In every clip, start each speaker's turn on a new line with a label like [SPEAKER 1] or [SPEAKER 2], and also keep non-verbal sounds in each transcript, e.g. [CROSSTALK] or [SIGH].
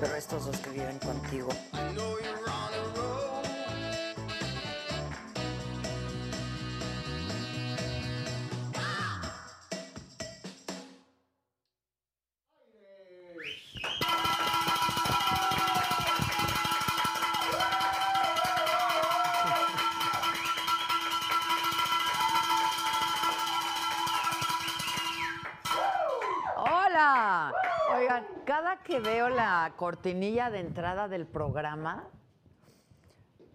[SPEAKER 1] Pero estos dos que viven contigo.
[SPEAKER 2] ¡Hola! Oigan, cada que veo la cortinilla de entrada del programa,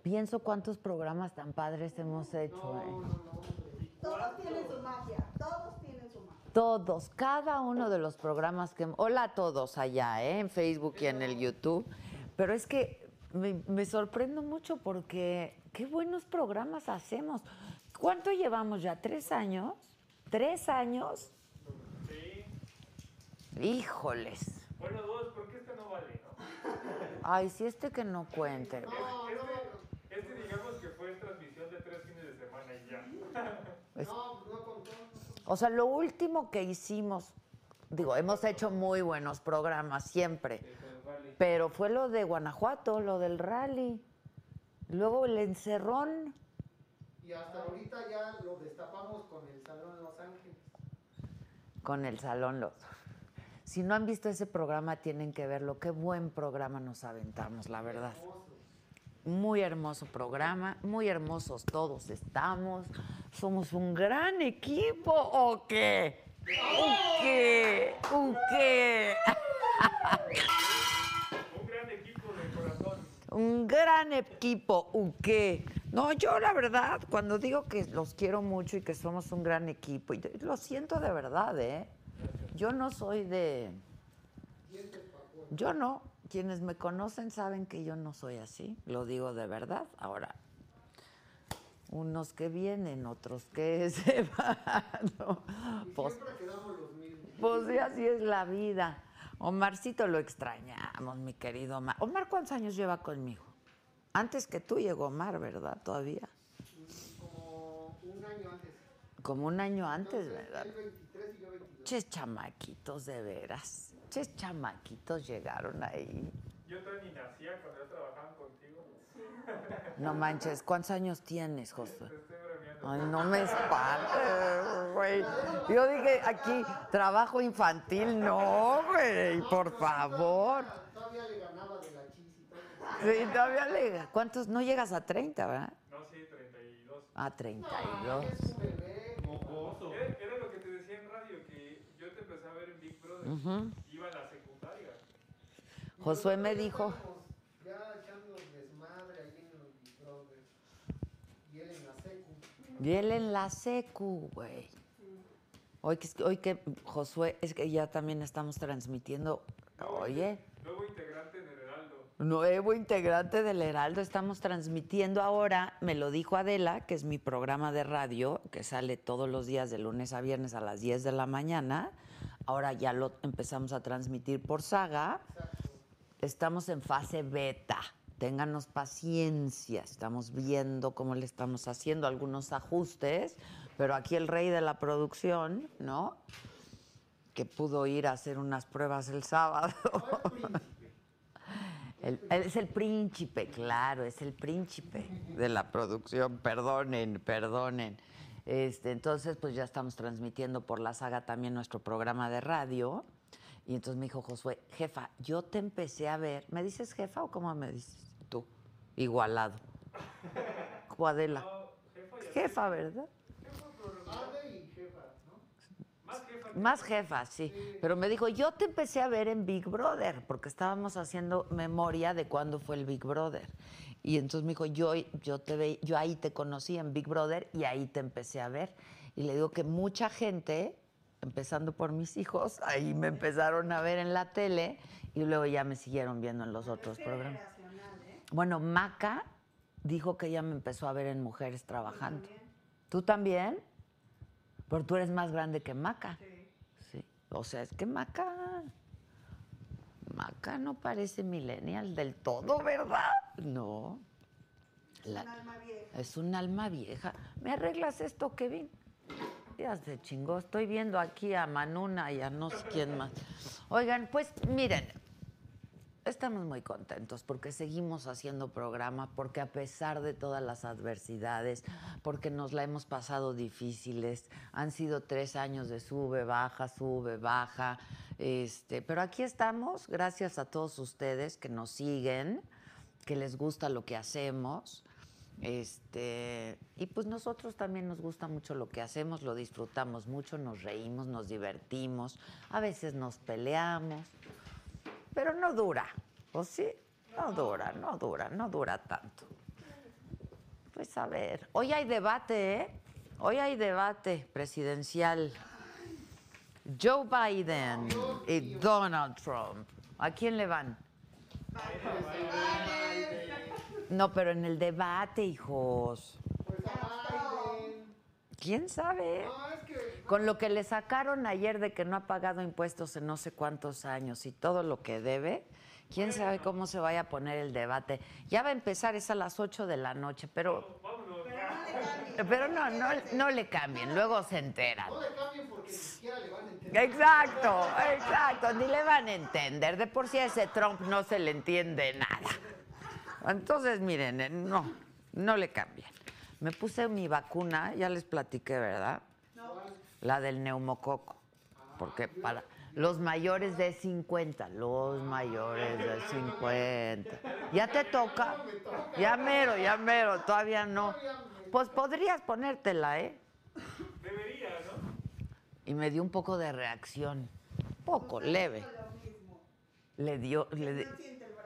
[SPEAKER 2] pienso cuántos programas tan padres hemos hecho. ¿eh?
[SPEAKER 3] Todos tienen su magia, todos tienen su magia.
[SPEAKER 2] Todos, cada uno de los programas que... Hola a todos allá, ¿eh? en Facebook y en el YouTube. Pero es que me, me sorprendo mucho porque qué buenos programas hacemos. ¿Cuánto llevamos ya? ¿Tres años? ¿Tres años? Híjoles.
[SPEAKER 4] Bueno, dos, porque este no vale, ¿no?
[SPEAKER 2] Ay, si este que no cuente. güey.
[SPEAKER 4] Este digamos que fue transmisión de tres fines de semana y ya.
[SPEAKER 2] O sea, lo último que hicimos, digo, hemos hecho muy buenos programas siempre, pero fue lo de Guanajuato, lo del rally, luego el encerrón.
[SPEAKER 5] Y hasta ahorita ya lo destapamos con el Salón Los Ángeles.
[SPEAKER 2] con el Salón Los. Si no han visto ese programa, tienen que verlo. Qué buen programa nos aventamos, la verdad. Muy hermoso programa, muy hermosos todos estamos. Somos un gran equipo, ¿o qué? ¿O qué? ¿O qué?
[SPEAKER 4] Un gran equipo de corazón.
[SPEAKER 2] Un gran equipo, ¿o qué? No, yo la verdad, cuando digo que los quiero mucho y que somos un gran equipo, y lo siento de verdad, ¿eh? Yo no soy de... Yo no. Quienes me conocen saben que yo no soy así, lo digo de verdad. Ahora, unos que vienen, otros que [LAUGHS] se van. ¿no? Pues, pues sí, así es la vida. Omarcito lo extrañamos, mi querido Omar. Omar, ¿cuántos años lleva conmigo? Antes que tú llegó Omar, ¿verdad? Todavía.
[SPEAKER 5] Como un año antes.
[SPEAKER 2] Como un año antes, ¿verdad?
[SPEAKER 5] El 23 y yo 22.
[SPEAKER 2] Ches chamaquitos, de veras. Ches chamaquitos llegaron ahí.
[SPEAKER 4] Yo todavía ni nacía cuando yo trabajaba contigo.
[SPEAKER 2] No manches, ¿cuántos años tienes, Josué?
[SPEAKER 4] Te estoy bromeando.
[SPEAKER 2] Ay, no me espantes, güey. Yo dije, aquí, trabajo infantil, no, güey, por favor.
[SPEAKER 5] Todavía le ganaba de la chis y todo.
[SPEAKER 2] Sí, todavía le... ¿Cuántos? No llegas a 30, ¿verdad?
[SPEAKER 4] No, sí, 32.
[SPEAKER 2] A 32.
[SPEAKER 4] Era, era lo que te decía en radio, que yo te empecé a ver en Big Brother. Iba a la secundaria.
[SPEAKER 2] Josué me dijo,
[SPEAKER 5] Ya echando desmadre ahí en los Big Brothers. Y él en la secu.
[SPEAKER 2] y él en la secu, güey. Hoy que, hoy que, Josué, es que ya también estamos transmitiendo, oye...
[SPEAKER 4] Nuevo integrante en Heraldo.
[SPEAKER 2] Nuevo integrante del Heraldo, estamos transmitiendo ahora, me lo dijo Adela, que es mi programa de radio, que sale todos los días de lunes a viernes a las 10 de la mañana. Ahora ya lo empezamos a transmitir por saga. Estamos en fase beta. Ténganos paciencia, estamos viendo cómo le estamos haciendo algunos ajustes, pero aquí el rey de la producción, ¿no? Que pudo ir a hacer unas pruebas el sábado. El- él es el príncipe, claro, es el príncipe de la producción, perdonen, perdonen. Este, entonces, pues ya estamos transmitiendo por la saga también nuestro programa de radio. Y entonces me dijo Josué, jefa, yo te empecé a ver. ¿Me dices jefa o cómo me dices tú? Igualado. Cuadela. Jefa, ¿verdad? Más jefa, sí. Pero me dijo, yo te empecé a ver en Big Brother, porque estábamos haciendo memoria de cuándo fue el Big Brother. Y entonces me dijo, yo, yo, te ve, yo ahí te conocí en Big Brother y ahí te empecé a ver. Y le digo que mucha gente, empezando por mis hijos, ahí me empezaron a ver en la tele y luego ya me siguieron viendo en los otros programas. Bueno, Maca dijo que ella me empezó a ver en Mujeres Trabajando. ¿Tú también? Pero tú eres más grande que Maca. Sí. O sea, es que Maca. Maca no parece millennial del todo, ¿verdad? No. La- es un alma vieja. ¿Me arreglas esto, Kevin? Ya se chingó. Estoy viendo aquí a Manuna y a no sé quién más. Oigan, pues miren, estamos muy contentos porque seguimos haciendo programa, porque a pesar de todas las adversidades, porque nos la hemos pasado difíciles, han sido tres años de sube, baja, sube, baja. Este, pero aquí estamos, gracias a todos ustedes que nos siguen, que les gusta lo que hacemos. Este, y pues nosotros también nos gusta mucho lo que hacemos, lo disfrutamos mucho, nos reímos, nos divertimos, a veces nos peleamos, pero no dura, ¿o sí? No dura, no dura, no dura tanto. Pues a ver, hoy hay debate, ¿eh? Hoy hay debate presidencial. Joe Biden y Donald Trump. ¿A quién le van? No, pero en el debate, hijos. ¿Quién sabe? Con lo que le sacaron ayer de que no ha pagado impuestos en no sé cuántos años y todo lo que debe, quién sabe cómo se vaya a poner el debate. Ya va a empezar, es a las 8 de la noche, pero... Pero no, no, no le cambien, luego se enteran.
[SPEAKER 5] No le cambien porque ni siquiera le van a entender.
[SPEAKER 2] Exacto, exacto. Ni le van a entender. De por sí a ese Trump no se le entiende nada. Entonces, miren, eh, no, no le cambien. Me puse mi vacuna, ya les platiqué, ¿verdad? La del neumococo. Porque para los mayores de 50, los mayores de 50. ¿Ya te toca? Ya mero, ya mero, todavía no. Pues podrías ponértela, ¿eh? y me dio un poco de reacción, poco, leve. Le dio, le di-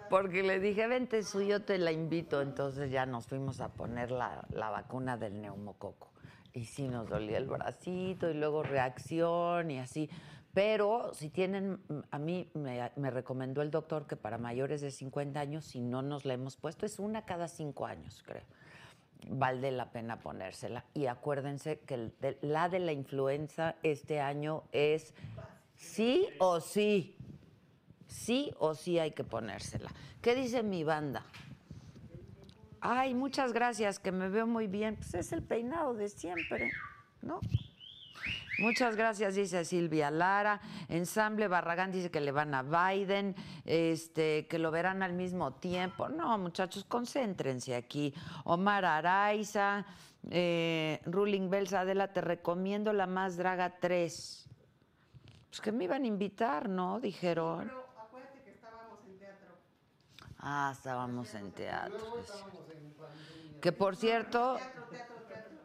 [SPEAKER 2] porque le dije, vente, su, yo te la invito. Entonces ya nos fuimos a poner la, la vacuna del neumococo. Y sí, nos dolía el bracito y luego reacción y así. Pero si tienen, mm, a mí me, me recomendó el doctor que para mayores de 50 años, si no nos la hemos puesto, es una cada cinco años, creo vale la pena ponérsela. Y acuérdense que el de- la de la influenza este año es sí o sí. Sí o sí hay que ponérsela. ¿Qué dice mi banda? Ay, muchas gracias, que me veo muy bien. Pues es el peinado de siempre, ¿no? Muchas gracias, dice Silvia Lara. Ensamble Barragán dice que le van a Biden, este, que lo verán al mismo tiempo. No, muchachos, concéntrense aquí. Omar Araiza, eh, Ruling Bells, Adela, te recomiendo la más draga 3. Pues que me iban a invitar, ¿no? Dijeron.
[SPEAKER 3] acuérdate que estábamos en teatro.
[SPEAKER 2] Ah, estábamos en teatro. es cierto. Que por cierto,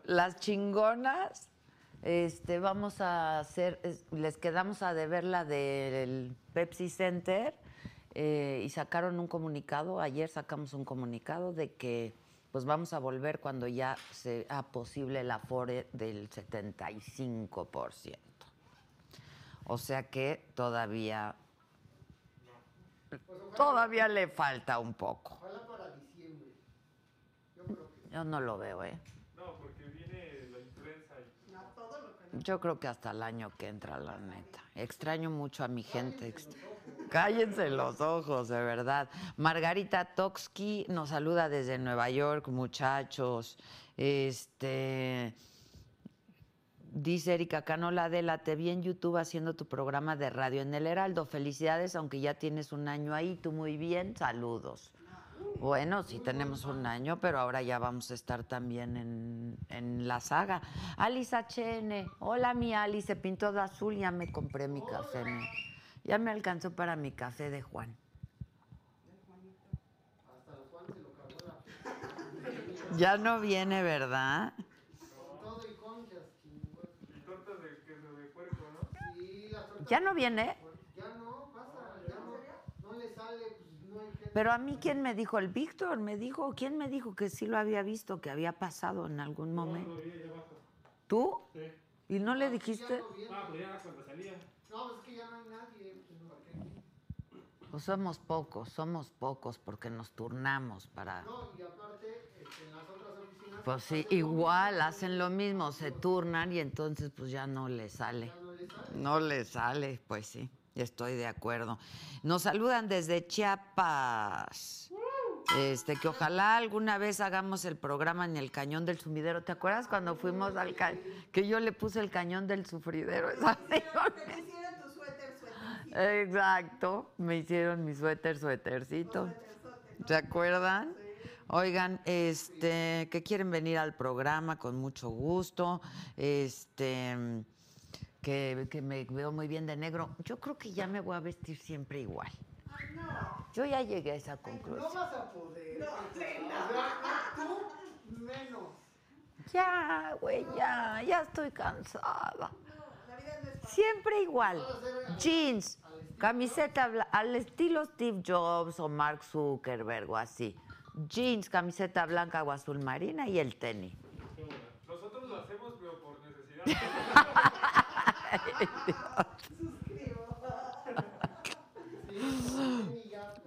[SPEAKER 2] las chingonas, este, vamos a hacer, es- les quedamos a deber la del Pepsi Center eh, y sacaron un comunicado, ayer sacamos un comunicado de que pues vamos a volver cuando ya sea posible el afore del 75%. O sea que todavía... Todavía le falta un poco.
[SPEAKER 5] Ojalá para diciembre. Yo creo que
[SPEAKER 2] Yo no lo veo, ¿eh?
[SPEAKER 4] No, porque viene la influenza y
[SPEAKER 2] Yo creo que hasta el año que entra, la neta. Extraño mucho a mi gente. Ext- Cállense los ojos, de verdad. Margarita Toksky nos saluda desde Nueva York, muchachos. Este. Dice Erika Canola Adela, te vi en YouTube haciendo tu programa de radio en el Heraldo. Felicidades, aunque ya tienes un año ahí, tú muy bien, saludos. Bueno, sí tenemos un año, pero ahora ya vamos a estar también en, en la saga. Alice HN, hola mi Alice, se pintó de azul, ya me compré mi café. mi- Ya me alcanzó para mi café de Juan. Ya no viene, ¿verdad?
[SPEAKER 5] Todo y conchas, chingüey.
[SPEAKER 4] Y tortas de queso de puerco, ¿no?
[SPEAKER 5] Y las tortas-
[SPEAKER 2] Ya no viene.
[SPEAKER 5] Ya no, pasa, ya no, no le sale, pues no hay gente.
[SPEAKER 2] Pero a mí, ¿quién me dijo? El Víctor me dijo, ¿quién me dijo que sí lo había visto, que había pasado en algún momento? ¿Tú? ¿Y no le dijiste?
[SPEAKER 4] Ah, pues ya cuando salía.
[SPEAKER 5] No, es que ya no hay nadie, pues no, ¿para qué?
[SPEAKER 2] Pues somos pocos, somos pocos porque nos turnamos para...
[SPEAKER 5] No, y aparte, este, en las otras oficinas.
[SPEAKER 2] Pues sí,
[SPEAKER 5] hacen lo
[SPEAKER 2] igual
[SPEAKER 5] mismo,
[SPEAKER 2] hacen lo mismo, se turnan y entonces pues ya no le sale.
[SPEAKER 5] no le sale.
[SPEAKER 2] No le sale, pues sí, estoy de acuerdo. Nos saludan desde Chiapas. Este, que ojalá alguna vez hagamos el programa en el cañón del sumidero. ¿Te acuerdas cuando fuimos al cañón? Que yo le puse el cañón del sufridero. [LAUGHS] Esa
[SPEAKER 3] Te quisiera tu suéter, suétercito.
[SPEAKER 2] Exacto, me hicieron mi suéter, suétercito. ¿Se acuerdan? Oigan, este, que quieren venir al programa con mucho gusto, este, que, que me veo muy bien de negro. Yo creo que ya me voy a vestir siempre igual. Yo ya llegué a esa
[SPEAKER 5] No
[SPEAKER 2] conclusión.
[SPEAKER 5] vas a poder. No, no. Tú menos.
[SPEAKER 2] Ya, güey, ya, ya estoy cansada.
[SPEAKER 3] La vida no es fácil.
[SPEAKER 2] Siempre igual. Jeans, camiseta bla- al estilo Steve Jobs o Mark Zuckerberg o así. Jeans, camiseta blanca o azul marina y el tenis.
[SPEAKER 4] Nosotros lo hacemos, pero por necesidad.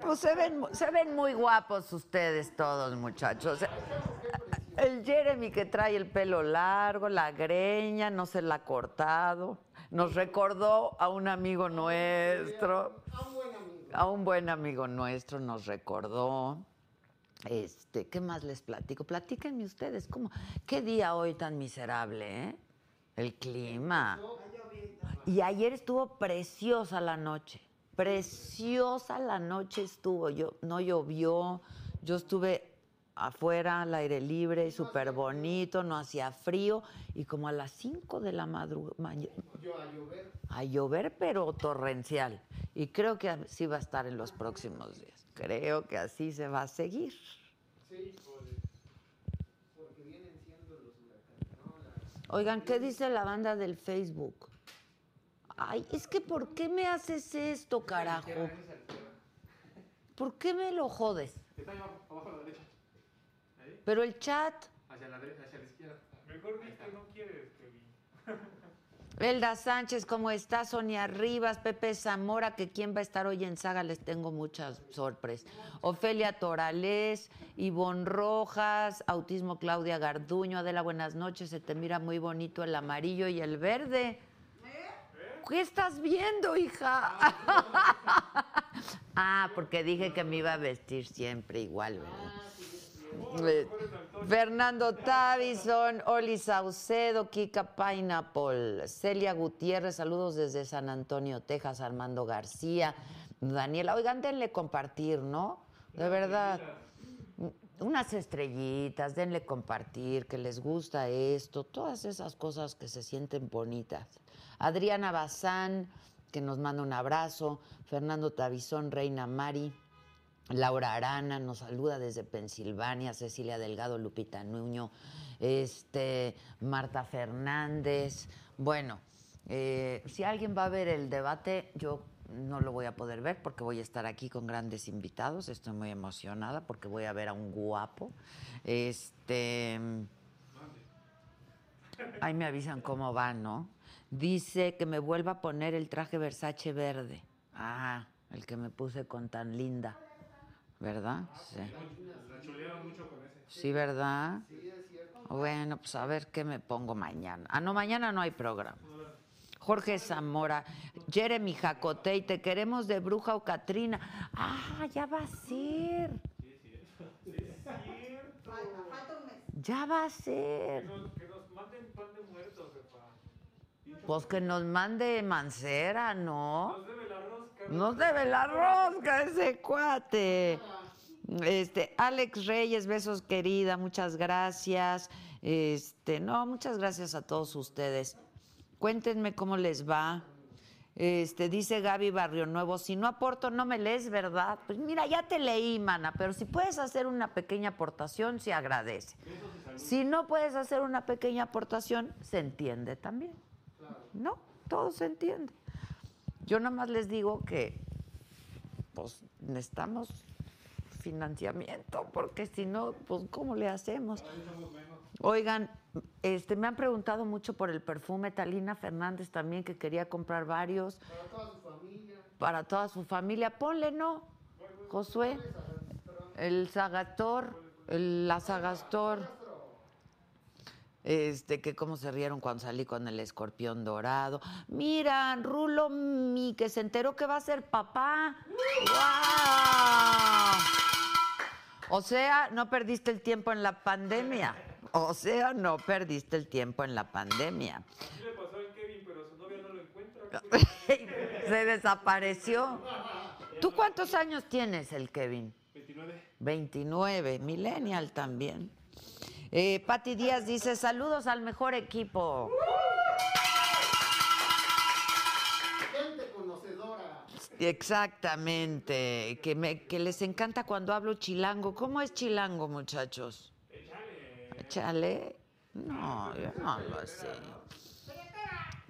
[SPEAKER 2] Pues se ven, se ven muy guapos ustedes todos, muchachos. El Jeremy que trae el pelo largo, la greña, no se la ha cortado. Nos recordó a un amigo nuestro. A un buen amigo nuestro nos recordó. Este, ¿qué más les platico? Platíquenme ustedes, ¿cómo? ¿Qué día hoy tan miserable, eh? El clima. Y ayer estuvo preciosa la noche. Preciosa la noche estuvo. Yo, no llovió. Yo estuve afuera al aire libre, súper bonito, no hacía frío. Y como a las 5 de la madrugada. A llover, pero torrencial. Y creo que así va a estar en los próximos días. Creo que así se va a seguir. Oigan, ¿qué dice la banda del Facebook? Ay, es que ¿por qué me haces esto, carajo? ¿Por qué me lo jodes?
[SPEAKER 4] Está ahí abajo, abajo a la derecha.
[SPEAKER 2] Pero el chat,
[SPEAKER 4] [LAUGHS] Hacia la derecha, hacia la izquierda. Mejor dicho, no quieres, Kevin.
[SPEAKER 2] Elda Sánchez, ¿cómo está? Sonia Rivas, Pepe Zamora, que quién va a estar hoy en Saga, les tengo muchas sorpresas. Ofelia Torales, Ivonne Rojas, Autismo Claudia Garduño, Adela, buenas noches, se te mira muy bonito el amarillo y el verde. ¿Qué estás viendo, hija? [LAUGHS] ah, porque dije que me iba a vestir siempre igual, ¿verdad? Eh, Fernando Tavison, Oli Saucedo, Kika Pineapple, Celia Gutiérrez, saludos desde San Antonio, Texas, Armando García, Daniela. Oigan, denle compartir, ¿no? De verdad unas estrellitas, denle compartir, que les gusta esto, todas esas cosas que se sienten bonitas. Adriana Bazán, que nos manda un abrazo, Fernando Tavizón, Reina Mari, Laura Arana nos saluda desde Pensilvania, Cecilia Delgado, Lupita Nuño, este, Marta Fernández. Bueno, eh, si alguien va a ver el debate, yo no lo voy a poder ver porque voy a estar aquí con grandes invitados. Estoy muy emocionada porque voy a ver a un guapo. Este. Ahí me avisan cómo va, ¿no? Dice que me vuelva a poner el traje Versace verde. Ah, el que me puse con tan linda. ¿Verdad? Sí. Sí, ¿verdad? Bueno, pues a ver qué me pongo mañana. Ah, no, mañana no hay programa. Jorge Zamora, Jeremy Jacotey, te queremos de bruja o Catrina. Ah, ya va a ser.
[SPEAKER 3] Falta, falta un mes.
[SPEAKER 2] Ya va a ser.
[SPEAKER 4] Que nos manden pan de muerto, sepa.
[SPEAKER 2] Pues que nos mande mancera, ¿no?
[SPEAKER 4] Nos debe la rosca.
[SPEAKER 2] Nos debe la rosca ese cuate. Este, Alex Reyes, besos querida, muchas gracias. Este, no, muchas gracias a todos ustedes. Cuéntenme cómo les va. Este, dice Gaby Barrio Nuevo, si no aporto, no me lees, ¿verdad? Pues mira, ya te leí, mana, pero si puedes hacer una pequeña aportación, se agradece. Si no puedes hacer una pequeña aportación, se entiende también. No, todo se entiende. Yo nada más les digo que pues necesitamos financiamiento, porque si no, pues ¿cómo le hacemos? Oigan, este, me han preguntado mucho por el perfume. Talina Fernández también, que quería comprar varios. Para toda su familia. Ponle, ¿no? Josué. El Zagator. el- la Zagastor. Este, que cómo se rieron cuando salí con el escorpión dorado. Mira, Rulo, mi que se enteró que va a ser papá. ¡Guau! O sea, no perdiste el tiempo en la pandemia. O sea, no perdiste el tiempo en la pandemia.
[SPEAKER 4] Sí le pasó al Kevin, pero su novia no lo [LAUGHS] encuentra.
[SPEAKER 2] [LAUGHS] Se desapareció. ¿Tú cuántos años tienes, el Kevin?
[SPEAKER 4] 29.
[SPEAKER 2] 29, millennial también. Eh, Pati Díaz dice, saludos al mejor equipo.
[SPEAKER 5] Gente conocedora.
[SPEAKER 2] Exactamente, que, me, que les encanta cuando hablo chilango. ¿Cómo es chilango, muchachos? Échale. No, yo no hablo así.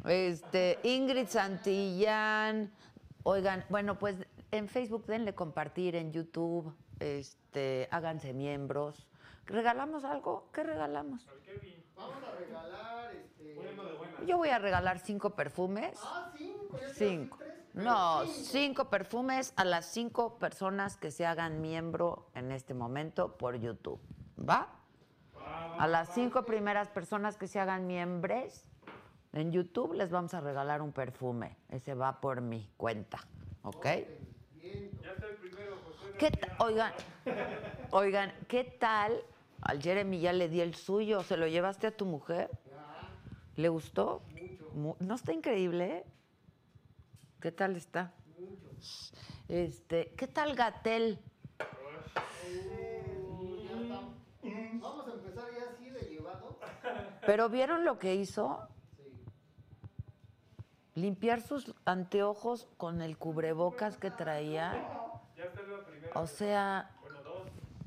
[SPEAKER 2] Este, Ingrid Santillán. Oigan, bueno, pues en Facebook denle compartir, en YouTube, este, háganse miembros. ¿Regalamos algo? ¿Qué regalamos?
[SPEAKER 5] Vamos a regalar este.
[SPEAKER 2] Yo voy a regalar cinco perfumes.
[SPEAKER 5] Ah, cinco, ya te iba a decir
[SPEAKER 2] Cinco.
[SPEAKER 5] tres, pero
[SPEAKER 2] No,
[SPEAKER 5] cinco.
[SPEAKER 2] cinco perfumes a las cinco personas que se hagan miembro en este momento por YouTube. ¿Va? A las cinco primeras personas que se hagan miembros en YouTube les vamos a regalar un perfume. Ese va por mi cuenta. ¿Ok? ¿Qué ta- oigan, oigan, ¿qué tal? Al Jeremy ya le di el suyo. ¿Se lo llevaste a tu mujer? ¿Le gustó? Mu- ¿No está increíble? eh? ¿Qué tal está? Este, ¿qué tal Gatel?
[SPEAKER 5] Vamos a empezar ya así de llevado.
[SPEAKER 2] Pero vieron lo que hizo? Limpiar sus anteojos con el cubrebocas que traía. O sea,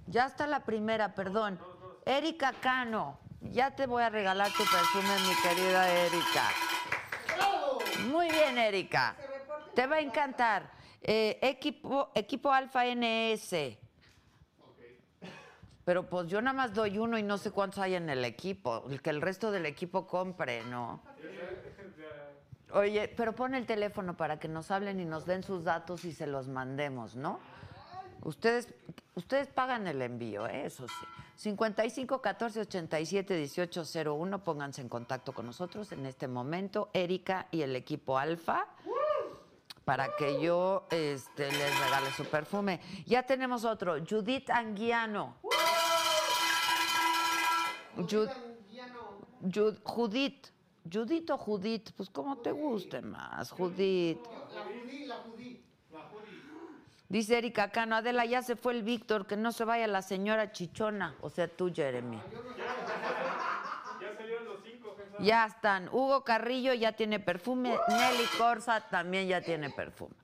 [SPEAKER 2] ya está la primera, perdón. Erika Cano, ya te voy a regalar tu perfume, mi querida Erika. Muy bien, Erika. Te va a encantar. Eh, equipo, equipo Alfa NS. Pero pues yo nada más doy uno y no sé cuántos hay en el equipo. El que el resto del equipo compre, ¿no? Oye, pero pon el teléfono para que nos hablen y nos den sus datos y se los mandemos, ¿no? Ustedes, ustedes pagan el envío, ¿eh? eso sí. 55 14 87 18 01, pónganse en contacto con nosotros en este momento, Erika y el equipo Alfa para que yo este, les regale su perfume. Ya tenemos otro, Judith Anguiano. Ju- Ju- Judith, Judith o Judith, pues como te guste más, Judith. Dice Erika Cano, Adela, ya se fue el Víctor, que no se vaya la señora Chichona, o sea, tú, Jeremy. Ya están. Hugo Carrillo ya tiene perfume. Nelly Corsa también ya tiene perfume.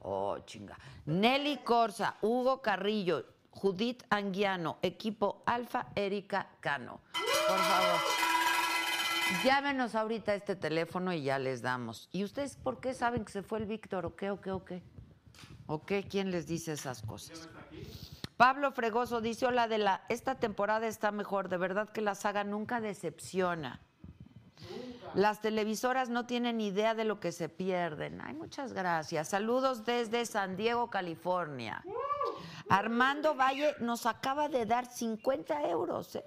[SPEAKER 2] Oh, chinga. Nelly Corsa, Hugo Carrillo, Judith Anguiano, equipo Alfa Erika Cano. Por favor. Llámenos ahorita a este teléfono y ya les damos. ¿Y ustedes por qué saben que se fue el Víctor o qué o qué o qué? ¿O qué? ¿Quién les dice esas cosas? Pablo Fregoso dice, hola de la, esta temporada está mejor, de verdad que la saga nunca decepciona. Las televisoras no tienen idea de lo que se pierden. Ay, muchas gracias. Saludos desde San Diego, California. Armando Valle nos acaba de dar 50 euros. ¿eh?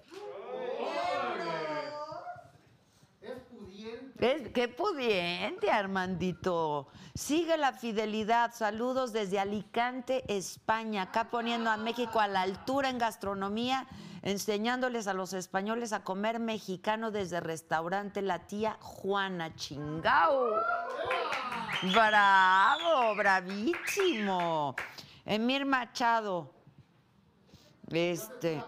[SPEAKER 5] Es pudiente.
[SPEAKER 2] ¿Ves? ¡Qué pudiente, Armandito! Sigue la fidelidad. Saludos desde Alicante, España. Acá poniendo a México a la altura en gastronomía, enseñándoles a los españoles a comer mexicano desde restaurante La Tía Juana. ¡Chingao! ¡Bravo! ¡Bravísimo! Emir Machado. Este.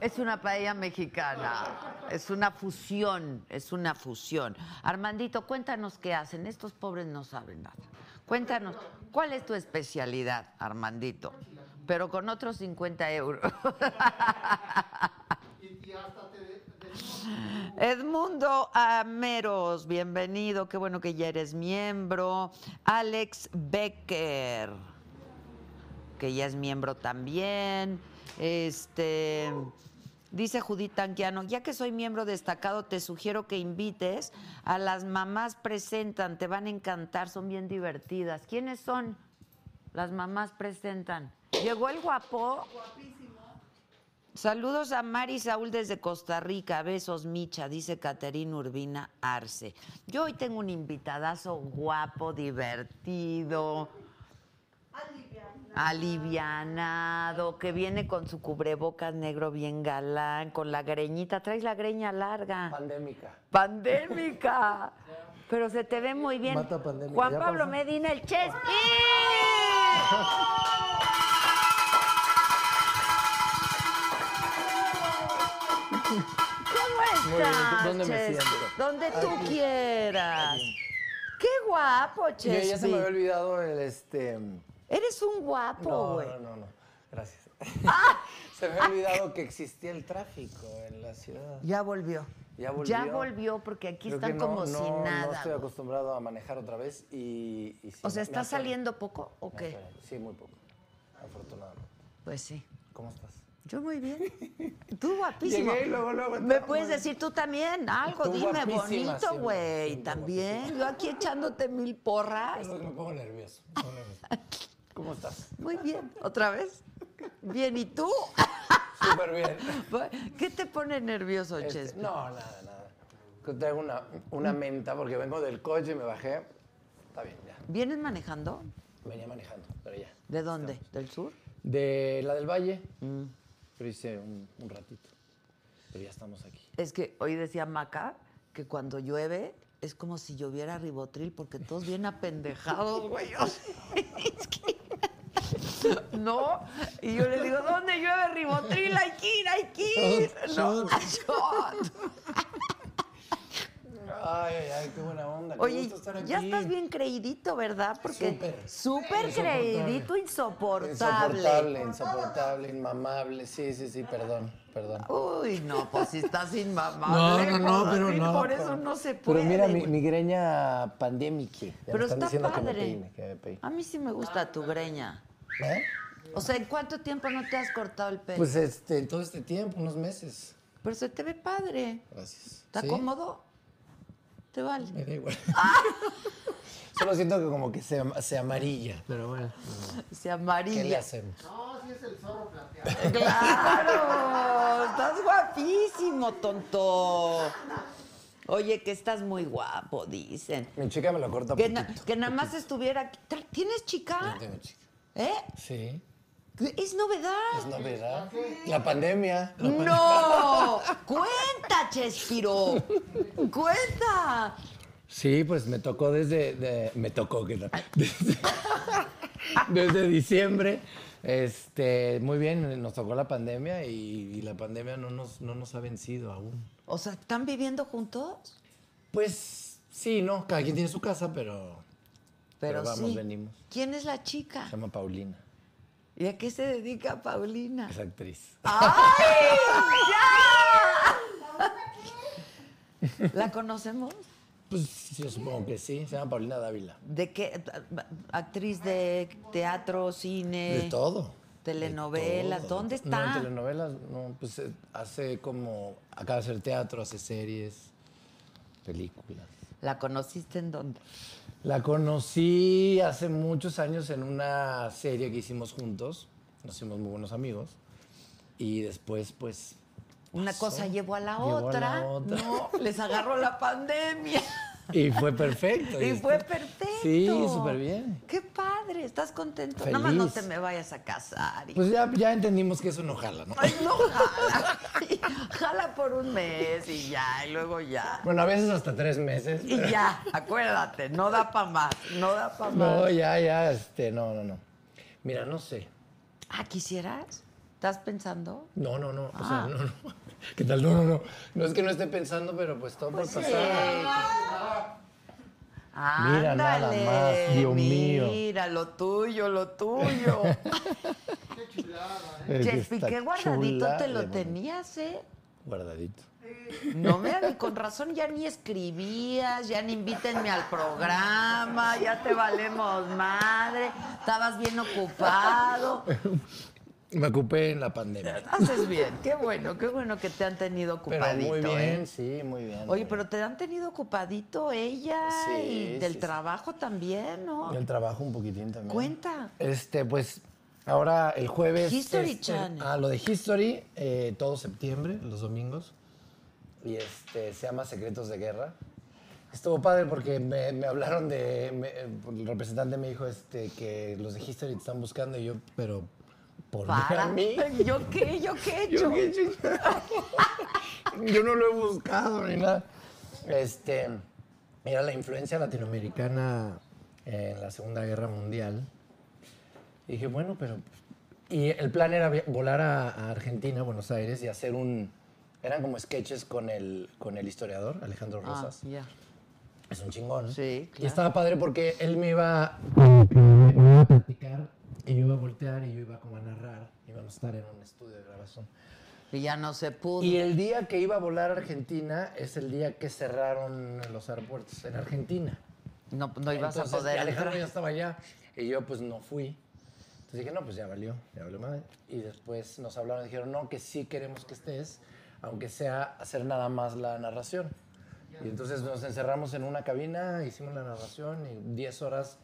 [SPEAKER 2] Es una paella mexicana, es una fusión, es una fusión. Armandito, cuéntanos qué hacen. Estos pobres no saben nada. Cuéntanos, ¿cuál es tu especialidad, Armandito? Pero con otros 50 euros.
[SPEAKER 5] Y, y hasta te de- decimos
[SPEAKER 2] Edmundo Ameros, bienvenido, qué bueno que ya eres miembro. Alex Becker, que ya es miembro también. Este dice Judith Tanquiano, ya que soy miembro destacado, te sugiero que invites a las mamás presentan, te van a encantar, son bien divertidas. ¿Quiénes son? Las mamás presentan. Llegó el guapo. Saludos a Mari Saúl desde Costa Rica. Besos, Micha, dice Caterina Urbina Arce. Yo hoy tengo un invitadazo guapo, divertido, alivianado, que viene con su cubrebocas negro bien galán, con la greñita. Traes la greña larga.
[SPEAKER 6] Pandémica.
[SPEAKER 2] Pandémica. Pero se te ve muy bien.
[SPEAKER 6] Mata pandémica,
[SPEAKER 2] Juan
[SPEAKER 6] ya
[SPEAKER 2] Pablo
[SPEAKER 6] pasó.
[SPEAKER 2] Medina, el Chespi. ¿Cómo
[SPEAKER 6] Muy bien,
[SPEAKER 2] estás?
[SPEAKER 6] ¿dónde me
[SPEAKER 2] Chespi?
[SPEAKER 6] siento?
[SPEAKER 2] Donde tú
[SPEAKER 6] Aquí.
[SPEAKER 2] quieras. Qué guapo,
[SPEAKER 6] Ya,
[SPEAKER 2] Chespi.
[SPEAKER 6] ya se me había olvidado el este.
[SPEAKER 2] Eres un guapo,
[SPEAKER 6] No,
[SPEAKER 2] güey. Ah.
[SPEAKER 6] no, no, no. Gracias. [LAUGHS] se me había olvidado que existía el tráfico en la ciudad.
[SPEAKER 2] Ya volvió.
[SPEAKER 6] Ya
[SPEAKER 2] Ya
[SPEAKER 6] volvió.
[SPEAKER 2] volvió porque aquí
[SPEAKER 6] Creo
[SPEAKER 2] están
[SPEAKER 6] que no-
[SPEAKER 2] como
[SPEAKER 6] no-
[SPEAKER 2] si nada.
[SPEAKER 6] No estoy
[SPEAKER 2] güey.
[SPEAKER 6] acostumbrado a manejar otra vez y. y sí,
[SPEAKER 2] o sea,
[SPEAKER 6] me- me
[SPEAKER 2] ¿está
[SPEAKER 6] atoré.
[SPEAKER 2] saliendo poco o
[SPEAKER 6] Me
[SPEAKER 2] qué?
[SPEAKER 6] atoré. Sí, muy poco. Afortunadamente.
[SPEAKER 2] Pues sí.
[SPEAKER 6] ¿Cómo estás?
[SPEAKER 2] Yo muy bien. Tú guapísimo.
[SPEAKER 6] Llegué y luego, luego
[SPEAKER 2] Me
[SPEAKER 6] estaba
[SPEAKER 2] puedes
[SPEAKER 6] muy-
[SPEAKER 2] decir tú también algo,
[SPEAKER 6] Tú
[SPEAKER 2] dime
[SPEAKER 6] guapísima,
[SPEAKER 2] bonito,
[SPEAKER 6] sí,
[SPEAKER 2] güey.
[SPEAKER 6] sí, tú
[SPEAKER 2] también. Yo aquí echándote mil porras.
[SPEAKER 6] me pongo nervioso. me pongo
[SPEAKER 2] [LAUGHS]
[SPEAKER 6] nervioso. ¿Cómo estás?
[SPEAKER 2] Muy bien. ¿Otra vez? Bien, ¿y tú? [LAUGHS]
[SPEAKER 6] Súper bien.
[SPEAKER 2] ¿Qué te pone nervioso,
[SPEAKER 6] Este,
[SPEAKER 2] Chespi? Mm.
[SPEAKER 6] no, nada, nada. Que Traigo una, una menta porque vengo del coche y me bajé. Está bien, ya.
[SPEAKER 2] ¿Vienes manejando?
[SPEAKER 6] Venía manejando, pero ya.
[SPEAKER 2] ¿De dónde? ¿Del sur?
[SPEAKER 6] De la del Valle,
[SPEAKER 2] Mm.
[SPEAKER 6] pero hice un, un ratito. Pero ya estamos aquí.
[SPEAKER 2] Es que hoy decía Maca que cuando llueve es como si lloviera ribotril porque todos bien apendejados,
[SPEAKER 6] [LAUGHS]
[SPEAKER 2] güey. O sea, [LAUGHS] es que- [LAUGHS] No, y yo le digo, ¿dónde llueve ribotril? Hay que ir, hay
[SPEAKER 6] Oh,
[SPEAKER 2] que ir. No, [LAUGHS] shot.
[SPEAKER 6] Ay, ay, ay, qué buena onda. qué
[SPEAKER 2] Mm. Oye,
[SPEAKER 6] gusto estar aquí.
[SPEAKER 2] ya estás bien creidito, ¿verdad? Porque
[SPEAKER 6] Súper.
[SPEAKER 2] súper
[SPEAKER 6] Insoportable.
[SPEAKER 2] creidito, insoportable.
[SPEAKER 6] Insoportable, insoportable, inmamable. Sí, sí, sí, perdón, perdón.
[SPEAKER 2] Uy, no, pues si estás inmamable. Godín, Por eso no se puede.
[SPEAKER 6] Pero mira, mi,
[SPEAKER 2] güey.
[SPEAKER 6] mi greña pandémica. Ya me
[SPEAKER 2] Pero
[SPEAKER 6] están
[SPEAKER 2] está
[SPEAKER 6] diciendo
[SPEAKER 2] padre.
[SPEAKER 6] que me peine, que me peine.
[SPEAKER 2] A mí sí me gusta tu greña.
[SPEAKER 6] ¿Eh?
[SPEAKER 2] O sea, ¿en cuánto tiempo no te has cortado el pelo?
[SPEAKER 6] Pues este, todo este tiempo, unos meses.
[SPEAKER 2] Pero se te ve padre.
[SPEAKER 6] Gracias.
[SPEAKER 2] ¿Está
[SPEAKER 6] ¿Sí?
[SPEAKER 2] cómodo? Te
[SPEAKER 6] Me
[SPEAKER 2] vale.
[SPEAKER 6] da igual. [LAUGHS] Solo siento que como que se, am- se amarilla. Pero bueno,
[SPEAKER 2] Se
[SPEAKER 6] ¿qué le
[SPEAKER 2] amarilla.
[SPEAKER 6] hacemos?
[SPEAKER 5] No, si es el zorro plateado.
[SPEAKER 2] ¡Claro! Estás guapísimo, tonto. Oye, que estás muy guapo, dicen.
[SPEAKER 6] Mi chica me lo corta
[SPEAKER 2] Que,
[SPEAKER 6] poquito.
[SPEAKER 2] na- que nada más estuviera aquí. Tra- ¿Tienes chica?
[SPEAKER 6] Yo tengo chica.
[SPEAKER 2] ¿Eh?
[SPEAKER 6] Sí,
[SPEAKER 2] Es novedad.
[SPEAKER 6] es novedad. La pandemia.
[SPEAKER 2] ¡No! [LAUGHS] ¡Cuenta, Chespiro! ¡Cuenta!
[SPEAKER 6] Sí, pues me tocó desde. de- me tocó, ¿qué tal? [LAUGHS] Desde, desde diciembre. Este, muy bien, nos tocó la pandemia y, y la pandemia no nos, no nos ha vencido aún.
[SPEAKER 2] O sea, ¿están viviendo juntos?
[SPEAKER 6] Pues sí, no, cada quien tiene su casa, pero.
[SPEAKER 2] Pero,
[SPEAKER 6] Pero vamos,
[SPEAKER 2] sí.
[SPEAKER 6] venimos.
[SPEAKER 2] ¿Quién es la chica?
[SPEAKER 6] Se llama Paulina,
[SPEAKER 2] ¿Y a qué se dedica Paulina?
[SPEAKER 6] es actriz.
[SPEAKER 2] ¿La conocemos?
[SPEAKER 6] Pues yo supongo que sí, se llama Paulina Dávila.
[SPEAKER 2] ¿De qué? Actriz de teatro, cine.
[SPEAKER 6] De todo.
[SPEAKER 2] Eh, telenovelas,
[SPEAKER 6] De todo.
[SPEAKER 2] ¿dónde
[SPEAKER 6] No, en
[SPEAKER 2] está?
[SPEAKER 6] telenovelas, no, pues eh, hace como. Acaba de hacer teatro, hace series, películas.
[SPEAKER 2] ¿La conociste en dónde?
[SPEAKER 6] La conocí hace muchos años en una serie que hicimos juntos. Nos hicimos muy buenos amigos. Y después, pues.
[SPEAKER 2] Una
[SPEAKER 6] pasó.
[SPEAKER 2] cosa llevó a la
[SPEAKER 6] Llevó a la
[SPEAKER 2] otra.
[SPEAKER 6] otra.
[SPEAKER 2] No, les agarró la pandemia.
[SPEAKER 6] [LAUGHS] Y fue perfecto.
[SPEAKER 2] Y
[SPEAKER 6] ¿viste?
[SPEAKER 2] fue perfecto.
[SPEAKER 6] Sí, súper bien.
[SPEAKER 2] Qué padre, estás contento. Nada más no
[SPEAKER 6] Feliz.
[SPEAKER 2] te me vayas a casar. y-
[SPEAKER 6] Pues ya, ya entendimos que eso no jala, ¿no?
[SPEAKER 2] [LAUGHS] Ay, no jala. [LAUGHS] jala por un mes y ya, y luego ya.
[SPEAKER 6] Bueno, a veces hasta tres meses.
[SPEAKER 2] [LAUGHS] Y ya, acuérdate, no da para más, no da para más.
[SPEAKER 6] No, ya, ya, este, no, no, no. Mira, no sé.
[SPEAKER 2] Ah, ¿quisieras? ¿Estás pensando?
[SPEAKER 6] No, no, no.
[SPEAKER 2] Ah.
[SPEAKER 6] O sea, no, [LAUGHS] no. ¿Qué tal? No, no, no. No es que no esté pensando, pero pues todo puede pasar. Mira nada
[SPEAKER 2] Ándale,
[SPEAKER 6] más, Dios mío.
[SPEAKER 2] Mira, lo tuyo, lo
[SPEAKER 6] [LAUGHS]
[SPEAKER 2] tuyo.
[SPEAKER 6] Es que
[SPEAKER 2] Chespi,
[SPEAKER 6] está
[SPEAKER 2] qué guardadito
[SPEAKER 6] chula
[SPEAKER 2] te
[SPEAKER 6] de
[SPEAKER 2] lo
[SPEAKER 6] bonito.
[SPEAKER 2] tenías, ¿eh?
[SPEAKER 6] Guardadito.
[SPEAKER 2] No, mira, ni con razón ya ni escribías, ya ni invítenme al programa, ya te valemos madre, estabas bien ocupado.
[SPEAKER 6] Me ocupé en la pandemia.
[SPEAKER 2] [LAUGHS] Haces bien, qué bueno, qué bueno que te han tenido
[SPEAKER 6] Pero
[SPEAKER 2] ocupadito.
[SPEAKER 6] muy bien,
[SPEAKER 2] ¿eh?
[SPEAKER 6] sí, muy bien.
[SPEAKER 2] Oye,
[SPEAKER 6] muy
[SPEAKER 2] pero te han tenido ocupadito ella
[SPEAKER 6] Sí,
[SPEAKER 2] y del
[SPEAKER 6] sí, sí.
[SPEAKER 2] trabajo también, ¿no?
[SPEAKER 6] bien. El trabajo un poquitín también.
[SPEAKER 2] Cuenta.
[SPEAKER 6] Este, pues ahora el jueves.
[SPEAKER 2] History
[SPEAKER 6] este,
[SPEAKER 2] Channel.
[SPEAKER 6] Ah, lo de History, eh, todo septiembre, los domingos. Y este, se llama Secretos de Guerra. Estuvo padre porque me, me hablaron de. me- el representante me dijo este, que los de History te están buscando y yo, pero. ¿Por qué
[SPEAKER 2] Para
[SPEAKER 6] a mí?
[SPEAKER 2] [LAUGHS] ¿Yo qué? ¿Yo qué he hecho?
[SPEAKER 6] Yo, qué chingado. Yo no lo he buscado ni nada. Este, era la influencia latinoamericana en la Segunda Guerra Mundial. Y dije, bueno, pero... Y el plan era via- volar a, a Argentina, a Buenos Aires, y hacer un... Eran como sketches con el, con el historiador, Alejandro
[SPEAKER 2] Ah,
[SPEAKER 6] Rosas.
[SPEAKER 2] ya.
[SPEAKER 6] Es un chingón. ¿eh?
[SPEAKER 2] Sí, claro.
[SPEAKER 6] Y estaba padre porque él me iba, me iba a platicar, y yo iba a voltear, y yo iba como a narrar. Íbamos a estar en un estudio de grabación.
[SPEAKER 2] Y ya no se pudo.
[SPEAKER 6] Y el día que iba a volar a Argentina es el día que cerraron los aeropuertos en Argentina.
[SPEAKER 2] No, no ibas
[SPEAKER 6] Entonces,
[SPEAKER 2] a poder
[SPEAKER 6] Alejandro ya
[SPEAKER 2] entrar.
[SPEAKER 6] estaba allá y yo pues no fui. Entonces dije, no, pues ya valió, ya valió madre. Y después nos hablaron y dijeron, no, que sí queremos que estés, aunque sea hacer nada más la narración. Y entonces nos encerramos en una cabina, hicimos la narración y 10 horas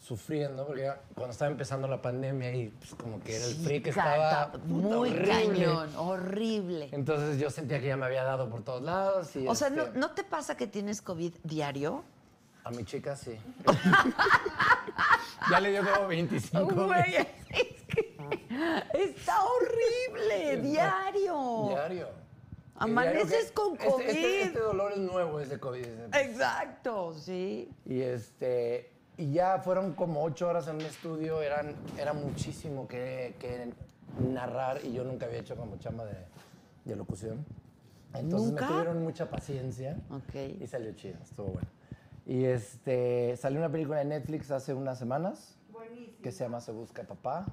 [SPEAKER 6] sufriendo, porque ya cuando estaba empezando la pandemia y pues, como que era el frío que estaba
[SPEAKER 2] Cata-
[SPEAKER 6] puta,
[SPEAKER 2] muy
[SPEAKER 6] horrible.
[SPEAKER 2] cañón, horrible.
[SPEAKER 6] Entonces yo sentía que ya me había dado por todos lados. Y
[SPEAKER 2] O sea,
[SPEAKER 6] este,
[SPEAKER 2] ¿no, ¿no te pasa que tienes COVID diario?
[SPEAKER 6] A mi
[SPEAKER 2] [LAUGHS]
[SPEAKER 6] chica sí. ya le dio como 25.
[SPEAKER 2] Güey, [LAUGHS] es que está horrible, diario.
[SPEAKER 6] Diario.
[SPEAKER 2] Amaneces
[SPEAKER 6] Diario que-
[SPEAKER 2] con
[SPEAKER 6] este- este-
[SPEAKER 2] COVID.
[SPEAKER 6] Este, dolor es nuevo, es de COVID. es de-
[SPEAKER 2] Exacto, sí.
[SPEAKER 6] Y este. Y ya fueron como ocho horas en un estudio, eran, era muchísimo que, que narrar y yo nunca había hecho como chamba de, de locución. Entonces
[SPEAKER 2] ¿Nunca?
[SPEAKER 6] me tuvieron mucha paciencia.
[SPEAKER 2] Ok.
[SPEAKER 6] Y salió chido, estuvo bueno. Y este, salió una película de Netflix hace unas semanas
[SPEAKER 3] Buenísimo.
[SPEAKER 6] que se llama Se Busca Papá.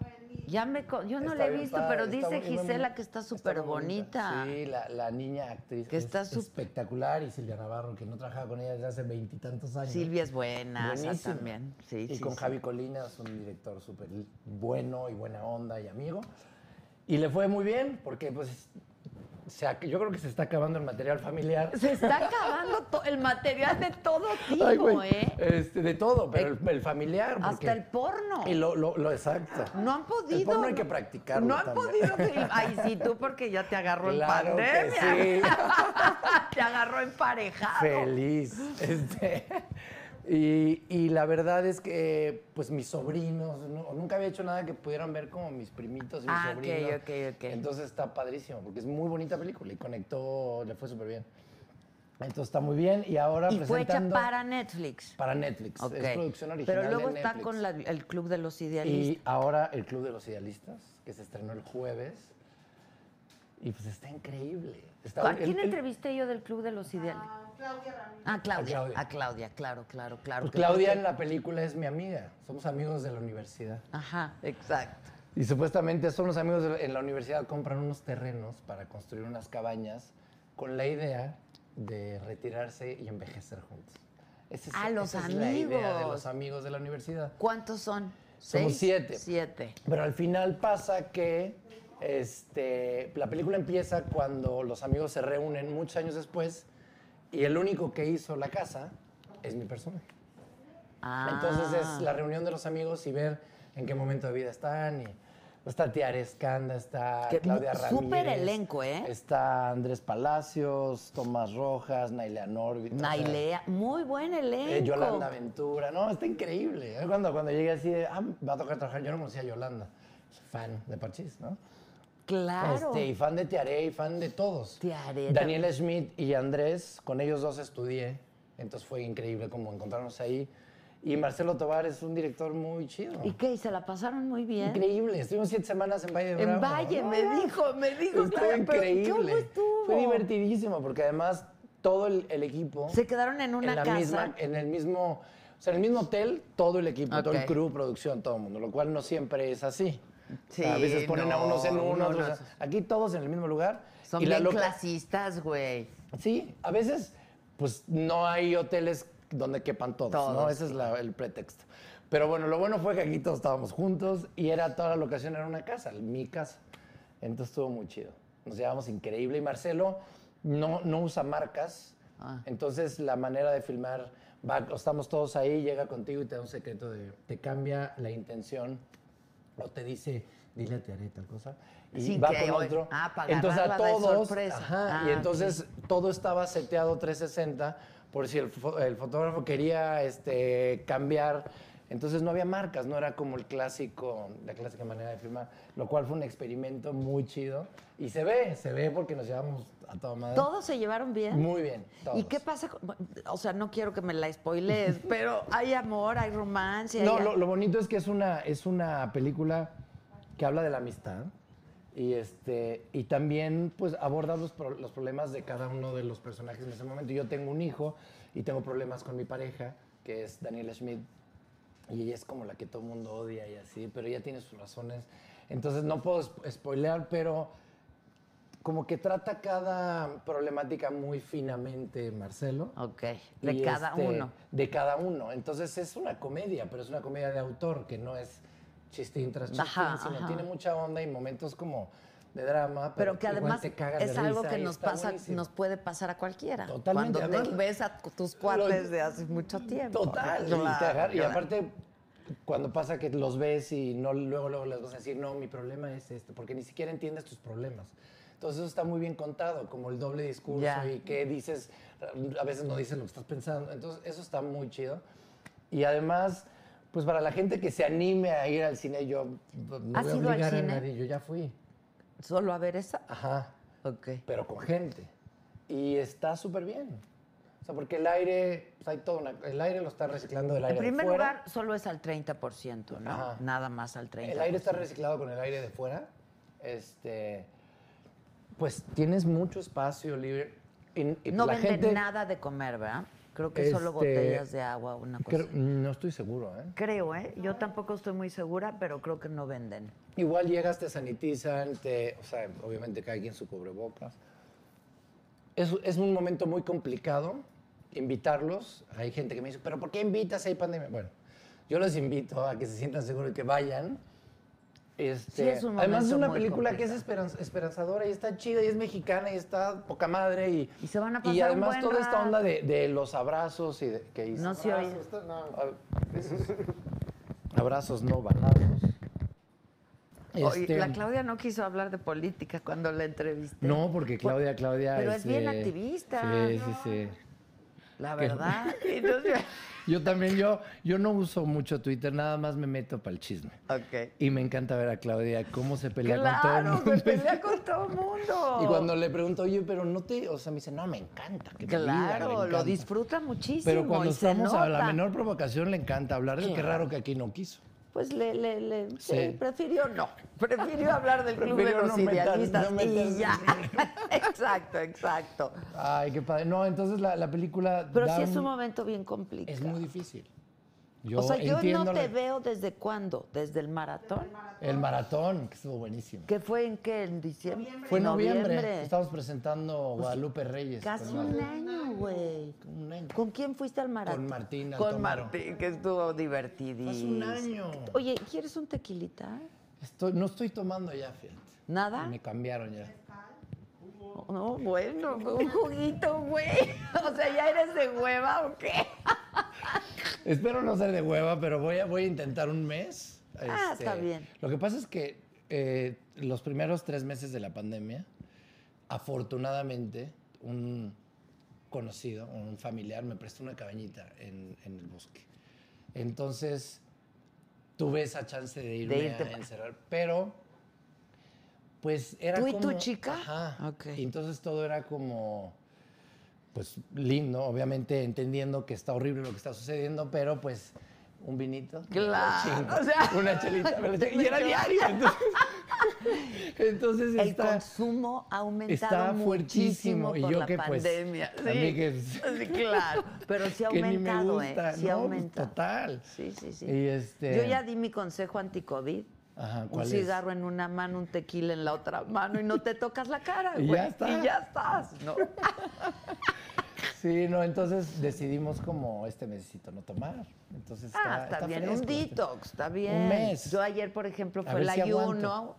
[SPEAKER 2] Ya me, co- yo no
[SPEAKER 6] Está
[SPEAKER 2] la he
[SPEAKER 6] bien
[SPEAKER 2] visto,
[SPEAKER 6] padre,
[SPEAKER 2] pero
[SPEAKER 6] está
[SPEAKER 2] dice
[SPEAKER 6] bu- muy-
[SPEAKER 2] Gisela que está
[SPEAKER 6] muy
[SPEAKER 2] súper bonita.
[SPEAKER 6] Sí, la, la niña actriz
[SPEAKER 2] Que
[SPEAKER 6] es
[SPEAKER 2] está sup-
[SPEAKER 6] espectacular y Silvia Navarro, que no trabajaba con ella desde hace veintitantos años.
[SPEAKER 2] Silvia es buena, esa
[SPEAKER 6] Buenísima.
[SPEAKER 2] también. Sí,
[SPEAKER 6] y
[SPEAKER 2] sí,
[SPEAKER 6] con
[SPEAKER 2] sí.
[SPEAKER 6] Javi Colinas, un director súper bueno y buena onda y amigo. Y le fue muy bien porque pues se ac- yo creo que se está acabando el material familiar.
[SPEAKER 2] Se está acabando to- el material de todo tipo,
[SPEAKER 6] [LAUGHS] Ay, güey.
[SPEAKER 2] ¿eh?
[SPEAKER 6] Este, de todo, pero el, el familiar. porque-
[SPEAKER 2] Hasta el porno.
[SPEAKER 6] Y lo, lo, lo exacto.
[SPEAKER 2] No han podido.
[SPEAKER 6] El porno hay que practicarlo
[SPEAKER 2] No han
[SPEAKER 6] también.
[SPEAKER 2] podido. que- Ay, sí, tú porque ya te agarró
[SPEAKER 6] [LAUGHS] Claro
[SPEAKER 2] en
[SPEAKER 6] que
[SPEAKER 2] pandemia.
[SPEAKER 6] sí.
[SPEAKER 2] [LAUGHS] te agarró emparejado.
[SPEAKER 6] Feliz. Este, y, y la verdad es que, pues, mis sobrinos, no- nunca había hecho nada que pudieran ver como mis primitos y mis
[SPEAKER 2] Ah, ok,
[SPEAKER 6] sobrinos.
[SPEAKER 2] ok, ok.
[SPEAKER 6] Entonces está padrísimo, porque es muy bonita película y conectó, le fue súper bien. Entonces está muy bien y ahora
[SPEAKER 2] Y fue hecha
[SPEAKER 6] presentando
[SPEAKER 2] para Netflix.
[SPEAKER 6] para Netflix.
[SPEAKER 2] Ok.
[SPEAKER 6] Es producción original
[SPEAKER 2] Pero luego
[SPEAKER 6] de
[SPEAKER 2] está
[SPEAKER 6] Netflix.
[SPEAKER 2] con la- el Club de los Idealistas.
[SPEAKER 6] Y ahora el Club de los Idealistas, que se estrenó el jueves. Y pues está increíble. Está,
[SPEAKER 2] ¿A
[SPEAKER 6] el-
[SPEAKER 2] quién
[SPEAKER 6] el-
[SPEAKER 2] entrevisté yo del Club de los Idealistas?
[SPEAKER 3] Ah, Claudia Ramírez.
[SPEAKER 2] Ah, Claudia.
[SPEAKER 6] Claudia.
[SPEAKER 2] A Claudia, claro, claro, claro.
[SPEAKER 6] Pues
[SPEAKER 2] que creo
[SPEAKER 6] Claudia
[SPEAKER 2] que-
[SPEAKER 6] en la película es mi amiga. Somos amigos de la universidad.
[SPEAKER 2] Ajá, exacto.
[SPEAKER 6] Y supuestamente son los amigos de la- en la universidad compran unos terrenos para construir unas cabañas con la idea de retirarse y envejecer juntos. Esa es,
[SPEAKER 2] Ah, los
[SPEAKER 6] esa es la idea de
[SPEAKER 2] amigos.
[SPEAKER 6] los amigos de la universidad.
[SPEAKER 2] ¿Cuántos son?
[SPEAKER 6] Somos
[SPEAKER 2] ¿Seis?
[SPEAKER 6] siete.
[SPEAKER 2] Siete.
[SPEAKER 6] Pero al final pasa que este, la película empieza cuando los amigos se reúnen muchos años después y el único que hizo la casa es mi personaje.
[SPEAKER 2] Ah.
[SPEAKER 6] Entonces es la reunión de los amigos y ver en qué momento de vida están. Y, pues, está Tiare Escanda, está
[SPEAKER 2] Que
[SPEAKER 6] Claudia
[SPEAKER 2] mu-
[SPEAKER 6] Ramírez.
[SPEAKER 2] súper elenco, ¿eh?
[SPEAKER 6] Está Andrés Palacios, Tomás Rojas, Nailea Norbit. o sea,
[SPEAKER 2] Nailea, muy buen elenco.
[SPEAKER 6] eh, Yolanda Ventura. No, está increíble. Yo Cuando, cuando llegué así, de, ah, me va a tocar trabajar. Yo no conocía a Yolanda. Fan de Parchís, ¿no?
[SPEAKER 2] Claro.
[SPEAKER 6] Este, y fan de Tiare y fan de todos.
[SPEAKER 2] Tiare.
[SPEAKER 6] Daniel Schmidt y Andrés, con ellos dos estudié. Entonces fue increíble como encontrarnos ahí. Y Marcelo Tobar es un director muy chido.
[SPEAKER 2] ¿Y qué? ¿Y se la pasaron muy bien?
[SPEAKER 6] Increíble. Estuvimos siete semanas en Valle de Bravo.
[SPEAKER 2] En Valle, me
[SPEAKER 6] No,
[SPEAKER 2] dijo, me dijo.
[SPEAKER 6] Estuvo
[SPEAKER 2] Claudia, pero
[SPEAKER 6] increíble.
[SPEAKER 2] ¿Cómo estuvo?
[SPEAKER 6] Fue divertidísimo porque además todo el, el equipo.
[SPEAKER 2] Se quedaron en una
[SPEAKER 6] en la
[SPEAKER 2] casa.
[SPEAKER 6] Misma, eh, en el mismo. O sea, en el mismo hotel, todo el equipo, todo el
[SPEAKER 2] Ok.
[SPEAKER 6] crew, producción, todo el mundo, lo cual no siempre es así. O sea, a
[SPEAKER 2] Sí,
[SPEAKER 6] veces ponen a
[SPEAKER 2] no,
[SPEAKER 6] unos en
[SPEAKER 2] no,
[SPEAKER 6] uno, otros.
[SPEAKER 2] no.
[SPEAKER 6] a- Aquí todos en el mismo lugar.
[SPEAKER 2] Son
[SPEAKER 6] y la
[SPEAKER 2] bien
[SPEAKER 6] loca-
[SPEAKER 2] clasistas, güey.
[SPEAKER 6] Sí, a veces, pues no hay hoteles donde quepan todos, ¿no?
[SPEAKER 2] Todos,
[SPEAKER 6] Ese es la- el pretexto. Pero bueno, lo bueno fue que aquí todos estábamos juntos y era toda la locación, era una casa, mi casa. Entonces estuvo muy chido. Nos llevamos increíble y Marcelo no, no usa marcas.
[SPEAKER 2] Ah.
[SPEAKER 6] Entonces la manera de filmar, va, estamos todos ahí, llega contigo y te da un secreto de, te cambia la intención o te dice, dile a Tiare tal cosa. Y
[SPEAKER 2] Sí,
[SPEAKER 6] va
[SPEAKER 2] que,
[SPEAKER 6] con
[SPEAKER 2] oye,
[SPEAKER 6] otro.
[SPEAKER 2] ah, para
[SPEAKER 6] entonces a
[SPEAKER 2] agarrarla de
[SPEAKER 6] todos.
[SPEAKER 2] sorpresa.
[SPEAKER 6] ajá,
[SPEAKER 2] Ah,
[SPEAKER 6] y entonces todo estaba seteado 360 por si el, fo- el fotógrafo quería este, cambiar. Entonces no había marcas, no era como el clásico, la clásica manera de filmar, lo cual fue un experimento muy chido. Y se ve, se ve porque nos llevamos a toda madre.
[SPEAKER 2] ¿Todos se llevaron bien?
[SPEAKER 6] Muy bien,
[SPEAKER 2] ¿Y
[SPEAKER 6] todos.
[SPEAKER 2] qué pasa? con- O sea, no quiero que me la
[SPEAKER 6] [LAUGHS]
[SPEAKER 2] spoilees, pero hay amor, hay romance.
[SPEAKER 6] No,
[SPEAKER 2] hay-
[SPEAKER 6] lo, lo bonito es que es una, es una película que habla de la amistad y, este, y también pues, aborda los, pro- los problemas de cada uno de los personajes en ese momento. Yo tengo un hijo y tengo problemas con mi pareja, que es Daniela Schmidt, y ella es como la que todo el mundo odia y así, pero ella tiene sus razones. Entonces no puedo sp- spoilear, pero como que trata cada problemática muy finamente Marcelo.
[SPEAKER 2] Ok, de
[SPEAKER 6] Y,
[SPEAKER 2] cada
[SPEAKER 6] este,
[SPEAKER 2] uno.
[SPEAKER 6] De cada uno. Entonces es una comedia, pero es una comedia de autor que no es chistín tras chistín,
[SPEAKER 2] Ajá,
[SPEAKER 6] sino
[SPEAKER 2] ajá.
[SPEAKER 6] tiene mucha onda y momentos como de drama, pero,
[SPEAKER 2] Pero que
[SPEAKER 6] igual
[SPEAKER 2] además
[SPEAKER 6] te cagas de
[SPEAKER 2] es algo
[SPEAKER 6] risa
[SPEAKER 2] que
[SPEAKER 6] y
[SPEAKER 2] nos
[SPEAKER 6] está
[SPEAKER 2] pasa,
[SPEAKER 6] buenísimo.
[SPEAKER 2] nos puede pasar a cualquiera.
[SPEAKER 6] Totalmente,
[SPEAKER 2] Cuando te
[SPEAKER 6] además-
[SPEAKER 2] ves a tus cuates
[SPEAKER 6] Lo-
[SPEAKER 2] de hace mucho tiempo.
[SPEAKER 6] Total.
[SPEAKER 2] Claro,
[SPEAKER 6] y, te agarra- y
[SPEAKER 2] claro.
[SPEAKER 6] aparte, cuando pasa que los ves y no, luego, luego les vas a decir, no, mi problema es este, porque ni siquiera entiendes tus problemas. Entonces eso está muy bien contado, como el doble discurso
[SPEAKER 2] Ya.
[SPEAKER 6] y qué dices, a veces no dices lo que estás pensando. Entonces eso está muy chido. Y además, pues para la gente que se anime a ir al cine, yo pues, no
[SPEAKER 2] ¿Has
[SPEAKER 6] voy a
[SPEAKER 2] ido al
[SPEAKER 6] obligar a
[SPEAKER 2] cine?
[SPEAKER 6] nadie, yo ya fui.
[SPEAKER 2] Solo a ver esa.
[SPEAKER 6] Ajá
[SPEAKER 2] Ok.
[SPEAKER 6] pero con gente. Y está súper bien. O sea, porque el aire, pues, hay todo una- el aire lo está reciclando del
[SPEAKER 2] En
[SPEAKER 6] aire de
[SPEAKER 2] primer
[SPEAKER 6] fuera.
[SPEAKER 2] lugar, solo es al 30%, ¿no?
[SPEAKER 6] Ajá.
[SPEAKER 2] Nada más al 30%.
[SPEAKER 6] el aire está reciclado con el aire de fuera. Este, pues tienes mucho espacio libre. Y- y
[SPEAKER 2] No
[SPEAKER 6] la
[SPEAKER 2] venden
[SPEAKER 6] gente-
[SPEAKER 2] nada de comer, ¿verdad? Creo que solo
[SPEAKER 6] Este,
[SPEAKER 2] botellas de agua, una cosa.
[SPEAKER 6] Creo-
[SPEAKER 2] Creo,
[SPEAKER 6] no estoy seguro, ¿eh?
[SPEAKER 2] ¿eh? Yo tampoco estoy muy segura, pero creo que no venden.
[SPEAKER 6] Igual llegas, te sanitizan, te, o sea, obviamente cada quien su cubrebocas. Es, es un momento muy complicado invitarlos. Hay gente que me dice, ¿pero por qué invitas si hay pandemia? Bueno, yo los invito a que se sientan seguros y que vayan. Este,
[SPEAKER 2] Sí, es un
[SPEAKER 6] además es
[SPEAKER 2] momento
[SPEAKER 6] una
[SPEAKER 2] muy
[SPEAKER 6] película
[SPEAKER 2] complicado.
[SPEAKER 6] que es esperanz- esperanzadora y está chida y es mexicana y está poca madre y,
[SPEAKER 2] Y se van a pasar
[SPEAKER 6] y
[SPEAKER 2] un
[SPEAKER 6] además
[SPEAKER 2] buen
[SPEAKER 6] toda esta
[SPEAKER 2] rato.
[SPEAKER 6] onda de, Ah, de los abrazos y de, que hice.
[SPEAKER 2] No se oye.
[SPEAKER 5] Esto- no,
[SPEAKER 6] Abrazos no bajados.
[SPEAKER 2] Oye,
[SPEAKER 6] Este,
[SPEAKER 2] la Claudia no quiso hablar de política cuando la entrevisté.
[SPEAKER 6] No, porque Claudia, Claudia.
[SPEAKER 2] Pero es bien
[SPEAKER 6] este,
[SPEAKER 2] activista,
[SPEAKER 6] Sí,
[SPEAKER 2] ¿no?
[SPEAKER 6] sí, sí.
[SPEAKER 2] La
[SPEAKER 6] que-
[SPEAKER 2] verdad. [LAUGHS] Entonces,
[SPEAKER 6] Yo también, yo, yo no uso mucho Twitter, nada más me meto para el chisme.
[SPEAKER 2] ok.
[SPEAKER 6] Y me encanta ver a Claudia cómo se pelea
[SPEAKER 2] Claro,
[SPEAKER 6] con todo
[SPEAKER 2] se
[SPEAKER 6] [LAUGHS] el mundo.
[SPEAKER 2] pelea con todo el mundo.
[SPEAKER 6] Y cuando le pregunto, oye, pero no te. O sea, me dice, no, me encanta. que te digan, me
[SPEAKER 2] Claro, lo
[SPEAKER 6] encanta".
[SPEAKER 2] disfruta muchísimo.
[SPEAKER 6] Pero cuando
[SPEAKER 2] y se
[SPEAKER 6] estamos a la
[SPEAKER 2] nota.
[SPEAKER 6] menor provocación, le encanta hablar. de
[SPEAKER 2] Qué
[SPEAKER 6] Qué raro que aquí no quiso.
[SPEAKER 2] Pues le, le, le sí,
[SPEAKER 6] Sí.
[SPEAKER 2] prefirió no. Prefirió hablar del club de
[SPEAKER 6] Prefirió
[SPEAKER 2] los
[SPEAKER 6] no meter-
[SPEAKER 2] idealistas
[SPEAKER 6] no
[SPEAKER 2] y
[SPEAKER 6] meterse.
[SPEAKER 2] ya. [LAUGHS] exacto, exacto.
[SPEAKER 6] Ay, qué padre. No, entonces la, la película.
[SPEAKER 2] Pero
[SPEAKER 6] da
[SPEAKER 2] sí es un
[SPEAKER 6] un-
[SPEAKER 2] momento bien complicado.
[SPEAKER 6] Es muy difícil. Yo
[SPEAKER 2] o sea, yo
[SPEAKER 6] entiendo
[SPEAKER 2] no te
[SPEAKER 6] la-
[SPEAKER 2] veo desde cuándo, desde el maratón.
[SPEAKER 6] El maratón, que estuvo buenísimo.
[SPEAKER 2] ¿Qué fue en qué? ¿En diciembre?
[SPEAKER 6] Fue en noviembre. Estábamos presentando Guadalupe Reyes.
[SPEAKER 2] Pues Casi
[SPEAKER 6] con
[SPEAKER 2] un
[SPEAKER 6] Mar-
[SPEAKER 2] año, güey.
[SPEAKER 6] un año.
[SPEAKER 2] ¿Con quién fuiste al maratón?
[SPEAKER 6] Con Martín
[SPEAKER 2] Con
[SPEAKER 6] Altomaro.
[SPEAKER 2] Martín, que estuvo divertidísimo.
[SPEAKER 6] Hace un año.
[SPEAKER 2] Oye, ¿quieres un tequilita?
[SPEAKER 6] Estoy- no estoy tomando ya, fíjate.
[SPEAKER 2] ¿Nada?
[SPEAKER 6] Me cambiaron ya.
[SPEAKER 2] No, bueno, fue un juguito, güey. [LAUGHS] O sea, ¿ya eres de hueva o qué?
[SPEAKER 6] Espero no ser de hueva, pero voy a, voy a intentar un mes. Este,
[SPEAKER 2] Ah, está bien.
[SPEAKER 6] Lo que pasa es que eh, los primeros tres meses de la pandemia, afortunadamente, un conocido, un familiar, me prestó una cabañita en, en el bosque. Entonces, tuve esa chance de irme
[SPEAKER 2] irte
[SPEAKER 6] a
[SPEAKER 2] pa-
[SPEAKER 6] encerrar, pero pues era
[SPEAKER 2] ¿Tú y tu
[SPEAKER 6] como-
[SPEAKER 2] chica?
[SPEAKER 6] Ajá.
[SPEAKER 2] Ok.
[SPEAKER 6] Y Entonces todo era como pues lindo, obviamente entendiendo que está horrible lo que está sucediendo, pero pues un vinito.
[SPEAKER 2] Claro, o sea,
[SPEAKER 6] una chelita. me la
[SPEAKER 2] [LAUGHS]
[SPEAKER 6] chingo.
[SPEAKER 2] y era diario.
[SPEAKER 6] Entonces, [LAUGHS] entonces
[SPEAKER 2] El
[SPEAKER 6] está,
[SPEAKER 2] consumo ha aumentado
[SPEAKER 6] está
[SPEAKER 2] muchísimo
[SPEAKER 6] fuertísimo.
[SPEAKER 2] por
[SPEAKER 6] Y yo
[SPEAKER 2] la
[SPEAKER 6] que pues.
[SPEAKER 2] pandemia.
[SPEAKER 6] A
[SPEAKER 2] sí.
[SPEAKER 6] mí que. [LAUGHS]
[SPEAKER 2] Sí, claro, pero sí ha
[SPEAKER 6] que ni me
[SPEAKER 2] aumentado, ¿eh?
[SPEAKER 6] gusta,
[SPEAKER 2] Sí ha
[SPEAKER 6] no, pues,
[SPEAKER 2] aumentado.
[SPEAKER 6] total.
[SPEAKER 2] Sí, sí, sí.
[SPEAKER 6] Y este-
[SPEAKER 2] Yo ya di mi consejo anticovid.
[SPEAKER 6] Ajá,
[SPEAKER 2] Un
[SPEAKER 6] ¿cuál es?
[SPEAKER 2] cigarro en una mano, un tequila en la otra mano y no te tocas la cara,
[SPEAKER 6] Y
[SPEAKER 2] güey.
[SPEAKER 6] ya está.
[SPEAKER 2] Y ya estás,
[SPEAKER 6] [LAUGHS]
[SPEAKER 2] ¿no?
[SPEAKER 6] Sí, no, entonces decidimos como este mesecito no tomar. Entonces
[SPEAKER 2] ah,
[SPEAKER 6] está,
[SPEAKER 2] está, bien, un
[SPEAKER 6] fresco.
[SPEAKER 2] detox, está bien.
[SPEAKER 6] mes.
[SPEAKER 2] Yo ayer, por ejemplo,
[SPEAKER 6] A
[SPEAKER 2] fue
[SPEAKER 6] ver
[SPEAKER 2] el
[SPEAKER 6] si
[SPEAKER 2] ayuno,
[SPEAKER 6] aguanto.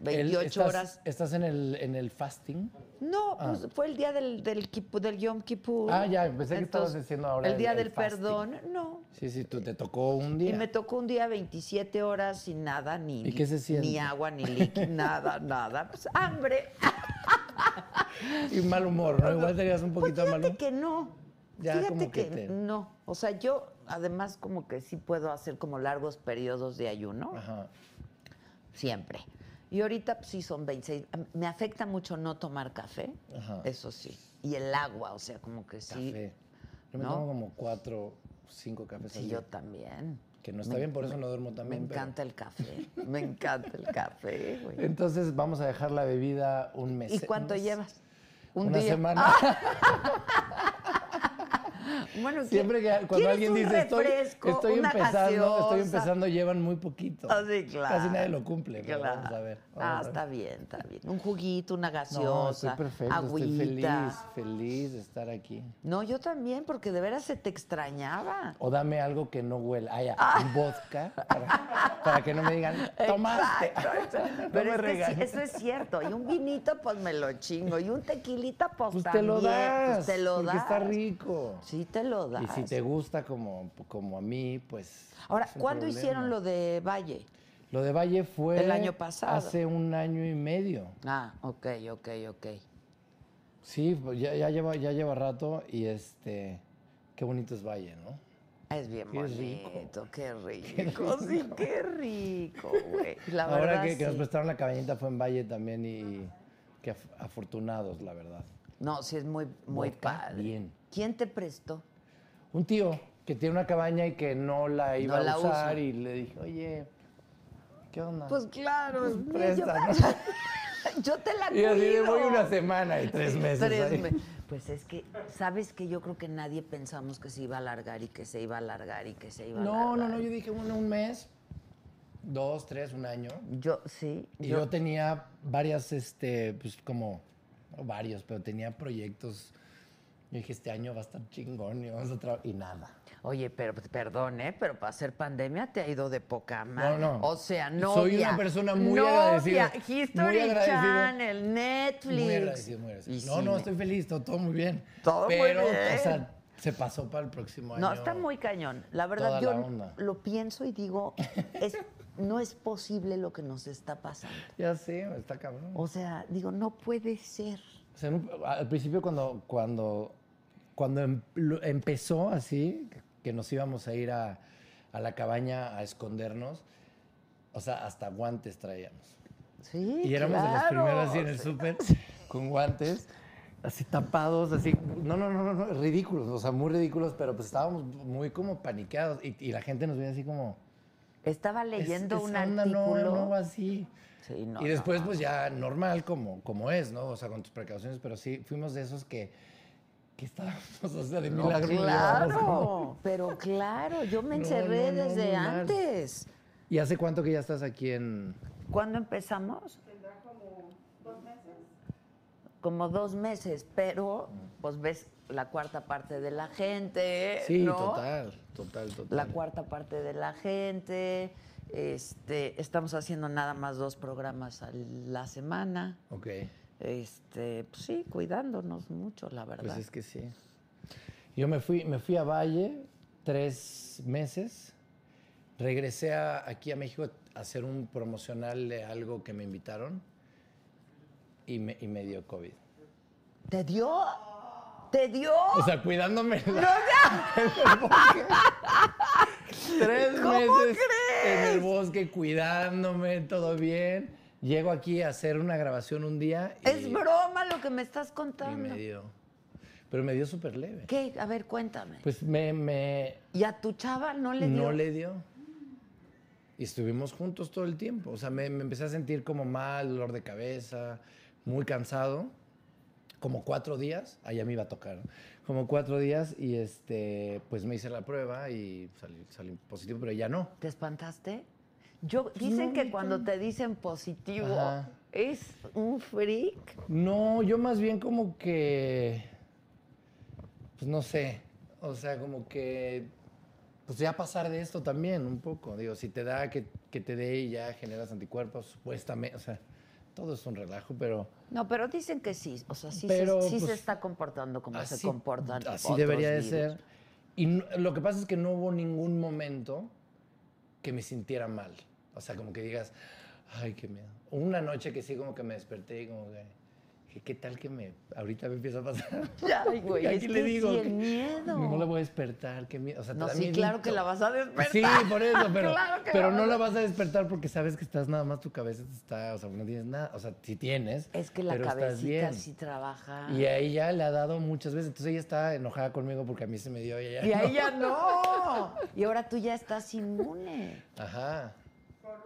[SPEAKER 6] El-
[SPEAKER 2] 28
[SPEAKER 6] estás-
[SPEAKER 2] horas.
[SPEAKER 6] ¿Estás en el, en el fasting?
[SPEAKER 2] No,
[SPEAKER 6] Ah.
[SPEAKER 2] pues fue el día del, del, Kipu- del Yom Kippur.
[SPEAKER 6] Ah, ya, pensé que estabas diciendo ahora
[SPEAKER 2] El
[SPEAKER 6] el-
[SPEAKER 2] día
[SPEAKER 6] el
[SPEAKER 2] del
[SPEAKER 6] fasting.
[SPEAKER 2] perdón, no.
[SPEAKER 6] Sí, sí, tú te tocó un día.
[SPEAKER 2] Y me tocó un día 27 horas sin nada, ni,
[SPEAKER 6] ¿Y qué se siente?
[SPEAKER 2] ni agua, ni líquido, nada, nada. Pues hambre.
[SPEAKER 6] Y mal humor, ¿no? Igual tenías un
[SPEAKER 2] Pues
[SPEAKER 6] poquito de mal
[SPEAKER 2] fíjate
[SPEAKER 6] humor.
[SPEAKER 2] que no.
[SPEAKER 6] Ya,
[SPEAKER 2] fíjate
[SPEAKER 6] como
[SPEAKER 2] que,
[SPEAKER 6] que te-
[SPEAKER 2] no. O sea, yo además como que sí puedo hacer como largos periodos de ayuno,
[SPEAKER 6] Ajá.
[SPEAKER 2] siempre. Y ahorita pues, sí son 26. Me afecta mucho no tomar café,
[SPEAKER 6] Ajá.
[SPEAKER 2] eso sí. Y el agua, o sea, como que sí.
[SPEAKER 6] Café. Yo me
[SPEAKER 2] ¿No?
[SPEAKER 6] tomo como cuatro, cinco cafés al
[SPEAKER 2] Sí,
[SPEAKER 6] día.
[SPEAKER 2] yo también.
[SPEAKER 6] Que no está bien, por eso no duermo tan
[SPEAKER 2] Me
[SPEAKER 6] bien, pero-
[SPEAKER 2] encanta el café. Me encanta el café, güey.
[SPEAKER 6] Entonces vamos a dejar la bebida un mes.
[SPEAKER 2] ¿Y cuánto
[SPEAKER 6] un mes-
[SPEAKER 2] llevas? Un
[SPEAKER 6] una
[SPEAKER 2] día. Ah,
[SPEAKER 6] semana.
[SPEAKER 2] Bueno, ¿qué-
[SPEAKER 6] [LAUGHS] Siempre que cuando
[SPEAKER 2] quieres
[SPEAKER 6] alguien
[SPEAKER 2] un
[SPEAKER 6] dice estoy,
[SPEAKER 2] refresco,
[SPEAKER 6] estoy
[SPEAKER 2] una
[SPEAKER 6] empezando, estoy
[SPEAKER 2] gaseosa"?
[SPEAKER 6] empezando, llevan muy poquito.
[SPEAKER 2] Ah, sí, claro.
[SPEAKER 6] Casi nadie lo cumple, pero
[SPEAKER 2] Claro.
[SPEAKER 6] vamos a ver.
[SPEAKER 2] ah,
[SPEAKER 6] vamos a ver.
[SPEAKER 2] está bien, está bien. Un juguito, una gaseosa,
[SPEAKER 6] No, estoy perfecto,
[SPEAKER 2] agüita.
[SPEAKER 6] estoy feliz, feliz de estar aquí.
[SPEAKER 2] No, yo también, porque de veras se te extrañaba.
[SPEAKER 6] O dame algo que no huela. Ah, ya, un vodka para, para que no me digan,
[SPEAKER 2] [LAUGHS]
[SPEAKER 6] tomaste.
[SPEAKER 2] Exacto, exacto.
[SPEAKER 6] No
[SPEAKER 2] Pero
[SPEAKER 6] me
[SPEAKER 2] es que sí,
[SPEAKER 6] regañes.
[SPEAKER 2] eso es cierto. Y un vinito, pues me lo chingo. Y un tequilita, pues,
[SPEAKER 6] Pues te
[SPEAKER 2] también.
[SPEAKER 6] lo das.
[SPEAKER 2] Pues te lo
[SPEAKER 6] porque
[SPEAKER 2] das.
[SPEAKER 6] está rico.
[SPEAKER 2] Sí, te lo das.
[SPEAKER 6] Y si te gusta como, como a mí, pues.
[SPEAKER 2] Ahora,
[SPEAKER 6] es un
[SPEAKER 2] ¿cuándo
[SPEAKER 6] problema.
[SPEAKER 2] hicieron lo de Valle?
[SPEAKER 6] Lo de Valle fue.
[SPEAKER 2] El año pasado.
[SPEAKER 6] Hace un año y medio.
[SPEAKER 2] Ah, ok, ok, ok.
[SPEAKER 6] Sí, pues, ya, ya lleva, ya lleva rato y este. Qué bonito es Valle, ¿no?
[SPEAKER 2] Es bien
[SPEAKER 6] Qué rico.
[SPEAKER 2] bonito, qué rico. Sí, qué rico, güey. La
[SPEAKER 6] Ahora
[SPEAKER 2] verdad,
[SPEAKER 6] que, que nos
[SPEAKER 2] sí.
[SPEAKER 6] prestaron la cabañita fue en Valle también y. y Qué af- afortunados, la verdad.
[SPEAKER 2] No, sí es muy, muy
[SPEAKER 6] Vodka,
[SPEAKER 2] padre.
[SPEAKER 6] bien.
[SPEAKER 2] ¿Quién te prestó?
[SPEAKER 6] Un tío que tiene una cabaña y que no la iba
[SPEAKER 2] la
[SPEAKER 6] a
[SPEAKER 2] usa.
[SPEAKER 6] usar y le dije, oye, ¿qué onda?
[SPEAKER 2] Pues claro, es mío,
[SPEAKER 6] presta,
[SPEAKER 2] yo, [LAUGHS] yo te la
[SPEAKER 6] y así de,
[SPEAKER 2] cuido.
[SPEAKER 6] voy una semana y tres meses.
[SPEAKER 2] Tres
[SPEAKER 6] ahí.
[SPEAKER 2] me- Pues es que, ¿sabes que Yo creo que nadie pensamos que se iba a alargar y que se iba a alargar y que se iba a
[SPEAKER 6] No,
[SPEAKER 2] alargar.
[SPEAKER 6] no, no, yo dije, bueno, un mes, dos, tres, un año.
[SPEAKER 2] Yo, sí.
[SPEAKER 6] Y yo, tenía varias, este, pues como, no varios, pero tenía proyectos. Yo dije, este año va a estar chingón y vamos a trabajar. Y nada.
[SPEAKER 2] Oye, pero perdón, ¿eh? Pero para hacer pandemia te ha ido de poca madre.
[SPEAKER 6] No, no.
[SPEAKER 2] O sea, no.
[SPEAKER 6] Soy una persona muy agradecida,
[SPEAKER 2] History
[SPEAKER 6] muy agradecido.
[SPEAKER 2] Channel, Netflix.
[SPEAKER 6] Muy agradecido, muy agradecido.
[SPEAKER 2] Y
[SPEAKER 6] No,
[SPEAKER 2] sí,
[SPEAKER 6] no,
[SPEAKER 2] me-
[SPEAKER 6] estoy feliz, todo, todo muy bien.
[SPEAKER 2] Todo muy
[SPEAKER 6] pero,
[SPEAKER 2] bien.
[SPEAKER 6] o sea, se pasó para el próximo año.
[SPEAKER 2] No, está muy cañón. La verdad,
[SPEAKER 6] toda
[SPEAKER 2] yo
[SPEAKER 6] la onda.
[SPEAKER 2] lo pienso y digo,
[SPEAKER 6] [LAUGHS]
[SPEAKER 2] es, no es posible lo que nos está pasando.
[SPEAKER 6] Ya sé, está cabrón.
[SPEAKER 2] O sea, digo, no puede ser.
[SPEAKER 6] O sea, en un- al principio cuando, cuando, cuando em- lo- empezó así, que nos íbamos a ir a, a la cabaña a escondernos, o sea, hasta guantes traíamos.
[SPEAKER 2] Sí,
[SPEAKER 6] Y éramos de los
[SPEAKER 2] claro.
[SPEAKER 6] primeros así en
[SPEAKER 2] [LAUGHS]
[SPEAKER 6] el súper, con guantes, así tapados, así, no, no, no, no, no, ridículos, o sea, muy ridículos, pero pues estábamos muy como paniqueados y, y la gente nos veía así como...
[SPEAKER 2] Estaba
[SPEAKER 6] "Es-
[SPEAKER 2] leyendo
[SPEAKER 6] esa
[SPEAKER 2] un
[SPEAKER 6] onda no-
[SPEAKER 2] artículo.
[SPEAKER 6] no va así.
[SPEAKER 2] Sí, no,
[SPEAKER 6] y después,
[SPEAKER 2] no,
[SPEAKER 6] pues ya normal, como, como es, ¿no? O sea, con tus precauciones, pero sí, fuimos de esos que, que estábamos, [LAUGHS] o sea, de
[SPEAKER 2] no.
[SPEAKER 6] milagro. lo llevamos como-
[SPEAKER 2] claro, pero claro, yo me
[SPEAKER 6] No,
[SPEAKER 2] encerré
[SPEAKER 6] no, no,
[SPEAKER 2] desde
[SPEAKER 6] muy mal.
[SPEAKER 2] antes.
[SPEAKER 6] ¿Y hace cuánto que ya estás aquí en...?
[SPEAKER 2] ¿Cuándo empezamos?
[SPEAKER 3] Tendrá como dos meses.
[SPEAKER 2] Como dos meses, pero pues ves la cuarta parte de la gente.
[SPEAKER 6] Sí,
[SPEAKER 2] Eh, ¿no?
[SPEAKER 6] total, total, total.
[SPEAKER 2] la cuarta parte de la gente. Este, estamos haciendo nada más dos programas a la semana.
[SPEAKER 6] Ok, pues
[SPEAKER 2] Este, pues sí, cuidándonos mucho, la verdad.
[SPEAKER 6] pues es que sí. Yo me fui, me fui a Valle tres meses, regresé a- aquí a México a hacer un promocional de algo que me invitaron y me, y me dio COVID.
[SPEAKER 2] ¿Te dio? ¿Te dio?
[SPEAKER 6] O sea, cuidándome. la- Tres
[SPEAKER 2] ¿Cómo
[SPEAKER 6] meses en el
[SPEAKER 2] crees?
[SPEAKER 6] bosque cuidándome, todo bien. Llego aquí a hacer una grabación un día y,
[SPEAKER 2] es broma lo que me estás
[SPEAKER 6] y
[SPEAKER 2] contando.
[SPEAKER 6] me dio. pero me dio súper leve.
[SPEAKER 2] ¿Qué? A ver, cuéntame.
[SPEAKER 6] Pues me, me
[SPEAKER 2] ¿Y a tu chava no le dio?
[SPEAKER 6] no le dio. Y estuvimos juntos todo el tiempo. O sea, me, me empecé a sentir como mal, dolor de cabeza, muy cansado. Como cuatro días, allá me iba a tocar, ¿no? como cuatro días y este, pues me hice la prueba y salí, salí positivo, pero ella no.
[SPEAKER 2] ¿Te espantaste? Yo, dicen que cuando te dicen positivo
[SPEAKER 6] Ajá.
[SPEAKER 2] es un freak.
[SPEAKER 6] No, yo más bien como que. Pues no sé. O sea, como que. Pues ya pasar de esto también, un poco. Digo, si te da que, que te dé y ya generas anticuerpos, supuestamente. O sea, todo es un relajo, pero.
[SPEAKER 2] No, pero dicen que sí. O sea, sí,
[SPEAKER 6] Pero,
[SPEAKER 2] se, sí se
[SPEAKER 6] pues,
[SPEAKER 2] está comportando como se
[SPEAKER 6] así-
[SPEAKER 2] comportan.
[SPEAKER 6] Así
[SPEAKER 2] otros
[SPEAKER 6] debería de
[SPEAKER 2] virus.
[SPEAKER 6] ser.
[SPEAKER 2] [LAUGHS]
[SPEAKER 6] Y no- lo que pasa es que no hubo ningún momento que me sintiera mal. O sea, como que digas, ay, qué miedo. O Una noche que sí, como que me desperté y como que, dije, ¿qué tal que me. Ahorita me empieza a pasar?
[SPEAKER 2] Ay, güey,
[SPEAKER 6] Aquí
[SPEAKER 2] es
[SPEAKER 6] le
[SPEAKER 2] que
[SPEAKER 6] digo
[SPEAKER 2] sí, el
[SPEAKER 6] que-
[SPEAKER 2] miedo.
[SPEAKER 6] No la voy a despertar, qué miedo. O sea, te
[SPEAKER 2] No,
[SPEAKER 6] da
[SPEAKER 2] sí, claro que la
[SPEAKER 6] miedito.
[SPEAKER 2] vas a despertar.
[SPEAKER 6] Sí, por eso,
[SPEAKER 2] [LAUGHS]
[SPEAKER 6] pero,
[SPEAKER 2] Claro que
[SPEAKER 6] pero
[SPEAKER 2] la
[SPEAKER 6] no
[SPEAKER 2] vas
[SPEAKER 6] la vas a despertar porque sabes que estás nada más, tu cabeza está, o sea, no tienes nada, o sea, sí tienes,
[SPEAKER 2] Es que la
[SPEAKER 6] pero estás
[SPEAKER 2] cabecita
[SPEAKER 6] bien.
[SPEAKER 2] sí trabaja.
[SPEAKER 6] Y a ella le ha dado muchas veces, entonces ella está enojada conmigo porque a mí se me dio y a ella
[SPEAKER 2] Y a
[SPEAKER 6] [LAUGHS] no.
[SPEAKER 2] ella no. Y ahora tú ya estás inmune.
[SPEAKER 6] Ajá.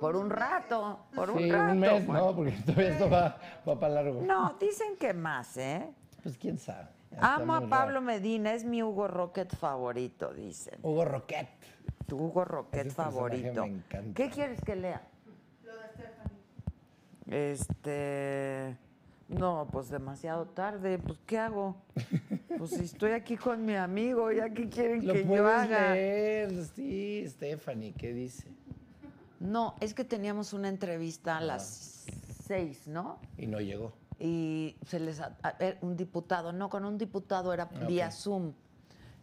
[SPEAKER 2] Por un rato. Por
[SPEAKER 6] sí,
[SPEAKER 2] un rato.
[SPEAKER 6] un mes,
[SPEAKER 2] bueno.
[SPEAKER 6] no, porque todavía esto va, va para largo.
[SPEAKER 2] No, dicen que más, ¿eh?
[SPEAKER 6] Pues quién sabe. Está
[SPEAKER 2] Amo
[SPEAKER 6] muy
[SPEAKER 2] a Pablo
[SPEAKER 6] raro.
[SPEAKER 2] Medina, es mi Hugo Rocket favorito, dicen.
[SPEAKER 6] Hugo Roquet.
[SPEAKER 2] Tu Hugo Rocket
[SPEAKER 6] Ese personaje
[SPEAKER 2] favorito.
[SPEAKER 6] me encanta.
[SPEAKER 2] ¿Qué quieres que lea? Lo de Stephanie. Este. No, pues demasiado tarde. Pues, ¿qué hago? Pues si estoy aquí con mi amigo, ya que quieren
[SPEAKER 6] Lo
[SPEAKER 2] que yo
[SPEAKER 6] puedes
[SPEAKER 2] haga.
[SPEAKER 6] leer, sí, Stephanie, ¿qué dice?
[SPEAKER 2] No, es que teníamos una entrevista a las seis, ¿no?
[SPEAKER 6] Y no llegó.
[SPEAKER 2] y se les a- a- eh, un diputado, no, con un diputado era
[SPEAKER 6] Ah,
[SPEAKER 2] vía Zoom.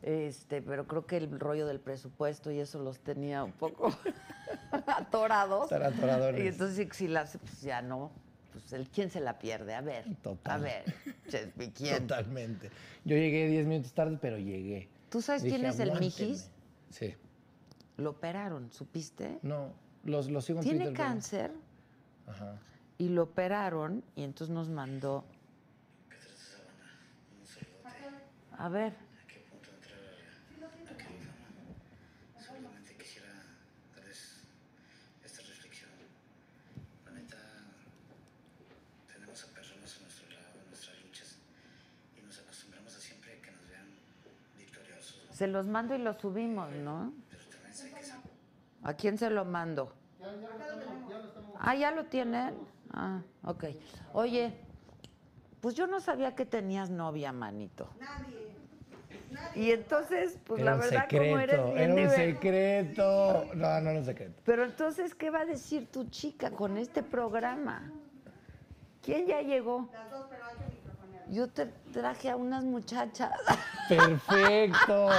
[SPEAKER 2] Este, pero creo que el rollo del presupuesto y eso los tenía un poco [LAUGHS] atorados.
[SPEAKER 6] Estar atoradores.
[SPEAKER 2] Y entonces si las pues ya no, pues el quién se la pierde, a ver.
[SPEAKER 6] Total.
[SPEAKER 2] A ver, Chespi, ¿quién?
[SPEAKER 6] Totalmente. Yo llegué 10 minutos tarde, pero llegué.
[SPEAKER 2] ¿Tú sabes quién es el
[SPEAKER 6] "Aguántenme".
[SPEAKER 2] Mijis?
[SPEAKER 6] Sí.
[SPEAKER 2] Lo operaron, ¿supiste?
[SPEAKER 6] No, los, los sigo en
[SPEAKER 2] Tiene
[SPEAKER 6] Twitter, pero-
[SPEAKER 2] cáncer
[SPEAKER 6] Ajá.
[SPEAKER 2] y lo operaron y entonces nos mandó A ver.
[SPEAKER 7] Solamente quisiera darles esta reflexión. La neta, tenemos a personas a nuestro lado en nuestras luchas y nos acostumbramos a siempre que nos vean victoriosos. ¿no?
[SPEAKER 2] Se los mando y los subimos, ¿no?
[SPEAKER 7] Pero también sé que son-
[SPEAKER 2] ¿A quién se lo mando? Ah, ya lo tienen. Ah, ok. Oye, pues yo no sabía que tenías novia, manito.
[SPEAKER 3] Nadie.
[SPEAKER 2] Y entonces, pues
[SPEAKER 6] Era
[SPEAKER 2] la
[SPEAKER 6] un
[SPEAKER 2] verdad, como eres
[SPEAKER 6] secreto,
[SPEAKER 2] bien
[SPEAKER 6] era un
[SPEAKER 2] libre-
[SPEAKER 6] secreto. No, no era un secreto.
[SPEAKER 2] Pero entonces, ¿qué va a decir tu chica con este programa? ¿Quién ya llegó?
[SPEAKER 3] Las dos, pero hay que microfonear.
[SPEAKER 2] Yo te traje a unas muchachas. [LAUGHS]
[SPEAKER 6] Perfecto.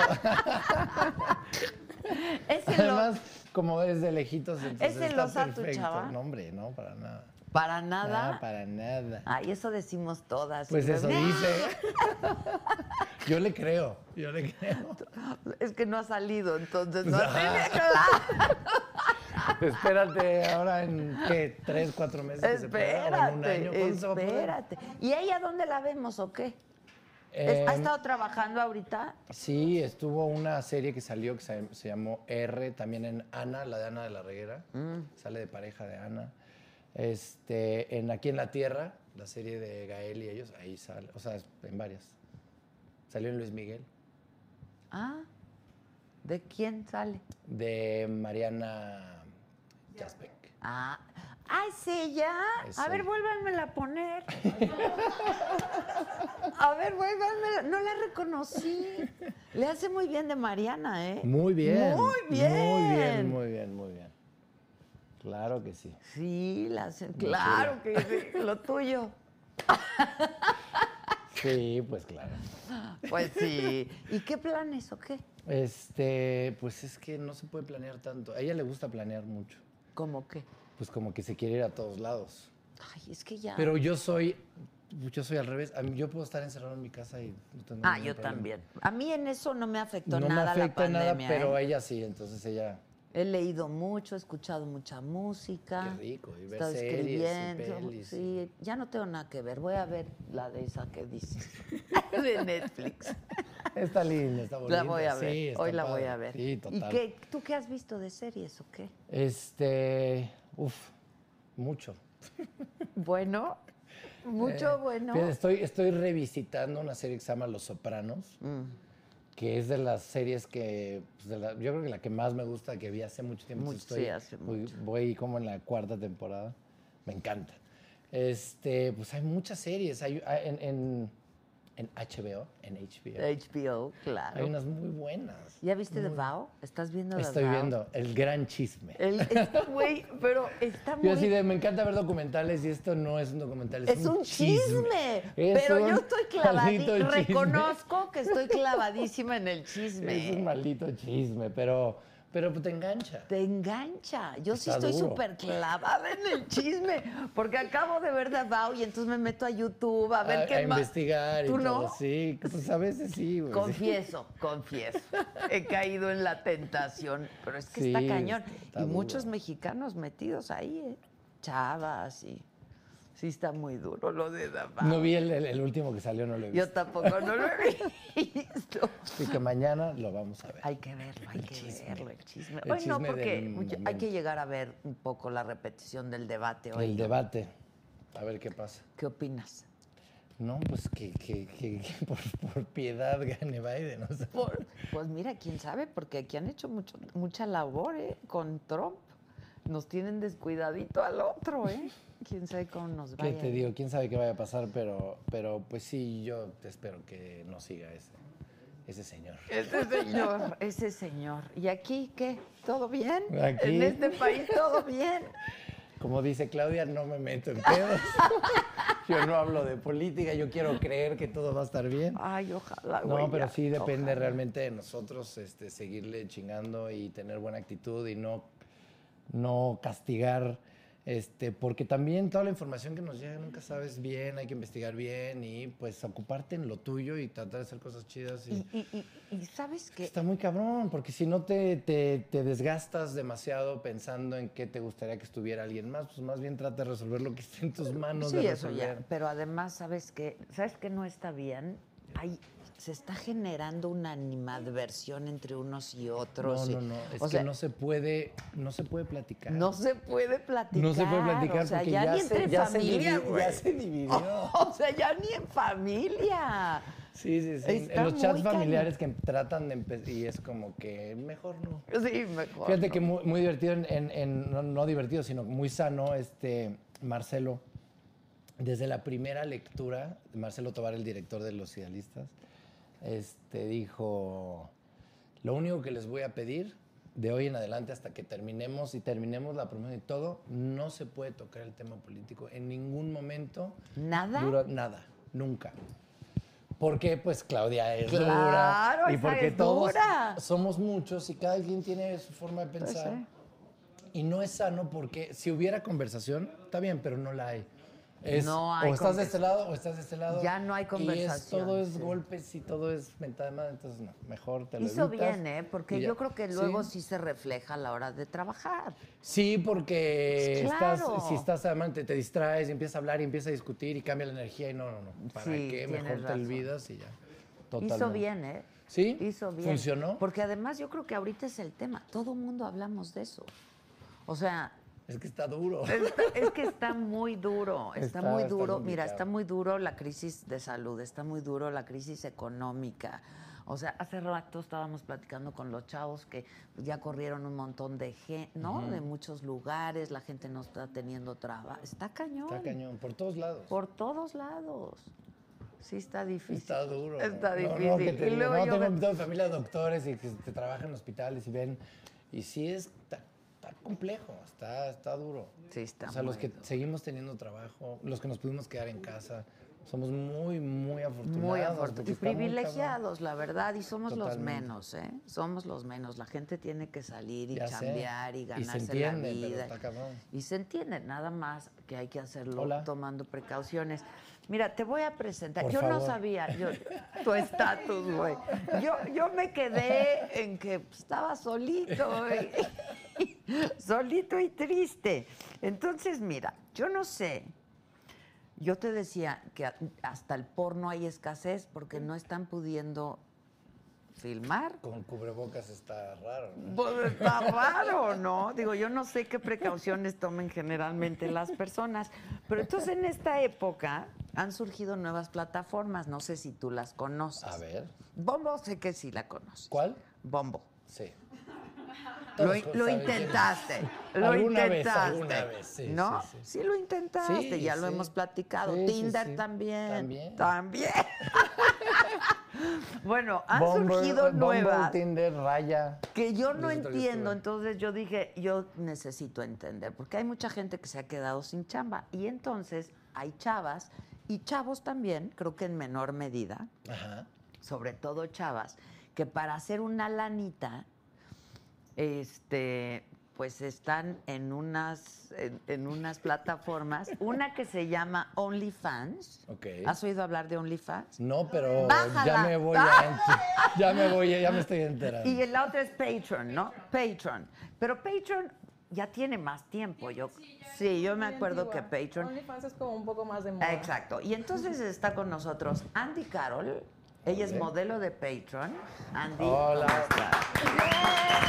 [SPEAKER 2] Es el
[SPEAKER 6] Además, como es de lejitos, entonces está
[SPEAKER 2] celosa tu
[SPEAKER 6] perfecto.
[SPEAKER 2] chava?
[SPEAKER 6] No, hombre, no, para nada.
[SPEAKER 2] Para nada.
[SPEAKER 6] Ah, para nada.
[SPEAKER 2] Ay, eso decimos todas.
[SPEAKER 6] Pues
[SPEAKER 2] Y
[SPEAKER 6] eso
[SPEAKER 2] luego-
[SPEAKER 6] dice.
[SPEAKER 2] [LAUGHS]
[SPEAKER 6] Yo le creo, yo le creo.
[SPEAKER 2] Es que no ha salido, entonces
[SPEAKER 6] [LAUGHS] Ah,
[SPEAKER 2] no.
[SPEAKER 6] Ajá. Espérate, ahora en qué, tres, cuatro meses. que se pueda, o en un
[SPEAKER 2] Espérate,
[SPEAKER 6] año, ¿cuándo se va a poder?
[SPEAKER 2] espérate. ¿Y ella dónde la vemos o qué? ¿Es- ¿Ha
[SPEAKER 6] Em,
[SPEAKER 2] estado trabajando ahorita?
[SPEAKER 6] Sí, estuvo una serie que salió que se, se llamó R, también en Ana, la de Ana de la Reguera.
[SPEAKER 2] Mm.
[SPEAKER 6] Sale de pareja de Ana. Este, en Aquí en la Tierra, la serie de Gael y ellos, ahí sale. O sea, en varias. Salió en Luis Miguel,
[SPEAKER 2] Ah, ¿de quién sale?
[SPEAKER 6] de Mariana Jasbeck.
[SPEAKER 2] Ah, ah ¿es ella?
[SPEAKER 6] Es
[SPEAKER 2] a ver,
[SPEAKER 6] ella.
[SPEAKER 2] vuélvanmela a poner. a ver, vuélvanmela. No la reconocí. Le hace muy bien de Mariana, ¿eh?
[SPEAKER 6] Muy bien.
[SPEAKER 2] Muy bien.
[SPEAKER 6] Muy bien, muy bien, muy bien. Claro que sí.
[SPEAKER 2] Sí, la hace. Claro que sí, lo tuyo.
[SPEAKER 6] Sí, pues claro.
[SPEAKER 2] Pues sí. ¿Y qué planes o qué?
[SPEAKER 6] Este, pues es que no se puede planear tanto. A ella le gusta planear mucho.
[SPEAKER 2] ¿Cómo qué?
[SPEAKER 6] pues como que se quiere ir a todos lados.
[SPEAKER 2] Ay, es que ya.
[SPEAKER 6] Pero yo soy, yo soy al revés. A mí- yo puedo estar encerrado en mi casa y no tengo
[SPEAKER 2] Ah,
[SPEAKER 6] ningún
[SPEAKER 2] yo
[SPEAKER 6] problema.
[SPEAKER 2] también. A mí en eso no me afectó
[SPEAKER 6] No me
[SPEAKER 2] nada
[SPEAKER 6] afecta
[SPEAKER 2] la pandemia.
[SPEAKER 6] nada, pero
[SPEAKER 2] ¿eh?
[SPEAKER 6] ella sí, entonces ella
[SPEAKER 2] He leído mucho, he escuchado mucha música.
[SPEAKER 6] Qué rico, y
[SPEAKER 2] he
[SPEAKER 6] ver
[SPEAKER 2] estado
[SPEAKER 6] series y pelis y-
[SPEAKER 2] sí, ya no tengo nada que ver. Voy a ver la de esa que dice. [LAUGHS] de Netflix.
[SPEAKER 6] Está linda, está bonita.
[SPEAKER 2] La voy a ver.
[SPEAKER 6] sí, está
[SPEAKER 2] Hoy la voy
[SPEAKER 6] padre.
[SPEAKER 2] a ver.
[SPEAKER 6] Sí, total.
[SPEAKER 2] ¿Y qué, tú qué has visto de series o qué? [LAUGHS]
[SPEAKER 6] Este, uf, mucho.
[SPEAKER 2] Bueno, mucho
[SPEAKER 6] Eh,
[SPEAKER 2] bueno.
[SPEAKER 6] fíjate, estoy, estoy revisitando una serie que se llama Los Sopranos,
[SPEAKER 2] Mm.
[SPEAKER 6] que es de las series que, pues, de la- yo creo que la que más me gusta, que vi hace mucho tiempo.
[SPEAKER 2] Mucho,
[SPEAKER 6] estoy,
[SPEAKER 2] sí, hace
[SPEAKER 6] voy,
[SPEAKER 2] mucho.
[SPEAKER 6] voy como en la cuarta temporada. Me encanta. Este, pues hay muchas series. Hay, hay- en, en- en HBO, en HBO.
[SPEAKER 2] HBO, claro.
[SPEAKER 6] Hay unas muy buenas.
[SPEAKER 2] ¿Ya viste The Vow? ¿Estás viendo The
[SPEAKER 6] Estoy
[SPEAKER 2] Vow?
[SPEAKER 6] viendo El Gran Chisme.
[SPEAKER 2] El, es- güey, pero está muy...
[SPEAKER 6] Yo así de, me encanta ver documentales y esto no es un documental, es,
[SPEAKER 2] Es un chisme,
[SPEAKER 6] Es
[SPEAKER 2] pero
[SPEAKER 6] un
[SPEAKER 2] yo estoy
[SPEAKER 6] maldito
[SPEAKER 2] clavadísima,
[SPEAKER 6] chisme.
[SPEAKER 2] reconozco que estoy clavadísima en el
[SPEAKER 6] Es un
[SPEAKER 2] chisme.
[SPEAKER 6] maldito chisme, pero, pero pues te engancha.
[SPEAKER 2] Te engancha. Yo sí
[SPEAKER 6] Está
[SPEAKER 2] estoy
[SPEAKER 6] duro.
[SPEAKER 2] súper clavada en el chisme, porque acabo de ver The Vow y entonces me meto a YouTube a ver qué más.
[SPEAKER 6] investigar y
[SPEAKER 2] ¿Tú
[SPEAKER 6] todo.
[SPEAKER 2] no?
[SPEAKER 6] Sí, pues a veces sí, güey.
[SPEAKER 2] Confieso, confieso. He caído en la tentación, pero es que
[SPEAKER 6] Sí,
[SPEAKER 2] está cañón.
[SPEAKER 6] está
[SPEAKER 2] y
[SPEAKER 6] duro.
[SPEAKER 2] muchos mexicanos metidos ahí, ¿eh? Chavas y... Sí está muy duro lo de The Vow.
[SPEAKER 6] No vi el, el- el último que salió, no lo he
[SPEAKER 2] Yo
[SPEAKER 6] visto.
[SPEAKER 2] tampoco no lo he visto.
[SPEAKER 6] Así que mañana lo vamos a ver.
[SPEAKER 2] Hay que verlo, hay
[SPEAKER 6] El
[SPEAKER 2] que
[SPEAKER 6] chisme.
[SPEAKER 2] verlo, el chisme.
[SPEAKER 6] El
[SPEAKER 2] hoy no,
[SPEAKER 6] chisme
[SPEAKER 2] porque
[SPEAKER 6] del
[SPEAKER 2] mucho- hay
[SPEAKER 6] momento.
[SPEAKER 2] que llegar a ver un poco la repetición del debate hoy.
[SPEAKER 6] El
[SPEAKER 2] ¿no?
[SPEAKER 6] debate. A ver qué pasa.
[SPEAKER 2] ¿Qué opinas?
[SPEAKER 6] No, pues que, que- que- que [LAUGHS] por, por piedad gane Biden. o sea.
[SPEAKER 2] Por- [LAUGHS] pues mira, quién sabe, porque aquí han hecho mucho, mucha labor ¿eh? con Trump. Nos tienen descuidadito al otro, ¿eh? Quién sabe cómo nos
[SPEAKER 6] ¿Qué
[SPEAKER 2] vaya.
[SPEAKER 6] te digo? ¿Quién sabe qué vaya a pasar? Pero, pero pues sí, yo espero que no siga ese, ese señor.
[SPEAKER 2] Ese señor, ese señor. ¿Y aquí qué? ¿Todo bien?
[SPEAKER 6] Aquí.
[SPEAKER 2] ¿En este país todo bien?
[SPEAKER 6] Como dice Claudia, no me meto en pedos. [LAUGHS] yo no hablo de política, yo quiero creer que todo va a estar bien.
[SPEAKER 2] Ay, ojalá, Ah, güey.
[SPEAKER 6] No, pero
[SPEAKER 2] ya,
[SPEAKER 6] sí depende
[SPEAKER 2] ojalá.
[SPEAKER 6] realmente de nosotros este, seguirle chingando y tener buena actitud y no, no castigar. Este, porque también toda la información que nos llega nunca sabes bien, hay que investigar bien y pues ocuparte en lo tuyo y tratar de hacer cosas chidas.
[SPEAKER 2] Y,
[SPEAKER 6] Y...
[SPEAKER 2] y- y- y sabes que
[SPEAKER 6] Está muy cabrón, porque si no te, te- te desgastas demasiado pensando en qué te gustaría que estuviera alguien más, pues más bien trata de resolver lo que esté en tus manos.
[SPEAKER 2] Sí,
[SPEAKER 6] de
[SPEAKER 2] eso ya.
[SPEAKER 6] resolver.
[SPEAKER 2] Pero además, ¿sabes qué? ¿Sabes qué no está bien? Hay, se está generando una animadversión entre unos y otros.
[SPEAKER 6] No,
[SPEAKER 2] y-
[SPEAKER 6] no, no, es
[SPEAKER 2] o
[SPEAKER 6] que
[SPEAKER 2] sea,
[SPEAKER 6] no se puede, no se puede platicar.
[SPEAKER 2] no se puede platicar.
[SPEAKER 6] No se puede platicar
[SPEAKER 2] O sea,
[SPEAKER 6] porque
[SPEAKER 2] ya,
[SPEAKER 6] ya
[SPEAKER 2] ni
[SPEAKER 6] se-
[SPEAKER 2] entre
[SPEAKER 6] ya se
[SPEAKER 2] familia,
[SPEAKER 6] divi-
[SPEAKER 2] güey.
[SPEAKER 6] ya se dividió.
[SPEAKER 2] [LAUGHS] O sea, ya ni en familia.
[SPEAKER 6] Sí, sí, sí.
[SPEAKER 2] Está
[SPEAKER 6] en los chats
[SPEAKER 2] muy cañón.
[SPEAKER 6] familiares que tratan de empezar y es como que mejor no.
[SPEAKER 2] Sí, mejor.
[SPEAKER 6] Fíjate
[SPEAKER 2] no.
[SPEAKER 6] que muy, muy divertido, en, en- en- no, no divertido, sino muy sano, este Marcelo. Desde la primera lectura, Marcelo Tobar, el director de Los Idealistas, este, dijo, lo único que les voy a pedir de hoy en adelante hasta que terminemos y terminemos la promoción y todo, no se puede tocar el tema político en ningún momento.
[SPEAKER 2] ¿Nada?
[SPEAKER 6] dura- nada, nunca. Porque pues Claudia es dura.
[SPEAKER 2] Claro,
[SPEAKER 6] y
[SPEAKER 2] esa
[SPEAKER 6] porque
[SPEAKER 2] es
[SPEAKER 6] todos
[SPEAKER 2] dura. Pues
[SPEAKER 6] somos muchos y cada quien tiene su forma de pensar.
[SPEAKER 2] sí.
[SPEAKER 6] Y no es sano porque si hubiera conversación, está bien, pero no la hay. Es,
[SPEAKER 2] No hay
[SPEAKER 6] o estás de este
[SPEAKER 2] conversación.
[SPEAKER 6] lado o estás de este lado.
[SPEAKER 2] Ya no hay
[SPEAKER 6] y es-
[SPEAKER 2] conversación,
[SPEAKER 6] todo es
[SPEAKER 2] sí.
[SPEAKER 6] golpes y todo es mentada de madre, entonces no, mejor te lo
[SPEAKER 2] Hizo
[SPEAKER 6] evitas
[SPEAKER 2] bien, ¿eh?
[SPEAKER 6] y
[SPEAKER 2] Porque
[SPEAKER 6] ya.
[SPEAKER 2] yo creo que luego
[SPEAKER 6] Sí.
[SPEAKER 2] sí se refleja a la hora de trabajar.
[SPEAKER 6] Sí, porque
[SPEAKER 2] Pues claro.
[SPEAKER 6] estás, si estás amante, te distraes y empiezas a hablar y empiezas a discutir y cambia la energía y no, no, no. ¿Para
[SPEAKER 2] Sí,
[SPEAKER 6] qué?
[SPEAKER 2] tienes
[SPEAKER 6] Mejor te
[SPEAKER 2] razón.
[SPEAKER 6] olvidas y ya.
[SPEAKER 2] Hizo
[SPEAKER 6] Totalmente.
[SPEAKER 2] bien, ¿eh?
[SPEAKER 6] ¿Sí?
[SPEAKER 2] Hizo bien.
[SPEAKER 6] ¿Funcionó?
[SPEAKER 2] Porque además yo creo que ahorita es el tema. Todo el mundo hablamos de eso. O sea,
[SPEAKER 6] Es que está duro.
[SPEAKER 2] está- es que está muy duro. Está,
[SPEAKER 6] Está-
[SPEAKER 2] muy
[SPEAKER 6] está
[SPEAKER 2] duro.
[SPEAKER 6] complicado.
[SPEAKER 2] Mira, está muy duro la crisis de salud, está muy duro la crisis económica. O sea, hace rato estábamos platicando con los chavos que ya corrieron un montón de gente, ¿no? De muchos lugares, la gente no está teniendo trabajo. Está cañón.
[SPEAKER 6] Está cañón, por todos lados.
[SPEAKER 2] Por todos lados. Sí, está difícil.
[SPEAKER 6] Está duro. ¿eh?
[SPEAKER 2] Está
[SPEAKER 6] No, no,
[SPEAKER 2] difícil.
[SPEAKER 6] que te
[SPEAKER 2] y
[SPEAKER 6] digo,
[SPEAKER 2] luego
[SPEAKER 6] no,
[SPEAKER 2] yo
[SPEAKER 6] tengo
[SPEAKER 2] me-
[SPEAKER 6] toda mi familia de doctores y que te trabajan en hospitales y ven. Y sí, es- está, está complejo, está, está duro.
[SPEAKER 2] Sí, está
[SPEAKER 6] O sea, los
[SPEAKER 2] muy
[SPEAKER 6] que
[SPEAKER 2] duro.
[SPEAKER 6] seguimos teniendo trabajo, los que nos pudimos quedar en casa, somos muy, muy afortunados.
[SPEAKER 2] Muy
[SPEAKER 6] porque
[SPEAKER 2] afortunados. Y
[SPEAKER 6] está muy cabrón.
[SPEAKER 2] privilegiados, la verdad. Y somos los
[SPEAKER 6] Totalmente.
[SPEAKER 2] menos, ¿eh? Somos los menos. La gente tiene que salir y
[SPEAKER 6] Ya sé.
[SPEAKER 2] chambear y
[SPEAKER 6] Y se
[SPEAKER 2] ganarse la
[SPEAKER 6] entiende, pero
[SPEAKER 2] vida.
[SPEAKER 6] está cabrón.
[SPEAKER 2] Y se entiende, nada más que hay que hacerlo
[SPEAKER 6] Hola.
[SPEAKER 2] tomando precauciones. Mira, te voy a presentar.
[SPEAKER 6] Por
[SPEAKER 2] yo no
[SPEAKER 6] favor.
[SPEAKER 2] sabía yo- tu estatus, güey. Yo, yo me quedé en que pues, estaba solito. güey. [LAUGHS] solito y triste. Entonces, mira, yo no sé. Yo te decía que a- hasta el porno hay escasez porque no están pudiendo filmar.
[SPEAKER 6] Con cubrebocas está raro. ¿no?
[SPEAKER 2] Pues está raro, ¿no? Digo, yo no sé qué precauciones tomen generalmente las personas. Pero entonces en esta época han surgido nuevas plataformas. No sé si tú las conoces.
[SPEAKER 6] A ver.
[SPEAKER 2] Bombo sé que sí la conoces.
[SPEAKER 6] ¿Cuál?
[SPEAKER 2] Bombo.
[SPEAKER 6] Sí.
[SPEAKER 2] Lo,
[SPEAKER 6] Todos
[SPEAKER 2] lo
[SPEAKER 6] saben quién es.
[SPEAKER 2] intentaste. Lo
[SPEAKER 6] Alguna vez,
[SPEAKER 2] intentaste.
[SPEAKER 6] alguna vez, sí,
[SPEAKER 2] ¿No? Sí,
[SPEAKER 6] sí, sí.
[SPEAKER 2] lo intentaste,
[SPEAKER 6] Sí,
[SPEAKER 2] ya lo
[SPEAKER 6] sí.
[SPEAKER 2] hemos platicado.
[SPEAKER 6] Sí, sí,
[SPEAKER 2] Tinder
[SPEAKER 6] sí.
[SPEAKER 2] también.
[SPEAKER 6] También.
[SPEAKER 2] También. [LAUGHS] bueno, han
[SPEAKER 6] Bumble,
[SPEAKER 2] surgido
[SPEAKER 6] Bumble,
[SPEAKER 2] nuevas
[SPEAKER 6] Tinder, Raya.
[SPEAKER 2] que yo no
[SPEAKER 6] Resulta que
[SPEAKER 2] entiendo,
[SPEAKER 6] estuve.
[SPEAKER 2] entonces yo dije, yo necesito entender, porque hay mucha gente que se ha quedado sin chamba y entonces hay chavas y chavos también, creo que en menor medida,
[SPEAKER 6] Ajá.
[SPEAKER 2] sobre todo chavas, que para hacer una lanita, este, pues están en unas, en, en unas
[SPEAKER 6] [LAUGHS]
[SPEAKER 2] plataformas, una que se llama OnlyFans.
[SPEAKER 6] Ok.
[SPEAKER 2] ¿Has oído hablar de OnlyFans?
[SPEAKER 6] No, pero
[SPEAKER 2] Bájala. Ah.
[SPEAKER 6] ya me voy a ent- ya me voy, ya me estoy enterando.
[SPEAKER 2] Y la otra es Patreon, ¿no? Patreon. Pero Patreon ya tiene más tiempo. Yo, sí, yo me acuerdo que Patreon.
[SPEAKER 8] OnlyFans es como un poco más de moda.
[SPEAKER 2] Ah, Exacto. Y entonces está con nosotros Andy Carroll. Ella es
[SPEAKER 6] Ole.
[SPEAKER 2] modelo de Patreon. Andy.
[SPEAKER 6] Hola.
[SPEAKER 2] ¿cómo estás?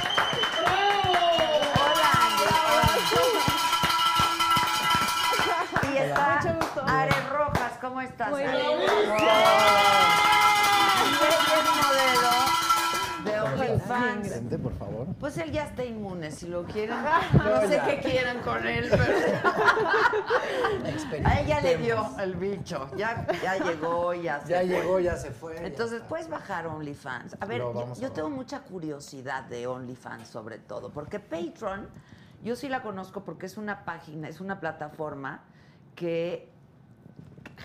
[SPEAKER 2] Hola, Andy. Y está
[SPEAKER 8] Mucho gusto.
[SPEAKER 2] Are Rojas, ¿cómo estás?
[SPEAKER 8] Muy
[SPEAKER 2] Are?
[SPEAKER 8] bien.
[SPEAKER 2] Usted es modelo de OnlyFans.
[SPEAKER 6] Gente, Ah, por favor.
[SPEAKER 2] Pues él ya está inmune, si lo
[SPEAKER 8] [LAUGHS]
[SPEAKER 2] quieren. No sé qué quieran con él, pero. A ella le dio el bicho. Ya, ya llegó,
[SPEAKER 6] [LAUGHS]
[SPEAKER 2] ya se
[SPEAKER 6] Ya
[SPEAKER 2] fue.
[SPEAKER 6] llegó, ya se fue. ya
[SPEAKER 2] Entonces,
[SPEAKER 6] está.
[SPEAKER 2] ¿puedes bajar OnlyFans? A ver,
[SPEAKER 6] Lo
[SPEAKER 2] yo,
[SPEAKER 6] vamos
[SPEAKER 2] yo
[SPEAKER 6] a bajar.
[SPEAKER 2] tengo mucha curiosidad de OnlyFans sobre todo, porque Patreon, yo sí la conozco porque es una página, es una plataforma que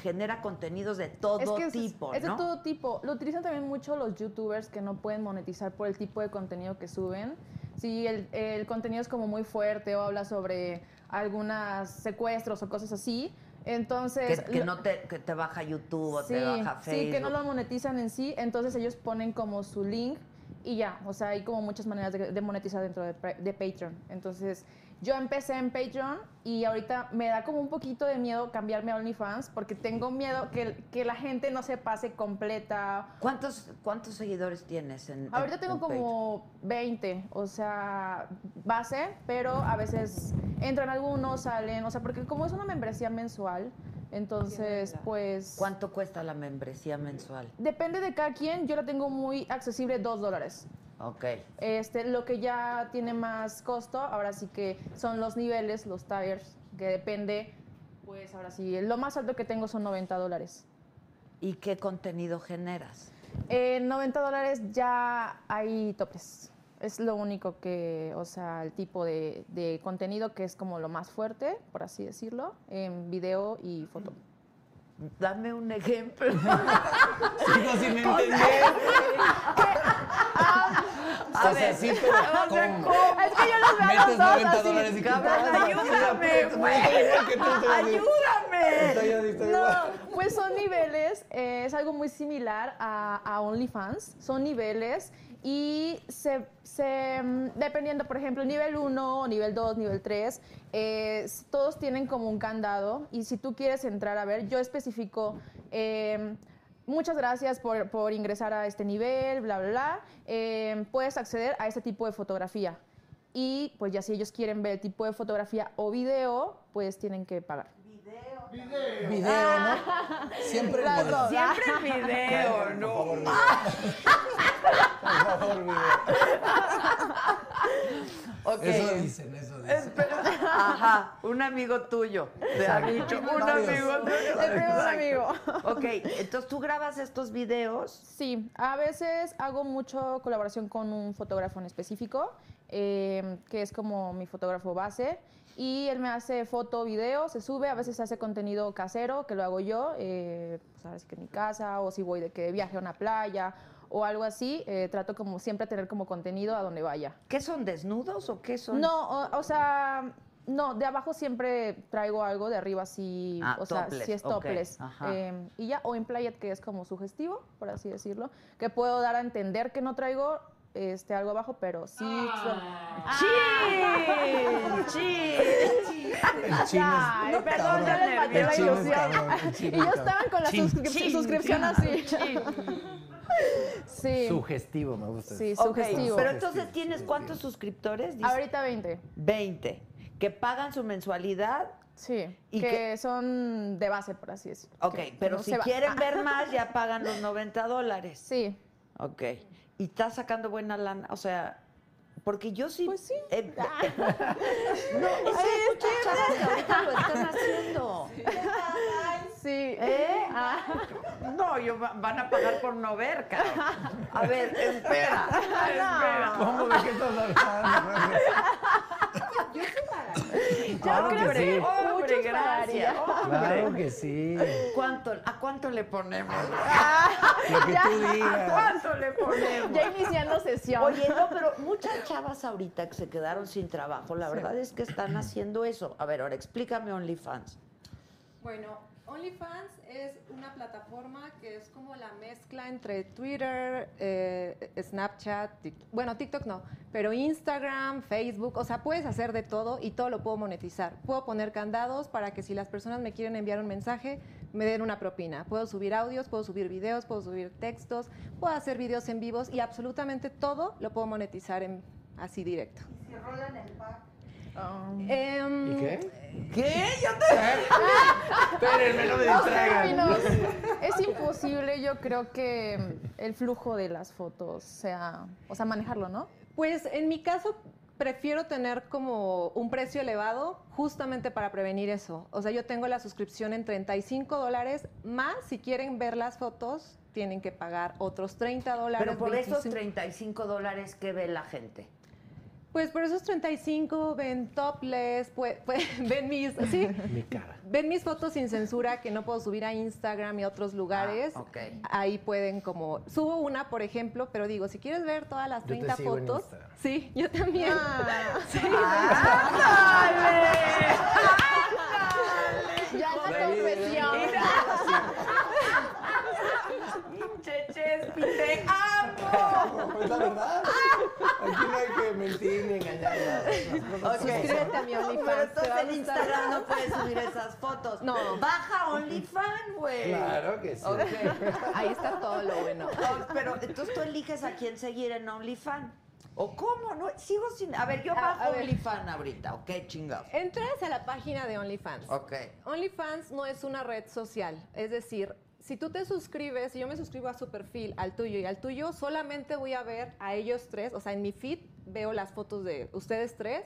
[SPEAKER 2] genera contenidos de todo
[SPEAKER 8] es que es-
[SPEAKER 2] tipo,
[SPEAKER 8] es de
[SPEAKER 2] ¿no?
[SPEAKER 8] todo tipo. Lo utilizan también mucho los youtubers que no pueden monetizar por el tipo de contenido que suben. Si el, el contenido es como muy fuerte o habla sobre algunos secuestros o cosas así, entonces...
[SPEAKER 2] que, que
[SPEAKER 8] lo-
[SPEAKER 2] no te, que te baja YouTube o te
[SPEAKER 8] Sí,
[SPEAKER 2] baja Facebook.
[SPEAKER 8] Sí, que no lo monetizan en sí, entonces ellos ponen como su link y ya, o sea, hay como muchas maneras de, de monetizar dentro de, pre- de Patreon. Entonces, yo empecé en Patreon y ahorita me da como un poquito de miedo cambiarme a OnlyFans porque tengo miedo que, que la gente no se pase completa.
[SPEAKER 2] ¿Cuántos, ¿Cuántos seguidores tienes en en-
[SPEAKER 8] Ahorita tengo
[SPEAKER 2] en Patreon?
[SPEAKER 8] como 20, o sea, base, pero a veces entran algunos, salen, o sea, porque como es una membresía mensual, entonces, pues...
[SPEAKER 2] ¿Cuánto cuesta la membresía mensual?
[SPEAKER 8] Depende de cada quien, yo la tengo muy accesible, 2 dólares.
[SPEAKER 2] Ok.
[SPEAKER 8] Este, lo que ya tiene más costo, ahora sí que son los niveles, los tires, que depende, pues ahora sí, lo más alto que tengo son 90 dólares.
[SPEAKER 2] ¿Y qué contenido generas?
[SPEAKER 8] En 90 dólares ya hay topes. Es lo único que, o sea, el tipo de, de contenido que es como lo más fuerte, por así decirlo, en video y foto.
[SPEAKER 2] Dame un
[SPEAKER 6] [LAUGHS]
[SPEAKER 2] ejemplo.
[SPEAKER 6] Sigo sin entender.
[SPEAKER 2] A
[SPEAKER 6] O sea,
[SPEAKER 2] ver,
[SPEAKER 6] sí,
[SPEAKER 2] o
[SPEAKER 6] pero
[SPEAKER 2] sea,
[SPEAKER 6] ¿cómo?
[SPEAKER 2] ¿cómo?
[SPEAKER 8] [LAUGHS] Es que yo los veo a
[SPEAKER 6] Metes
[SPEAKER 8] los dos
[SPEAKER 6] 90
[SPEAKER 8] así.
[SPEAKER 6] dólares y
[SPEAKER 2] Cabrón,
[SPEAKER 6] quitas.
[SPEAKER 2] ayúdame, güey.
[SPEAKER 6] Estoy igual que tú,
[SPEAKER 2] [LAUGHS]
[SPEAKER 6] estoy así. Estoy
[SPEAKER 2] ¡Ayúdame!
[SPEAKER 6] así, estoy igual.
[SPEAKER 8] No, pues son niveles, eh, es algo muy similar a, a OnlyFans, son niveles y se, se, mm, dependiendo, por ejemplo, nivel 1, nivel 2, nivel 3, todos tienen como un candado y si tú quieres entrar a ver, yo especifico... eh, Muchas gracias por, por ingresar a este nivel, bla, bla, bla. Eh, puedes acceder a este tipo de fotografía. Y pues ya si ellos quieren ver el tipo de fotografía o video, pues tienen que pagar.
[SPEAKER 6] Video, ¿no?
[SPEAKER 2] Ah.
[SPEAKER 6] Siempre
[SPEAKER 8] Las
[SPEAKER 6] video.
[SPEAKER 8] dos.
[SPEAKER 2] Siempre en
[SPEAKER 6] [LAUGHS]
[SPEAKER 2] video,
[SPEAKER 6] Por favor,
[SPEAKER 2] ¿no?
[SPEAKER 6] video. Por favor, video.
[SPEAKER 2] Ok.
[SPEAKER 6] Eso dicen, eso dicen.
[SPEAKER 2] Espera. Ajá, un amigo tuyo te ha
[SPEAKER 6] Exacto.
[SPEAKER 2] dicho, un
[SPEAKER 6] Varios.
[SPEAKER 2] amigo tuyo.
[SPEAKER 8] El primer amigo.
[SPEAKER 2] Exacto. Ok, entonces tú grabas estos videos.
[SPEAKER 8] Sí, a veces hago mucho colaboración con un fotógrafo en específico, eh, que es como mi fotógrafo base, y él me hace foto, video, se sube, a veces hace contenido casero, que lo hago yo, eh, pues ahora sí que en mi casa, o si voy de que de viaje a una playa, o algo así, eh, trato como siempre tener como contenido a donde vaya.
[SPEAKER 2] ¿Qué son desnudos o qué son?
[SPEAKER 8] No, o, o sea, no, de abajo siempre traigo algo, de arriba sí,
[SPEAKER 2] Ah,
[SPEAKER 8] o sea,
[SPEAKER 2] topless,
[SPEAKER 8] sí es
[SPEAKER 2] ok,
[SPEAKER 8] topless.
[SPEAKER 2] ajá.
[SPEAKER 8] Eh, y ya, o en playet que es como sugestivo, por así decirlo, que puedo dar a entender que no traigo este, algo abajo, pero sí. Ah.
[SPEAKER 2] ¡Chin! ¡Chin!
[SPEAKER 6] El chin
[SPEAKER 8] Ay,
[SPEAKER 6] es-
[SPEAKER 8] Ah, perdón, yo les maté
[SPEAKER 6] El
[SPEAKER 8] la
[SPEAKER 6] chin es
[SPEAKER 8] ilusión.
[SPEAKER 6] cabrón, el chin
[SPEAKER 8] Y
[SPEAKER 6] es
[SPEAKER 8] yo
[SPEAKER 6] cabrón.
[SPEAKER 8] estaba con la
[SPEAKER 6] Chin,
[SPEAKER 8] suscrip-
[SPEAKER 6] chin,
[SPEAKER 8] suscripción
[SPEAKER 6] chin.
[SPEAKER 8] así. [LAUGHS] Sí.
[SPEAKER 6] Sugestivo, me gusta.
[SPEAKER 8] Sí,
[SPEAKER 6] eso.
[SPEAKER 2] Ok,
[SPEAKER 8] sugestivo.
[SPEAKER 2] Pero entonces tienes cuántos suscriptores? Dices
[SPEAKER 8] Ahorita 20.
[SPEAKER 2] 20. Que pagan su mensualidad.
[SPEAKER 8] Sí.
[SPEAKER 2] ¿Y
[SPEAKER 8] que
[SPEAKER 2] qué?
[SPEAKER 8] son de base, por así decirlo.
[SPEAKER 2] Ok,
[SPEAKER 8] que
[SPEAKER 2] pero
[SPEAKER 8] no
[SPEAKER 2] si
[SPEAKER 8] se va-
[SPEAKER 2] quieren
[SPEAKER 6] [LAUGHS]
[SPEAKER 8] Ah,
[SPEAKER 2] ver más, ya pagan los 90 dólares.
[SPEAKER 8] Sí.
[SPEAKER 2] Ok. Y estás sacando buena lana. O sea, porque yo sí.
[SPEAKER 8] Pues sí.
[SPEAKER 2] eh, eh, no, no sé,
[SPEAKER 8] Ay,
[SPEAKER 2] muchas chavas que ahorita lo están haciendo.
[SPEAKER 8] Sí.
[SPEAKER 2] ¿Eh? No, yo va- van a pagar por no ver, cabrón. A ver,
[SPEAKER 8] [LAUGHS]
[SPEAKER 2] espera. espera.
[SPEAKER 8] Ah,
[SPEAKER 6] ¿Cómo de qué estás hablando?
[SPEAKER 8] Yo
[SPEAKER 6] Claro
[SPEAKER 8] creo
[SPEAKER 6] que sí.
[SPEAKER 8] que
[SPEAKER 2] Hombre,
[SPEAKER 8] muchos
[SPEAKER 2] gracias. Oh,
[SPEAKER 6] [LAUGHS]
[SPEAKER 8] pagarían.
[SPEAKER 6] Claro que sí.
[SPEAKER 2] ¿Cuánto, ¿A cuánto le
[SPEAKER 8] [LAUGHS]
[SPEAKER 2] ponemos?
[SPEAKER 6] Lo que tú digas.
[SPEAKER 2] ¿Cuánto [LAUGHS] le ponemos?
[SPEAKER 8] Ya iniciando sesión.
[SPEAKER 2] Oye, no, pero muchas chavas ahorita que se quedaron sin trabajo, la verdad es que están haciendo eso. A ver, ahora explícame OnlyFans.
[SPEAKER 9] Bueno, OnlyFans es una plataforma que es como la mezcla entre Twitter, eh, Snapchat, Tik- bueno, TikTok no, pero Instagram, Facebook, o sea, puedes hacer de todo y todo lo puedo monetizar. Puedo poner candados para que si las personas me quieren enviar un mensaje, me den una propina. Puedo subir audios, puedo subir videos, puedo subir textos, puedo hacer videos en vivos y absolutamente todo lo puedo monetizar en, así directo.
[SPEAKER 3] Si rolan el pack.
[SPEAKER 9] Em,
[SPEAKER 6] ¿Y qué?
[SPEAKER 2] ¿Qué? Yo te...
[SPEAKER 6] Espérenme, no me
[SPEAKER 8] Los
[SPEAKER 6] distraigan.
[SPEAKER 8] términos. Es imposible, yo creo que el flujo de las fotos sea, o sea, manejarlo, ¿no?
[SPEAKER 9] Pues en mi caso prefiero tener como un precio elevado justamente para prevenir eso. O sea, yo tengo la suscripción en 35 dólares, más si quieren ver las fotos tienen que pagar otros 30 dólares.
[SPEAKER 2] Pero por esos
[SPEAKER 9] 25.
[SPEAKER 2] 35 dólares que ve la gente.
[SPEAKER 9] Pues por esos 35 ven topless, pues, [LAUGHS] pues, ven mis...
[SPEAKER 2] [LAUGHS]
[SPEAKER 9] Sí,
[SPEAKER 6] Mi cara.
[SPEAKER 9] ven mis fotos sin censura que no puedo subir a Instagram y a otros lugares.
[SPEAKER 2] Ah, ok.
[SPEAKER 9] Ahí pueden como subo una, por ejemplo, pero digo, si quieres ver todas las
[SPEAKER 6] Yo te
[SPEAKER 9] 30
[SPEAKER 6] sigo en
[SPEAKER 9] fotos,
[SPEAKER 6] Instagram.
[SPEAKER 9] sí, yo
[SPEAKER 2] [LAUGHS]
[SPEAKER 9] también. Sí,
[SPEAKER 8] Ya la confesión.
[SPEAKER 2] ¡Te amo!
[SPEAKER 6] Es la verdad. Aquí no hay que mentir ni engañar. las cosas como son.
[SPEAKER 9] Suscríbete a mi OnlyFans.
[SPEAKER 2] Pero
[SPEAKER 9] te
[SPEAKER 2] entonces
[SPEAKER 9] va a
[SPEAKER 2] en
[SPEAKER 9] gustar.
[SPEAKER 2] Instagram
[SPEAKER 9] [LAUGHS]
[SPEAKER 2] no puedes subir esas fotos.
[SPEAKER 9] No.
[SPEAKER 2] Baja OnlyFans, güey.
[SPEAKER 6] Claro que sí.
[SPEAKER 2] Ok.
[SPEAKER 9] Ahí está todo lo bueno.
[SPEAKER 2] Oh, Pero entonces tú eliges a quién seguir en OnlyFans. ¿O cómo? No, sigo sin. A ver, yo
[SPEAKER 9] A-
[SPEAKER 2] bajo
[SPEAKER 9] a ver.
[SPEAKER 2] OnlyFans ahorita, ¿ok? Chingados.
[SPEAKER 9] Entras a la página de OnlyFans.
[SPEAKER 2] Ok.
[SPEAKER 9] OnlyFans no es una red social, es decir, si tú te suscribes, si yo me suscribo a su perfil, al tuyo y al tuyo, solamente voy a ver a ellos tres, o sea, en mi feed veo las fotos de ustedes tres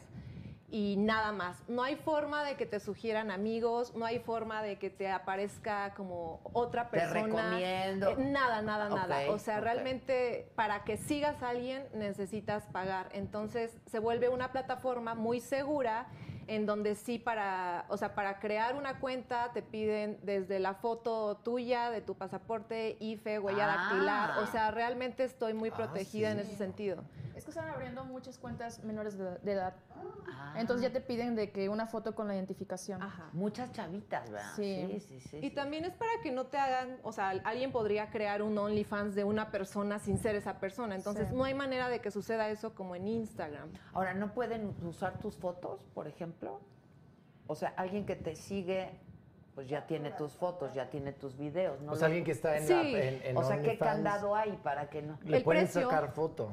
[SPEAKER 9] y nada más. No hay forma de que te sugieran amigos, no hay forma de que te aparezca como otra
[SPEAKER 2] Te
[SPEAKER 9] persona.
[SPEAKER 2] recomiendo.
[SPEAKER 9] Eh, nada, nada, nada.
[SPEAKER 2] Ok,
[SPEAKER 9] O sea,
[SPEAKER 2] ok.
[SPEAKER 9] realmente para que sigas a alguien necesitas pagar. Entonces se vuelve una plataforma muy segura en donde sí para, o sea, para crear una cuenta te piden desde la foto tuya, de tu pasaporte, IFE, huella
[SPEAKER 2] Ah.
[SPEAKER 9] dactilar. O sea, realmente estoy muy protegida en ese sentido.
[SPEAKER 8] Es que están abriendo muchas cuentas menores de, de edad. Entonces ya te piden de que una foto con la identificación.
[SPEAKER 9] Ah. Ajá.
[SPEAKER 2] Muchas chavitas, ¿verdad?
[SPEAKER 8] Sí.
[SPEAKER 2] sí, sí. sí,
[SPEAKER 9] Y
[SPEAKER 2] sí.
[SPEAKER 9] también es para que no te hagan, o sea, alguien podría crear un OnlyFans de una persona sin ser esa persona. Entonces
[SPEAKER 8] Sí.
[SPEAKER 9] no hay manera de que suceda eso como en Instagram.
[SPEAKER 2] Ahora, ¿no pueden usar tus fotos, por ejemplo? O sea, alguien que te sigue, pues ya tiene tus fotos, ya tiene tus videos, ¿no?
[SPEAKER 6] O sea,
[SPEAKER 2] lo-
[SPEAKER 6] alguien que está en
[SPEAKER 9] Sí.
[SPEAKER 6] la en, en
[SPEAKER 2] O sea, ¿qué
[SPEAKER 6] OnlyFans,
[SPEAKER 2] candado hay para que no?
[SPEAKER 6] Le
[SPEAKER 9] El
[SPEAKER 6] pueden
[SPEAKER 9] precio.
[SPEAKER 6] sacar foto.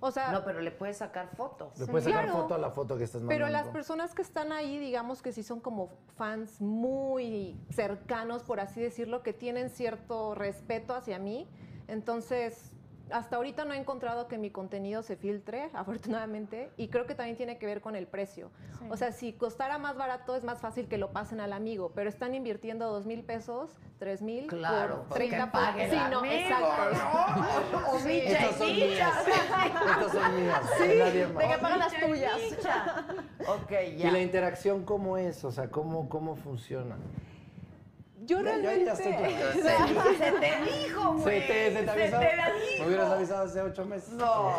[SPEAKER 9] O sea,
[SPEAKER 2] No, pero le puedes sacar fotos.
[SPEAKER 6] Le puedes sacar
[SPEAKER 9] Claro.
[SPEAKER 6] foto a la foto que estás mandando.
[SPEAKER 9] Pero las personas que están ahí, digamos que sí son como fans muy cercanos, por así decirlo, que tienen cierto respeto hacia mí. Entonces, hasta ahorita no he encontrado que mi contenido se filtre, [LAUGHS] afortunadamente, y creo que también tiene que ver con el precio.
[SPEAKER 8] Sí.
[SPEAKER 9] O sea, si costara más barato, es más fácil que lo pasen al amigo, pero están invirtiendo dos mil pesos, tres mil, por
[SPEAKER 2] Claro, pues, que
[SPEAKER 9] 30 por-
[SPEAKER 2] pague el
[SPEAKER 9] Sí, no,
[SPEAKER 2] amigo,
[SPEAKER 9] exacto.
[SPEAKER 2] O
[SPEAKER 8] Sí.
[SPEAKER 2] micha y
[SPEAKER 6] Estas son mías. [LAUGHS] Estas son mías. de nadie más.
[SPEAKER 8] De que pagan las tuyas.
[SPEAKER 2] micha. Ok,
[SPEAKER 6] ¿Y la
[SPEAKER 2] ya.
[SPEAKER 6] interacción cómo es? O sea, ¿cómo, cómo funciona?
[SPEAKER 9] Yo
[SPEAKER 10] Ya- ya-
[SPEAKER 9] realmente.
[SPEAKER 10] ya estoy clavado.
[SPEAKER 9] [LAUGHS] Sí.
[SPEAKER 2] Se te dijo, güey.
[SPEAKER 10] Se te, se te avisó. Me hubieras avisado hace ocho meses.
[SPEAKER 2] No.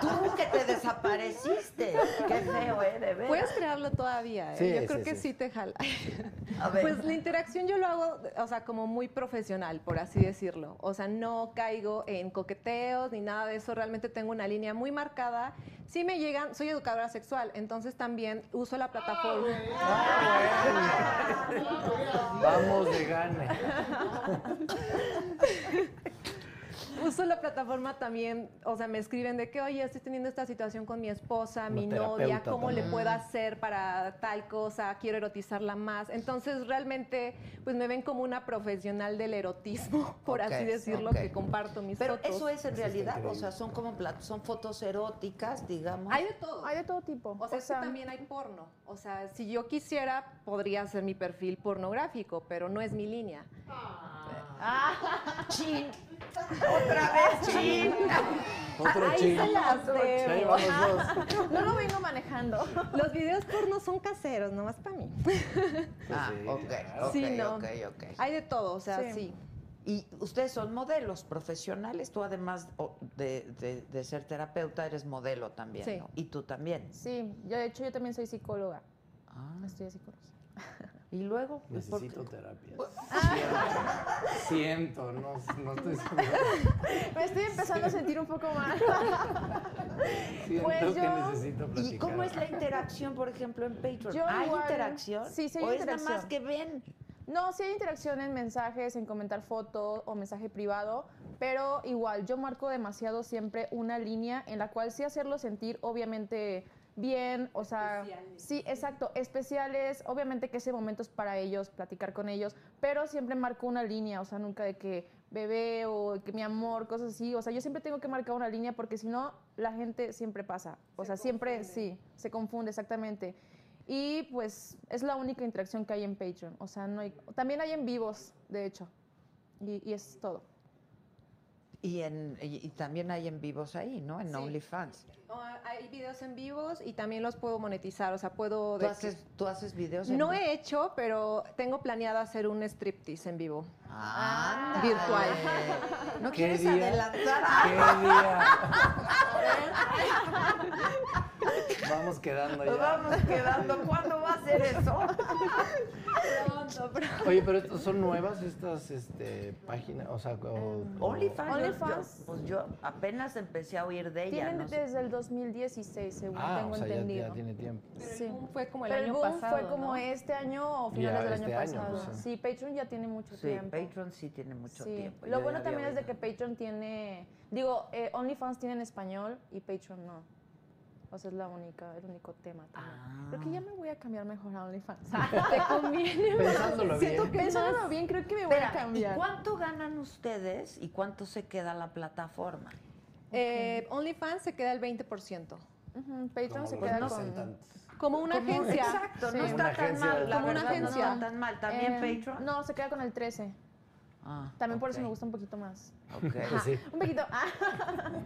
[SPEAKER 2] Tú que te desapareciste. Qué feo, ¿eh? De veras.
[SPEAKER 9] Puedes crearlo todavía, ¿eh?
[SPEAKER 2] Sí,
[SPEAKER 9] yo creo
[SPEAKER 2] sí,
[SPEAKER 9] que
[SPEAKER 2] sí.
[SPEAKER 9] sí te jala.
[SPEAKER 2] A ver.
[SPEAKER 9] Pues la interacción yo lo hago, o sea, como muy profesional, por así decirlo. O sea, no caigo en coqueteos ni nada de eso. Realmente tengo una línea muy marcada. Sí me llegan, soy educadora sexual, entonces también uso la plataforma.
[SPEAKER 2] Ah,
[SPEAKER 10] Vamos de gane.
[SPEAKER 9] Uso la plataforma también, o sea, me escriben de que, oye, estoy teniendo esta situación con mi esposa,
[SPEAKER 10] Como
[SPEAKER 9] mi novia,
[SPEAKER 10] terapeuta
[SPEAKER 9] ¿cómo
[SPEAKER 10] también.
[SPEAKER 9] le puedo hacer para tal cosa? Quiero erotizarla más. Entonces, realmente, pues me ven como una profesional del erotismo, [LAUGHS] por
[SPEAKER 2] Ok,
[SPEAKER 9] así decirlo,
[SPEAKER 2] ok.
[SPEAKER 9] que comparto mis
[SPEAKER 2] Pero
[SPEAKER 9] fotos.
[SPEAKER 2] eso es en realidad, o sea, son como pla- son fotos eróticas, digamos.
[SPEAKER 9] Hay de todo. Hay de todo tipo. O sea,
[SPEAKER 8] O
[SPEAKER 9] es que
[SPEAKER 8] sea-
[SPEAKER 9] también hay porno. O sea, si yo quisiera, podría hacer mi perfil pornográfico, pero no es mi línea.
[SPEAKER 2] Chin. Otra vez, chin.
[SPEAKER 10] Otro
[SPEAKER 9] Ahí
[SPEAKER 10] chin.
[SPEAKER 9] se las
[SPEAKER 10] Otro
[SPEAKER 9] debo.
[SPEAKER 10] chin. Ahí van los
[SPEAKER 9] Ajá. [LAUGHS] No lo vengo manejando. Los videos porno son caseros, nomás para mí. [LAUGHS]
[SPEAKER 2] Ah,
[SPEAKER 10] Pues
[SPEAKER 2] ok, ok,
[SPEAKER 9] Sí, no.
[SPEAKER 2] ok, ok.
[SPEAKER 9] Hay de todo, o sea, sí.
[SPEAKER 2] Y ustedes son modelos profesionales, tú además o- de, de- de ser terapeuta eres modelo también,
[SPEAKER 8] Sí.
[SPEAKER 2] ¿no? Y tú también.
[SPEAKER 8] Sí, yo de hecho yo también soy psicóloga.
[SPEAKER 9] Ah.
[SPEAKER 8] Estudié psicología.
[SPEAKER 2] Y luego, pues,
[SPEAKER 6] Necesito terapia.
[SPEAKER 8] Ah.
[SPEAKER 6] Siento, no, no estoy seguro.
[SPEAKER 8] Me estoy empezando a sentir un poco [LAUGHS] mal.
[SPEAKER 6] Siento
[SPEAKER 8] Pues
[SPEAKER 6] que
[SPEAKER 8] yo-
[SPEAKER 6] necesito platicar.
[SPEAKER 2] ¿Y cómo es la interacción, por ejemplo, en Patreon?
[SPEAKER 8] Yo
[SPEAKER 2] ¿Hay
[SPEAKER 8] igual-
[SPEAKER 2] interacción?
[SPEAKER 8] Sí, sí hay
[SPEAKER 2] ¿O
[SPEAKER 8] interacción.
[SPEAKER 2] es nada más que ven?
[SPEAKER 8] No, sí hay interacción en mensajes, en comentar fotos o mensaje privado, pero igual yo marco demasiado siempre una línea en la cual sí hacerlo sentir obviamente bien, o sea, sí, exacto, especiales, obviamente que ese momento es para ellos, platicar con ellos, pero siempre marco una línea, o sea, nunca de que bebé o que mi amor, cosas así, o sea, yo siempre tengo que marcar una línea porque si no, la gente siempre pasa, o sea, siempre sí, se confunde exactamente. Y pues es la única interacción que hay en Patreon. O sea, no hay. También hay en vivos, de hecho. Y, y es todo.
[SPEAKER 2] Y, en, y, y también hay en vivos ahí, ¿no? En
[SPEAKER 9] Sí.
[SPEAKER 2] OnlyFans.
[SPEAKER 9] O Hay videos en vivos y también los puedo monetizar, o sea, puedo...
[SPEAKER 2] ¿Tú
[SPEAKER 9] de-
[SPEAKER 2] haces, ¿Tú haces videos en
[SPEAKER 9] No he hecho, pero tengo planeado hacer un striptease en vivo.
[SPEAKER 2] Ah,
[SPEAKER 9] virtual.
[SPEAKER 2] ¿No
[SPEAKER 9] ¿Qué
[SPEAKER 2] quieres
[SPEAKER 8] [LAUGHS]
[SPEAKER 9] día?
[SPEAKER 2] adelantar?
[SPEAKER 6] ¿Qué día? Vamos quedando ya.
[SPEAKER 2] Nos vamos quedando. ¿Cuándo va a ser
[SPEAKER 9] [LAUGHS]
[SPEAKER 2] eso?
[SPEAKER 9] Pronto, pronto.
[SPEAKER 6] Oye, pero estos son nuevas estas este, páginas, o sea, o- o-
[SPEAKER 2] OnlyFans. yo-
[SPEAKER 8] OnlyFans.
[SPEAKER 2] yo- pues yo apenas empecé a oír de ella.
[SPEAKER 8] Tienen
[SPEAKER 2] no sé.
[SPEAKER 8] desde el 2016, según
[SPEAKER 6] Ah,
[SPEAKER 8] tengo
[SPEAKER 6] o sea, ya- ya,
[SPEAKER 8] entendido.
[SPEAKER 6] tiene tiempo.
[SPEAKER 8] Sí.
[SPEAKER 9] fue como el
[SPEAKER 8] Pero
[SPEAKER 9] año
[SPEAKER 8] boom
[SPEAKER 9] pasado,
[SPEAKER 8] fue como
[SPEAKER 9] ¿no?
[SPEAKER 8] este año o
[SPEAKER 6] Ya,
[SPEAKER 8] finales del
[SPEAKER 6] este
[SPEAKER 8] año
[SPEAKER 6] año,
[SPEAKER 8] pasado.
[SPEAKER 6] pues,
[SPEAKER 8] sí. Patreon ya tiene mucho
[SPEAKER 2] Sí,
[SPEAKER 8] tiempo.
[SPEAKER 2] Patreon sí tiene mucho
[SPEAKER 8] Sí.
[SPEAKER 2] tiempo.
[SPEAKER 8] Lo
[SPEAKER 2] yo
[SPEAKER 8] bueno
[SPEAKER 2] ya
[SPEAKER 8] también es
[SPEAKER 2] había
[SPEAKER 8] de que Patreon tiene. Digo, eh, OnlyFans tiene en español y Patreon no. O sea, es la única, el único tema también.
[SPEAKER 6] Ah.
[SPEAKER 8] Creo que ya me voy a cambiar mejor a OnlyFans. [LAUGHS] Te conviene. más.
[SPEAKER 2] Pensándolo
[SPEAKER 8] Siento
[SPEAKER 2] bien.
[SPEAKER 8] que pensándolo
[SPEAKER 2] más.
[SPEAKER 8] bien, creo que me voy
[SPEAKER 2] Espera,
[SPEAKER 8] a cambiar.
[SPEAKER 2] ¿Y cuánto ganan ustedes y cuánto se queda la plataforma?
[SPEAKER 9] Eh, OnlyFans se queda el 20%.
[SPEAKER 8] Patreon
[SPEAKER 2] se los queda con- representantes.
[SPEAKER 9] Como una
[SPEAKER 8] Como-
[SPEAKER 9] agencia.
[SPEAKER 8] Exacto, no Sí. está
[SPEAKER 2] Una tan agencia mal, de- la
[SPEAKER 9] Como una
[SPEAKER 2] verdad, no
[SPEAKER 9] agencia.
[SPEAKER 2] está tan mal. ¿También Patreon?
[SPEAKER 8] No, se queda con el 13.
[SPEAKER 2] Ah,
[SPEAKER 8] También por eso
[SPEAKER 2] ok,
[SPEAKER 8] me gusta un poquito más. [LAUGHS]
[SPEAKER 2] Ok.
[SPEAKER 8] Ajá, Un poquito. ah.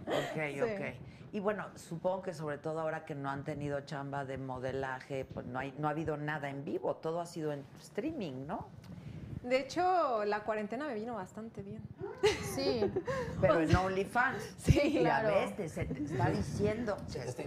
[SPEAKER 2] Ok,
[SPEAKER 8] Sí.
[SPEAKER 2] ok. Y bueno, supongo que sobre todo ahora que no han tenido chamba de modelaje, pues no, hay, no ha habido nada en vivo, todo ha sido en streaming, ¿no?
[SPEAKER 9] De hecho, la cuarentena me vino bastante bien.
[SPEAKER 8] [LAUGHS] Sí.
[SPEAKER 2] Pero en OnlyFans.
[SPEAKER 9] Sí,
[SPEAKER 2] Ya
[SPEAKER 9] claro.
[SPEAKER 2] ves, te- se te está diciendo.
[SPEAKER 8] Se te
[SPEAKER 9] Sí,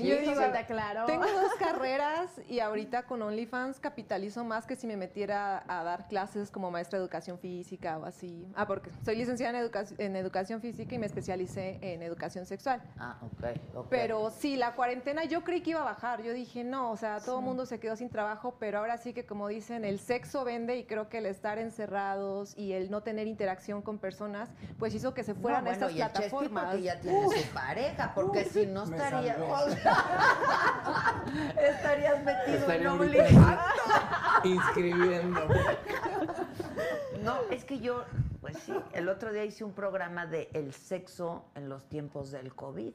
[SPEAKER 8] dijo,
[SPEAKER 9] digo,
[SPEAKER 8] se te aclaró.
[SPEAKER 9] Tengo dos carreras y ahorita con OnlyFans capitalizo más que si me metiera a dar clases como maestra de educación física o así. Ah, porque soy licenciada en, educa- en educación física y me especialicé en educación sexual.
[SPEAKER 2] Ah, ok, ok.
[SPEAKER 9] Pero sí, la cuarentena yo creí que iba a bajar. Yo dije, no, o sea, todo el
[SPEAKER 2] Sí.
[SPEAKER 9] mundo se quedó sin trabajo, pero ahora sí que como dicen, el sexo vende y creo que el estar encerrados y el no tener interacción con personas, pues hizo que se fueran
[SPEAKER 2] No,
[SPEAKER 9] a
[SPEAKER 2] bueno,
[SPEAKER 9] estas
[SPEAKER 2] y el Chespi
[SPEAKER 9] plataformas.
[SPEAKER 2] porque
[SPEAKER 9] [LAUGHS]
[SPEAKER 2] ya tiene
[SPEAKER 9] Uf.
[SPEAKER 2] su pareja, porque si no
[SPEAKER 9] me
[SPEAKER 2] estaría...
[SPEAKER 9] salvé.
[SPEAKER 2] estarías metido
[SPEAKER 6] Estaría
[SPEAKER 2] en
[SPEAKER 9] [LAUGHS]
[SPEAKER 6] ahorita
[SPEAKER 2] OnlyFans.
[SPEAKER 6] Inscribiendo.
[SPEAKER 2] [LAUGHS] No, es que yo, pues sí, el otro día hice un programa de el sexo en los tiempos del COVID.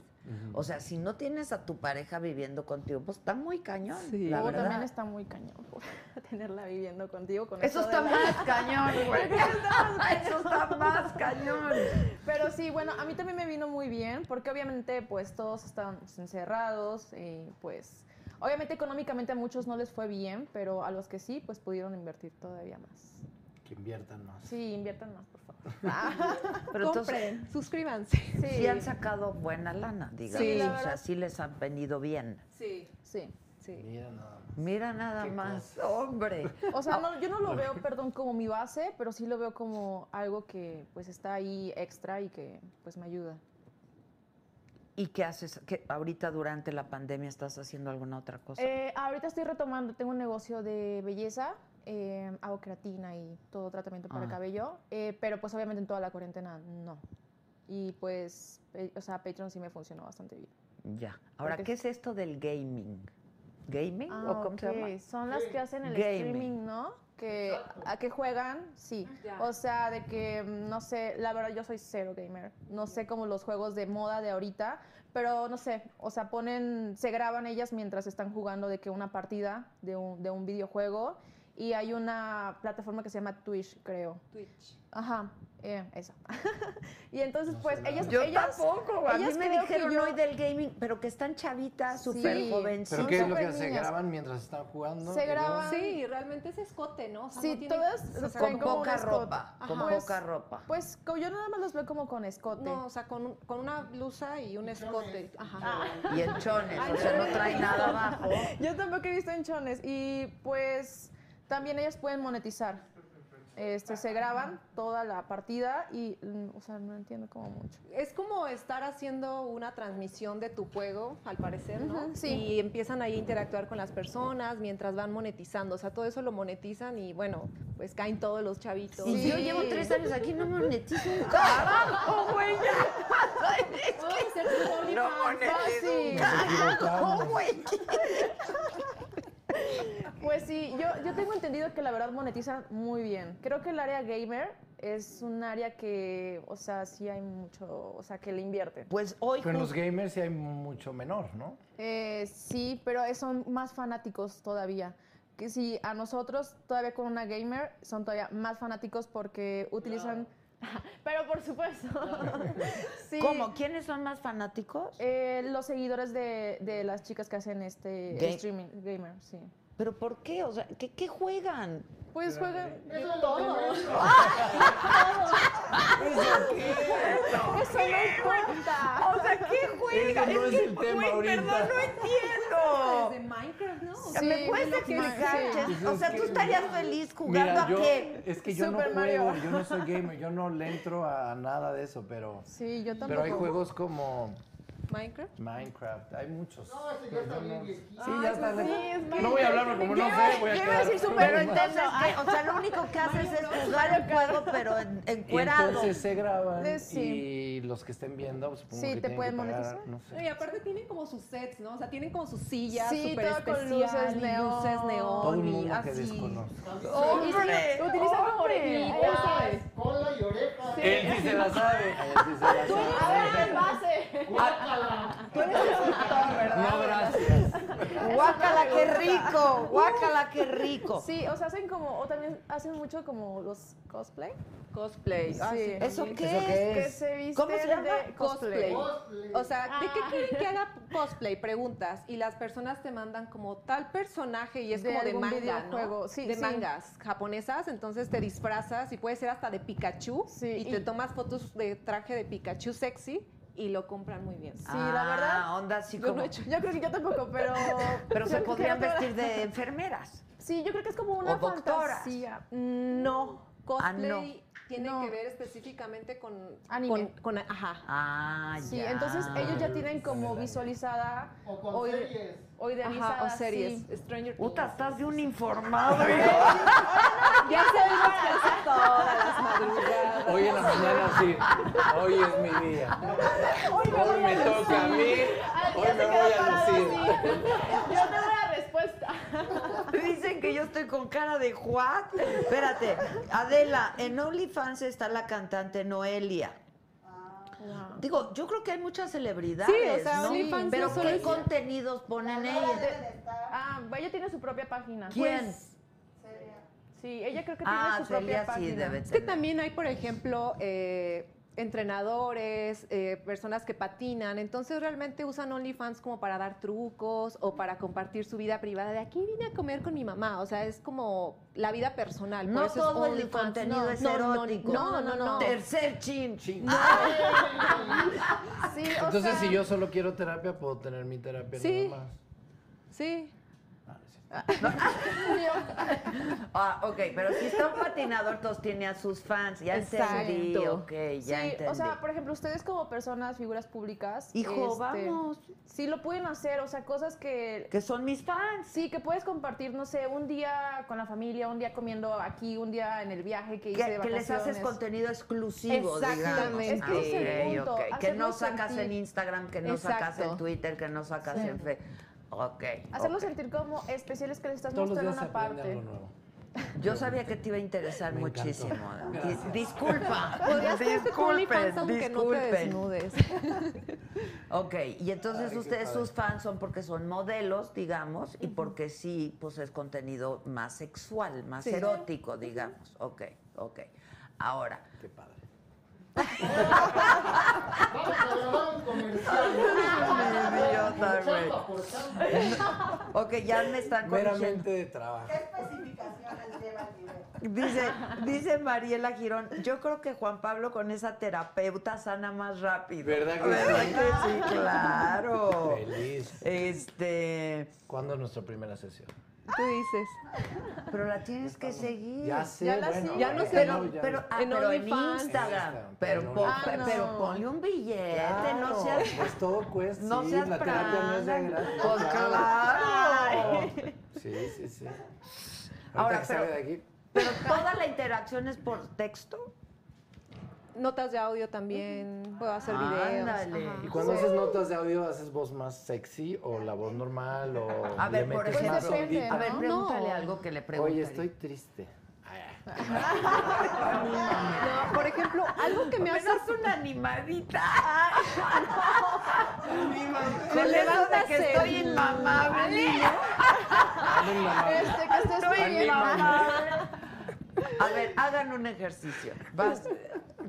[SPEAKER 2] O sea, si no tienes a tu pareja viviendo contigo, pues está muy cañón, la
[SPEAKER 8] Luego
[SPEAKER 2] verdad.
[SPEAKER 8] también está muy cañón por [LAUGHS] tenerla viviendo contigo. Con
[SPEAKER 2] Eso
[SPEAKER 8] de
[SPEAKER 2] está
[SPEAKER 8] la-
[SPEAKER 2] más cañón,
[SPEAKER 9] [LAUGHS]
[SPEAKER 2] güey.
[SPEAKER 8] Yo creo que está más
[SPEAKER 2] Eso está más cañón.
[SPEAKER 8] Pero sí, bueno, a mí también me vino muy bien porque obviamente pues todos estábamos encerrados y pues... Obviamente económicamente a muchos no les fue bien, pero a los que sí, pues pudieron invertir todavía más.
[SPEAKER 10] Que inviertan más.
[SPEAKER 8] Sí, inviertan más, por favor.
[SPEAKER 2] Pero
[SPEAKER 8] Compren,
[SPEAKER 2] entonces,
[SPEAKER 8] suscríbanse.
[SPEAKER 2] sí. han sacado buena lana, digamos.
[SPEAKER 8] Sí, la
[SPEAKER 2] o sea,
[SPEAKER 8] verdad.
[SPEAKER 2] sí les han venido bien.
[SPEAKER 8] Sí, sí, sí.
[SPEAKER 10] Mira nada más.
[SPEAKER 2] Mira nada más, hombre.
[SPEAKER 8] O sea, no, yo no lo veo, perdón, como mi base, pero sí lo veo como algo que pues está ahí extra y que pues me ayuda.
[SPEAKER 2] ¿Y qué haces? ¿Qué, ahorita durante la pandemia estás haciendo alguna otra cosa?
[SPEAKER 8] Eh, ahorita estoy retomando, tengo un negocio de belleza, eh, hago creatina y todo tratamiento para
[SPEAKER 2] Ah.
[SPEAKER 8] el cabello, eh, pero pues obviamente en toda la cuarentena no. Y pues, eh, o sea, Patreon sí me funcionó bastante bien.
[SPEAKER 2] ya. Ahora,
[SPEAKER 8] porque-
[SPEAKER 2] ¿qué es esto del gaming? ¿Gaming?
[SPEAKER 8] Ah,
[SPEAKER 2] ¿O cómo se
[SPEAKER 8] ok.
[SPEAKER 2] llama?
[SPEAKER 8] Son las que hacen el
[SPEAKER 2] Gaming.
[SPEAKER 8] streaming, ¿no? Que, a que juegan, sí.
[SPEAKER 9] Ya.
[SPEAKER 8] O sea, de que, mm, no sé, la verdad yo soy cero gamer. No sé cómo los juegos de moda de ahorita, pero no sé, o sea, ponen, se graban ellas mientras están jugando de que una partida de un, de un videojuego y hay una plataforma que se llama Twitch, creo.
[SPEAKER 9] Twitch.
[SPEAKER 8] Ajá, eh, esa. [LAUGHS] y entonces, pues, ellas...
[SPEAKER 2] Yo
[SPEAKER 8] ellas-
[SPEAKER 2] tampoco. A mí
[SPEAKER 8] ellas
[SPEAKER 2] me
[SPEAKER 8] creo que
[SPEAKER 2] dijeron
[SPEAKER 8] yo-
[SPEAKER 2] hoy del gaming, pero que están chavitas, súper
[SPEAKER 8] Sí.
[SPEAKER 2] jovencitas.
[SPEAKER 10] ¿Pero
[SPEAKER 8] Son
[SPEAKER 10] qué es lo que
[SPEAKER 8] súper
[SPEAKER 10] se
[SPEAKER 8] niñas.
[SPEAKER 10] graban mientras están jugando?
[SPEAKER 8] Se
[SPEAKER 10] y luego-
[SPEAKER 8] graban.
[SPEAKER 9] Sí, realmente es escote, ¿no? O sea,
[SPEAKER 8] Sí,
[SPEAKER 9] no tiene-
[SPEAKER 8] todas
[SPEAKER 9] o sea,
[SPEAKER 8] los
[SPEAKER 9] se
[SPEAKER 8] con
[SPEAKER 9] ven como
[SPEAKER 2] poca
[SPEAKER 9] un escote.
[SPEAKER 2] ropa, con
[SPEAKER 9] Ajá.
[SPEAKER 2] poca ropa.
[SPEAKER 8] Pues co- yo nada más los veo como con escote.
[SPEAKER 9] No, o sea, con, un- con una blusa y un escote. Ajá.
[SPEAKER 2] Y en chones,
[SPEAKER 9] Ay,
[SPEAKER 2] o sea, no
[SPEAKER 9] no.
[SPEAKER 2] trae nada abajo.
[SPEAKER 8] Yo tampoco he visto enchones. Y pues también ellas pueden monetizar. Este, se graban toda la partida y, mm, o sea, no entiendo como mucho.
[SPEAKER 9] Es como estar haciendo una transmisión de tu juego, al parecer, ¿no?
[SPEAKER 8] Ujú, sí.
[SPEAKER 9] Y empiezan ahí a interactuar con las personas mientras van monetizando. O sea, todo eso lo monetizan y bueno, pues caen todos los chavitos.
[SPEAKER 2] Y yo llevo tres años aquí, no monetizo un carajo, güey.
[SPEAKER 9] Puedes hacer tu OnlyFans
[SPEAKER 2] No monetizo
[SPEAKER 8] fácil. [LAUGHS]
[SPEAKER 2] un carajo,
[SPEAKER 10] equivocamos.
[SPEAKER 2] güey.
[SPEAKER 8] Pues sí, yo, yo tengo entendido que la verdad monetizan muy bien. Creo que el área gamer es un área que, o sea, sí hay mucho, o sea, que le invierten.
[SPEAKER 2] Pues hoy
[SPEAKER 10] Pero en los
[SPEAKER 2] justo-
[SPEAKER 10] gamers sí hay mucho menor, ¿no?
[SPEAKER 8] Eh, sí, pero es- son más fanáticos todavía. Que si a nosotros, todavía con una gamer, son todavía más fanáticos porque utilizan. [LAUGHS] pero por supuesto. [LAUGHS] sí.
[SPEAKER 2] ¿Cómo? ¿Quiénes son más fanáticos?
[SPEAKER 8] Eh, los seguidores de, de las chicas que hacen este
[SPEAKER 2] Ga-
[SPEAKER 8] streaming, gamer, sí.
[SPEAKER 2] ¿Pero por qué? O sea, ¿qué, qué juegan?
[SPEAKER 8] Pues juegan de
[SPEAKER 5] Eso es lo
[SPEAKER 8] [LAUGHS] todo.
[SPEAKER 5] que
[SPEAKER 8] Eso no cuenta.
[SPEAKER 2] O sea, ¿qué juegan?
[SPEAKER 10] Ese no es el tema
[SPEAKER 2] güey,
[SPEAKER 10] ahorita.
[SPEAKER 2] perdón, no entiendo. [LAUGHS]
[SPEAKER 9] Desde Minecraft, ¿no?
[SPEAKER 8] Sí,
[SPEAKER 2] ¿Me puedes
[SPEAKER 8] Minecraft,
[SPEAKER 2] explicar?
[SPEAKER 8] sí.
[SPEAKER 2] Jess? O sea, ¿tú estarías feliz jugando
[SPEAKER 10] Mira,
[SPEAKER 2] a
[SPEAKER 10] yo,
[SPEAKER 2] qué?
[SPEAKER 10] es que yo no
[SPEAKER 8] Super
[SPEAKER 10] juego,
[SPEAKER 8] Mario. [LAUGHS]
[SPEAKER 10] yo no soy gamer, yo no le entro a nada de eso, pero,
[SPEAKER 8] Sí, yo tampoco.
[SPEAKER 10] pero hay juegos como
[SPEAKER 9] Minecraft.
[SPEAKER 10] Minecraft, hay muchos.
[SPEAKER 5] No, ese ya está bien viejito.
[SPEAKER 10] Sí, ya está.
[SPEAKER 8] pues sí, es
[SPEAKER 10] no voy a hablar porque como no sé, voy a
[SPEAKER 8] yo iba a
[SPEAKER 10] quedar
[SPEAKER 8] decir
[SPEAKER 10] como
[SPEAKER 8] Super
[SPEAKER 2] Pero
[SPEAKER 10] mal.
[SPEAKER 2] entonces, ¿qué? o sea, lo único que haces es jugar el juego, pero en-
[SPEAKER 10] Y
[SPEAKER 2] encuerado.
[SPEAKER 10] entonces se graban
[SPEAKER 8] De- sí.
[SPEAKER 10] y los que estén viendo, pues, supongo
[SPEAKER 8] Sí,
[SPEAKER 10] que
[SPEAKER 8] te
[SPEAKER 10] tienen
[SPEAKER 8] pueden
[SPEAKER 10] que pagar,
[SPEAKER 8] monetizar.
[SPEAKER 10] no
[SPEAKER 9] No,
[SPEAKER 10] sé.
[SPEAKER 9] Y aparte tienen como sus sets, ¿no? O sea, tienen como sus sillas
[SPEAKER 8] Sí,
[SPEAKER 9] súper
[SPEAKER 8] todo con
[SPEAKER 9] especial
[SPEAKER 8] luces
[SPEAKER 9] y
[SPEAKER 8] neón.
[SPEAKER 9] luces neón
[SPEAKER 10] Todo el
[SPEAKER 9] y
[SPEAKER 10] mundo que
[SPEAKER 9] así.
[SPEAKER 10] desconozco.
[SPEAKER 8] ¡Hombre! utilizan como orejitas.
[SPEAKER 5] Cola y oreja.
[SPEAKER 10] Él sí se la sabe. Él sí se la
[SPEAKER 8] A
[SPEAKER 10] sabe.
[SPEAKER 8] ver, en base.
[SPEAKER 2] Tú eres instructor, ¿verdad?
[SPEAKER 10] No, gracias.
[SPEAKER 2] Guácala, qué rico. Guácala, qué rico.
[SPEAKER 8] Sí, o sea, hacen como, o también hacen mucho como los cosplay.
[SPEAKER 9] Cosplay. Ah, sí.
[SPEAKER 2] ¿Eso
[SPEAKER 10] ¿Eso
[SPEAKER 2] qué
[SPEAKER 10] qué
[SPEAKER 8] Que
[SPEAKER 10] es?
[SPEAKER 8] se visten
[SPEAKER 2] ¿Cómo se llama?
[SPEAKER 8] de
[SPEAKER 9] Cosplay.
[SPEAKER 5] Cosplay.
[SPEAKER 9] O sea, ¿de qué
[SPEAKER 8] Ah.
[SPEAKER 9] quieren que haga cosplay? Preguntas. Y las personas te mandan como tal personaje y es
[SPEAKER 8] De
[SPEAKER 9] como de
[SPEAKER 8] algún
[SPEAKER 9] manga,
[SPEAKER 8] videojuego.
[SPEAKER 9] ¿no?
[SPEAKER 8] Sí,
[SPEAKER 9] de
[SPEAKER 8] sí.
[SPEAKER 9] mangas japonesas. Entonces te disfrazas y puede ser hasta de Pikachu.
[SPEAKER 8] Sí,
[SPEAKER 9] y,
[SPEAKER 8] y-
[SPEAKER 9] te tomas fotos de traje de Pikachu sexy y lo compran muy bien.
[SPEAKER 8] Sí, la verdad,
[SPEAKER 2] Ah, onda así
[SPEAKER 9] yo no
[SPEAKER 2] como...
[SPEAKER 9] he hecho-
[SPEAKER 8] Yo creo que yo tampoco, pero.
[SPEAKER 2] Ah, Pero
[SPEAKER 8] yo
[SPEAKER 2] se
[SPEAKER 8] [LAUGHS] creo que
[SPEAKER 2] podrían
[SPEAKER 8] era toda-
[SPEAKER 2] vestir
[SPEAKER 8] [LAUGHS]
[SPEAKER 2] de enfermeras.
[SPEAKER 8] Sí, yo creo que es como una
[SPEAKER 2] O doctoras.
[SPEAKER 8] fantasía.
[SPEAKER 9] No,
[SPEAKER 2] Ah,
[SPEAKER 9] cosplay
[SPEAKER 2] no.
[SPEAKER 9] tiene
[SPEAKER 8] No.
[SPEAKER 9] que ver específicamente con
[SPEAKER 8] Anime.
[SPEAKER 9] Con, con- ajá.
[SPEAKER 2] Ah,
[SPEAKER 8] Sí,
[SPEAKER 2] ya.
[SPEAKER 8] entonces ellos ya tienen como visualizada
[SPEAKER 5] O con
[SPEAKER 8] ide-
[SPEAKER 5] series.
[SPEAKER 8] o idealizada.
[SPEAKER 9] Ajá, o series.
[SPEAKER 8] sí.
[SPEAKER 9] Stranger Things.
[SPEAKER 2] Puta, estás de un
[SPEAKER 8] [LAUGHS]
[SPEAKER 2] informado.
[SPEAKER 9] Ya sabemos que hace todas las madrugadas.
[SPEAKER 10] Hoy en la mañana sí. Hoy es mi día. Hoy me toca a mí. Hoy me voy a lucir. [LAUGHS]
[SPEAKER 8] Yo tengo la respuesta.
[SPEAKER 2] Dicen que yo estoy con cara de Juan. Espérate, Adela, en OnlyFans está la cantante Noelia. Digo, yo creo que hay muchas celebridades,
[SPEAKER 9] Sí, o sea,
[SPEAKER 2] ¿no?
[SPEAKER 9] OnlyFans
[SPEAKER 2] Pero
[SPEAKER 9] no solo
[SPEAKER 2] ¿qué
[SPEAKER 9] es-
[SPEAKER 2] contenidos ponen ellas?
[SPEAKER 8] Ah, ella tiene su propia página. Pues,
[SPEAKER 2] ¿Quién?
[SPEAKER 9] Pues,
[SPEAKER 8] Sí, ella creo que tiene
[SPEAKER 2] ah,
[SPEAKER 8] su propia
[SPEAKER 2] Celia
[SPEAKER 8] página.
[SPEAKER 2] sí debe
[SPEAKER 9] Es que
[SPEAKER 2] tener.
[SPEAKER 9] también hay, por ejemplo, eh, entrenadores, eh, personas que patinan. Entonces realmente usan OnlyFans como para dar trucos o para compartir su vida privada. De aquí vine a comer con mi mamá. O sea, es como la vida personal. Por
[SPEAKER 2] No
[SPEAKER 9] eso pues, es
[SPEAKER 2] todo el
[SPEAKER 9] OnlyFans.
[SPEAKER 2] contenido
[SPEAKER 9] No,
[SPEAKER 2] es
[SPEAKER 9] no, no,
[SPEAKER 2] erótico.
[SPEAKER 9] No, no, no. no.
[SPEAKER 2] Tercer chin.
[SPEAKER 6] Chin.
[SPEAKER 9] Sí, o
[SPEAKER 6] Entonces,
[SPEAKER 9] sea,
[SPEAKER 6] si yo solo quiero terapia, puedo tener mi terapia
[SPEAKER 9] Sí.
[SPEAKER 6] nada más.
[SPEAKER 9] Sí.
[SPEAKER 2] Ah, ok, pero si está un patinador, entonces tiene a sus fans. Ya entendí,
[SPEAKER 9] Exacto.
[SPEAKER 2] ok, ya
[SPEAKER 8] sí,
[SPEAKER 2] entendí.
[SPEAKER 8] o sea, por ejemplo, ustedes como personas, figuras públicas.
[SPEAKER 2] Hijo,
[SPEAKER 9] este,
[SPEAKER 2] vamos.
[SPEAKER 8] Sí, lo pueden hacer, o sea, cosas que.
[SPEAKER 2] Que son mis fans.
[SPEAKER 8] Sí, que puedes compartir, no sé, un día con la familia, un día comiendo aquí, un día en el viaje que hice de
[SPEAKER 2] que, que les haces
[SPEAKER 8] vacaciones.
[SPEAKER 2] contenido exclusivo, digamos.
[SPEAKER 8] Exactamente. Es que ese es el
[SPEAKER 2] Ah, ok,
[SPEAKER 8] punto,
[SPEAKER 2] ok. Que no
[SPEAKER 8] hacerlos
[SPEAKER 2] sacas
[SPEAKER 8] sentir.
[SPEAKER 2] en Instagram, que no sacas en
[SPEAKER 8] Exacto.
[SPEAKER 2] Twitter, que no sacas
[SPEAKER 8] Sí.
[SPEAKER 2] en Facebook. Ok.
[SPEAKER 8] Hacerlos
[SPEAKER 2] ok.
[SPEAKER 8] sentir como especiales que les estás
[SPEAKER 6] Todos los días se
[SPEAKER 8] mostrando una
[SPEAKER 6] aprende
[SPEAKER 8] parte.
[SPEAKER 6] algo nuevo.
[SPEAKER 2] Yo sabía que te iba a interesar
[SPEAKER 6] encantó.
[SPEAKER 2] muchísimo.
[SPEAKER 6] Gracias.
[SPEAKER 2] Dis- Disculpa.
[SPEAKER 8] Podrías crecer tu OnlyFans aunque no te
[SPEAKER 2] disculpen.
[SPEAKER 8] desnudes.
[SPEAKER 2] Ok, y entonces
[SPEAKER 8] Ay, qué
[SPEAKER 2] ustedes,
[SPEAKER 8] padre.
[SPEAKER 2] sus fans son porque son modelos, digamos, y porque sí, pues es contenido más sexual, más
[SPEAKER 8] Sí.
[SPEAKER 2] erótico, digamos. Ok, ok. Ahora. Qué [LAUGHS] padre. idiota, güey.
[SPEAKER 5] Chamba por chamba.
[SPEAKER 2] Ok, ya me están corrigiendo.
[SPEAKER 6] Meramente de trabajo.
[SPEAKER 3] Especificaciones de validez.
[SPEAKER 2] Dice, dice Mariela Girón, yo creo que Juan Pablo con esa terapeuta sana más rápido.
[SPEAKER 6] ¿Verdad que sí?
[SPEAKER 2] que sí? Claro.
[SPEAKER 6] Feliz.
[SPEAKER 2] Este.
[SPEAKER 6] ¿Cuándo es nuestra primera sesión?
[SPEAKER 9] Tú dices.
[SPEAKER 2] Pero la tienes que seguir.
[SPEAKER 6] Ya sé, Ya la bueno, sigo.
[SPEAKER 9] ya no sé,
[SPEAKER 2] Pero,
[SPEAKER 9] ya-
[SPEAKER 2] pero, ah,
[SPEAKER 9] en
[SPEAKER 2] pero en
[SPEAKER 9] OnlyFans.
[SPEAKER 2] Instagram.
[SPEAKER 6] Instagram,
[SPEAKER 2] Pero,
[SPEAKER 6] en
[SPEAKER 2] pon-
[SPEAKER 6] OnlyFans.
[SPEAKER 2] pero-
[SPEAKER 6] Ah,
[SPEAKER 2] pero ponle un billete, este, no seas.
[SPEAKER 6] Pues todo cuesta.
[SPEAKER 2] No
[SPEAKER 6] sí,
[SPEAKER 2] seas
[SPEAKER 6] la terapia no es de
[SPEAKER 2] prana.
[SPEAKER 6] gratis.
[SPEAKER 2] Pues claro.
[SPEAKER 6] Sí, sí, sí.
[SPEAKER 2] Ahora,
[SPEAKER 6] Ahora que
[SPEAKER 2] pero-
[SPEAKER 6] salga de aquí.
[SPEAKER 2] Pero toda la interacción es por texto.
[SPEAKER 9] [LAUGHS] Notas de audio también, puedo hacer
[SPEAKER 6] Ah,
[SPEAKER 9] videos.
[SPEAKER 2] Ándale.
[SPEAKER 9] ajá.
[SPEAKER 6] ¿Y cuando
[SPEAKER 9] Sí.
[SPEAKER 6] haces notas de audio, haces voz más sexy o la voz normal o
[SPEAKER 2] A
[SPEAKER 6] le
[SPEAKER 2] ver, por
[SPEAKER 6] metes
[SPEAKER 2] ejemplo.
[SPEAKER 6] más ondita?
[SPEAKER 2] a ver,
[SPEAKER 9] ¿no?
[SPEAKER 2] pregúntale
[SPEAKER 9] No.
[SPEAKER 2] algo que le
[SPEAKER 6] Oye,
[SPEAKER 2] pregunte.
[SPEAKER 6] estoy triste.
[SPEAKER 9] No, por ejemplo, algo que me hace.
[SPEAKER 2] una animadita.
[SPEAKER 6] [LAUGHS]
[SPEAKER 9] Me
[SPEAKER 2] Con eso de
[SPEAKER 9] levantas
[SPEAKER 2] que
[SPEAKER 9] el-
[SPEAKER 2] estoy inmamable.
[SPEAKER 8] Este, que estés
[SPEAKER 2] Estoy
[SPEAKER 8] bien.
[SPEAKER 2] inmamable. A ver, hagan un ejercicio. Vas,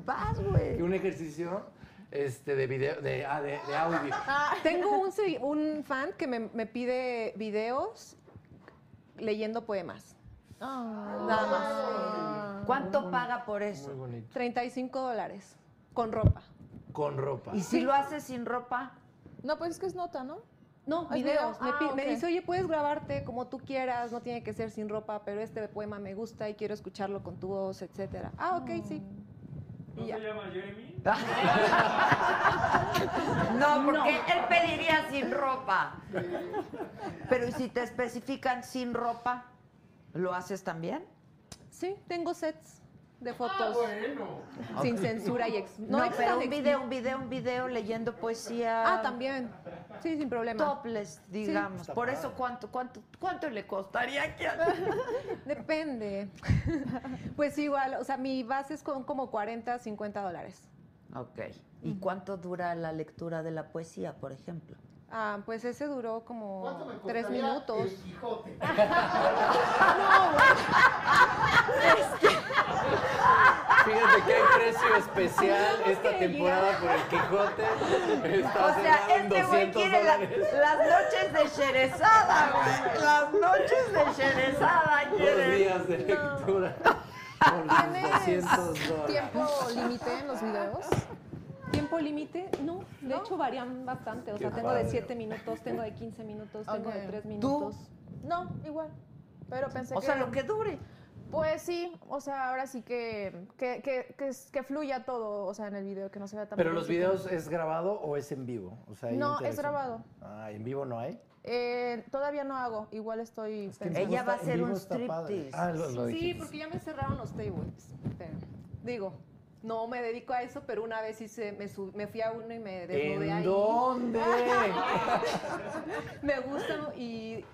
[SPEAKER 2] vas,
[SPEAKER 6] Y
[SPEAKER 2] güey.
[SPEAKER 6] un ejercicio este, de video, de, ah, de, de audio.
[SPEAKER 9] Tengo un, segui- un fan que me, me pide videos leyendo poemas. Nada más.
[SPEAKER 2] Ah. ¿Cuánto paga por
[SPEAKER 6] Muy
[SPEAKER 2] eso?
[SPEAKER 6] bonito.
[SPEAKER 9] 35 dólares con ropa.
[SPEAKER 6] Con ropa.
[SPEAKER 2] ¿Y si lo haces sin ropa?
[SPEAKER 8] No, pues es que es nota, ¿no?
[SPEAKER 9] No,
[SPEAKER 8] ¿Es
[SPEAKER 9] videos.
[SPEAKER 8] video?
[SPEAKER 9] Me, pi-
[SPEAKER 8] Ah,
[SPEAKER 9] me
[SPEAKER 8] ok.
[SPEAKER 9] dice, oye, puedes grabarte como tú quieras, no tiene que ser sin ropa, pero este poema me gusta y quiero escucharlo con tu voz, etcétera. Ah, ok, sí.
[SPEAKER 4] ¿No
[SPEAKER 5] Mm.
[SPEAKER 9] Y ya.
[SPEAKER 4] se llama Jeremy?
[SPEAKER 2] No, porque él pediría sin ropa. Pero ¿y si te especifican sin ropa, ¿lo haces también?
[SPEAKER 9] Sí, tengo sets de
[SPEAKER 5] Ah,
[SPEAKER 9] fotos
[SPEAKER 5] Bueno.
[SPEAKER 9] sin censura y ex.
[SPEAKER 2] No,
[SPEAKER 9] extra
[SPEAKER 2] pero
[SPEAKER 9] de
[SPEAKER 2] un
[SPEAKER 9] ex-
[SPEAKER 2] video, un video, un video leyendo poesía.
[SPEAKER 9] Ah, también. Sí, sin problema.
[SPEAKER 2] Topless, digamos.
[SPEAKER 6] Está
[SPEAKER 2] Por
[SPEAKER 6] padre.
[SPEAKER 2] eso, ¿cuánto, cuánto, cuánto le costaría que [LAUGHS]
[SPEAKER 9] Depende. [LAUGHS] pues igual, o sea, mi base es con como 40, 50 dólares.
[SPEAKER 2] Ok. ¿Y cuánto dura la lectura de la poesía, por ejemplo?
[SPEAKER 9] Ah, pues ese duró como
[SPEAKER 5] ¿Cuánto me costaría
[SPEAKER 9] tres minutos.
[SPEAKER 5] El Quijote.
[SPEAKER 6] Fíjate que hay precio especial esta temporada por el Quijote. Está
[SPEAKER 2] O sea,
[SPEAKER 6] cerrado en
[SPEAKER 2] este güey
[SPEAKER 6] 200
[SPEAKER 2] quiere la-
[SPEAKER 6] dólares.
[SPEAKER 2] las noches de Sherezada, güey. Las noches de Sherezada
[SPEAKER 6] Dos
[SPEAKER 2] quiere.
[SPEAKER 6] días de lectura. Por los
[SPEAKER 8] ¿Tienes
[SPEAKER 6] 200 dólares.
[SPEAKER 8] ¿Tiempo límite en los videos?
[SPEAKER 9] ¿Tiempo límite? No, de hecho varían bastante. O sea,
[SPEAKER 6] Qué
[SPEAKER 9] tengo de
[SPEAKER 6] padre.
[SPEAKER 9] 7 minutos, tengo de 15 minutos, tengo de
[SPEAKER 8] Ok.
[SPEAKER 9] 3
[SPEAKER 8] ¿Tú?
[SPEAKER 9] minutos.
[SPEAKER 8] No, igual. Pero pensé
[SPEAKER 2] O
[SPEAKER 8] que.
[SPEAKER 2] sea, lo que dure.
[SPEAKER 8] Pues sí, o sea, ahora sí que que, que, que, es- que fluya todo, o sea, en el video, que no se vea tan
[SPEAKER 6] Pero los
[SPEAKER 8] poquito.
[SPEAKER 6] videos es grabado o es en vivo? O sea, hay
[SPEAKER 8] No, es
[SPEAKER 6] interacción.
[SPEAKER 8] grabado.
[SPEAKER 6] Ah, en vivo no hay.
[SPEAKER 8] Eh, todavía no hago, igual estoy
[SPEAKER 6] En
[SPEAKER 8] pensando.
[SPEAKER 2] Ella
[SPEAKER 6] vivo
[SPEAKER 2] va a
[SPEAKER 6] está-
[SPEAKER 2] hacer
[SPEAKER 6] en
[SPEAKER 2] un
[SPEAKER 6] vivo está padre.
[SPEAKER 2] striptease.
[SPEAKER 6] Ah, lo, lo
[SPEAKER 9] Sí,
[SPEAKER 6] dijiste.
[SPEAKER 9] porque ya me cerraron los tables. Pero, digo, no me dedico a eso, pero una vez hice, me, sub- me fui a uno y me desnudé
[SPEAKER 6] ¿En
[SPEAKER 9] ahí. Ah,
[SPEAKER 6] dónde?
[SPEAKER 2] [LAUGHS]
[SPEAKER 9] Me gusta y,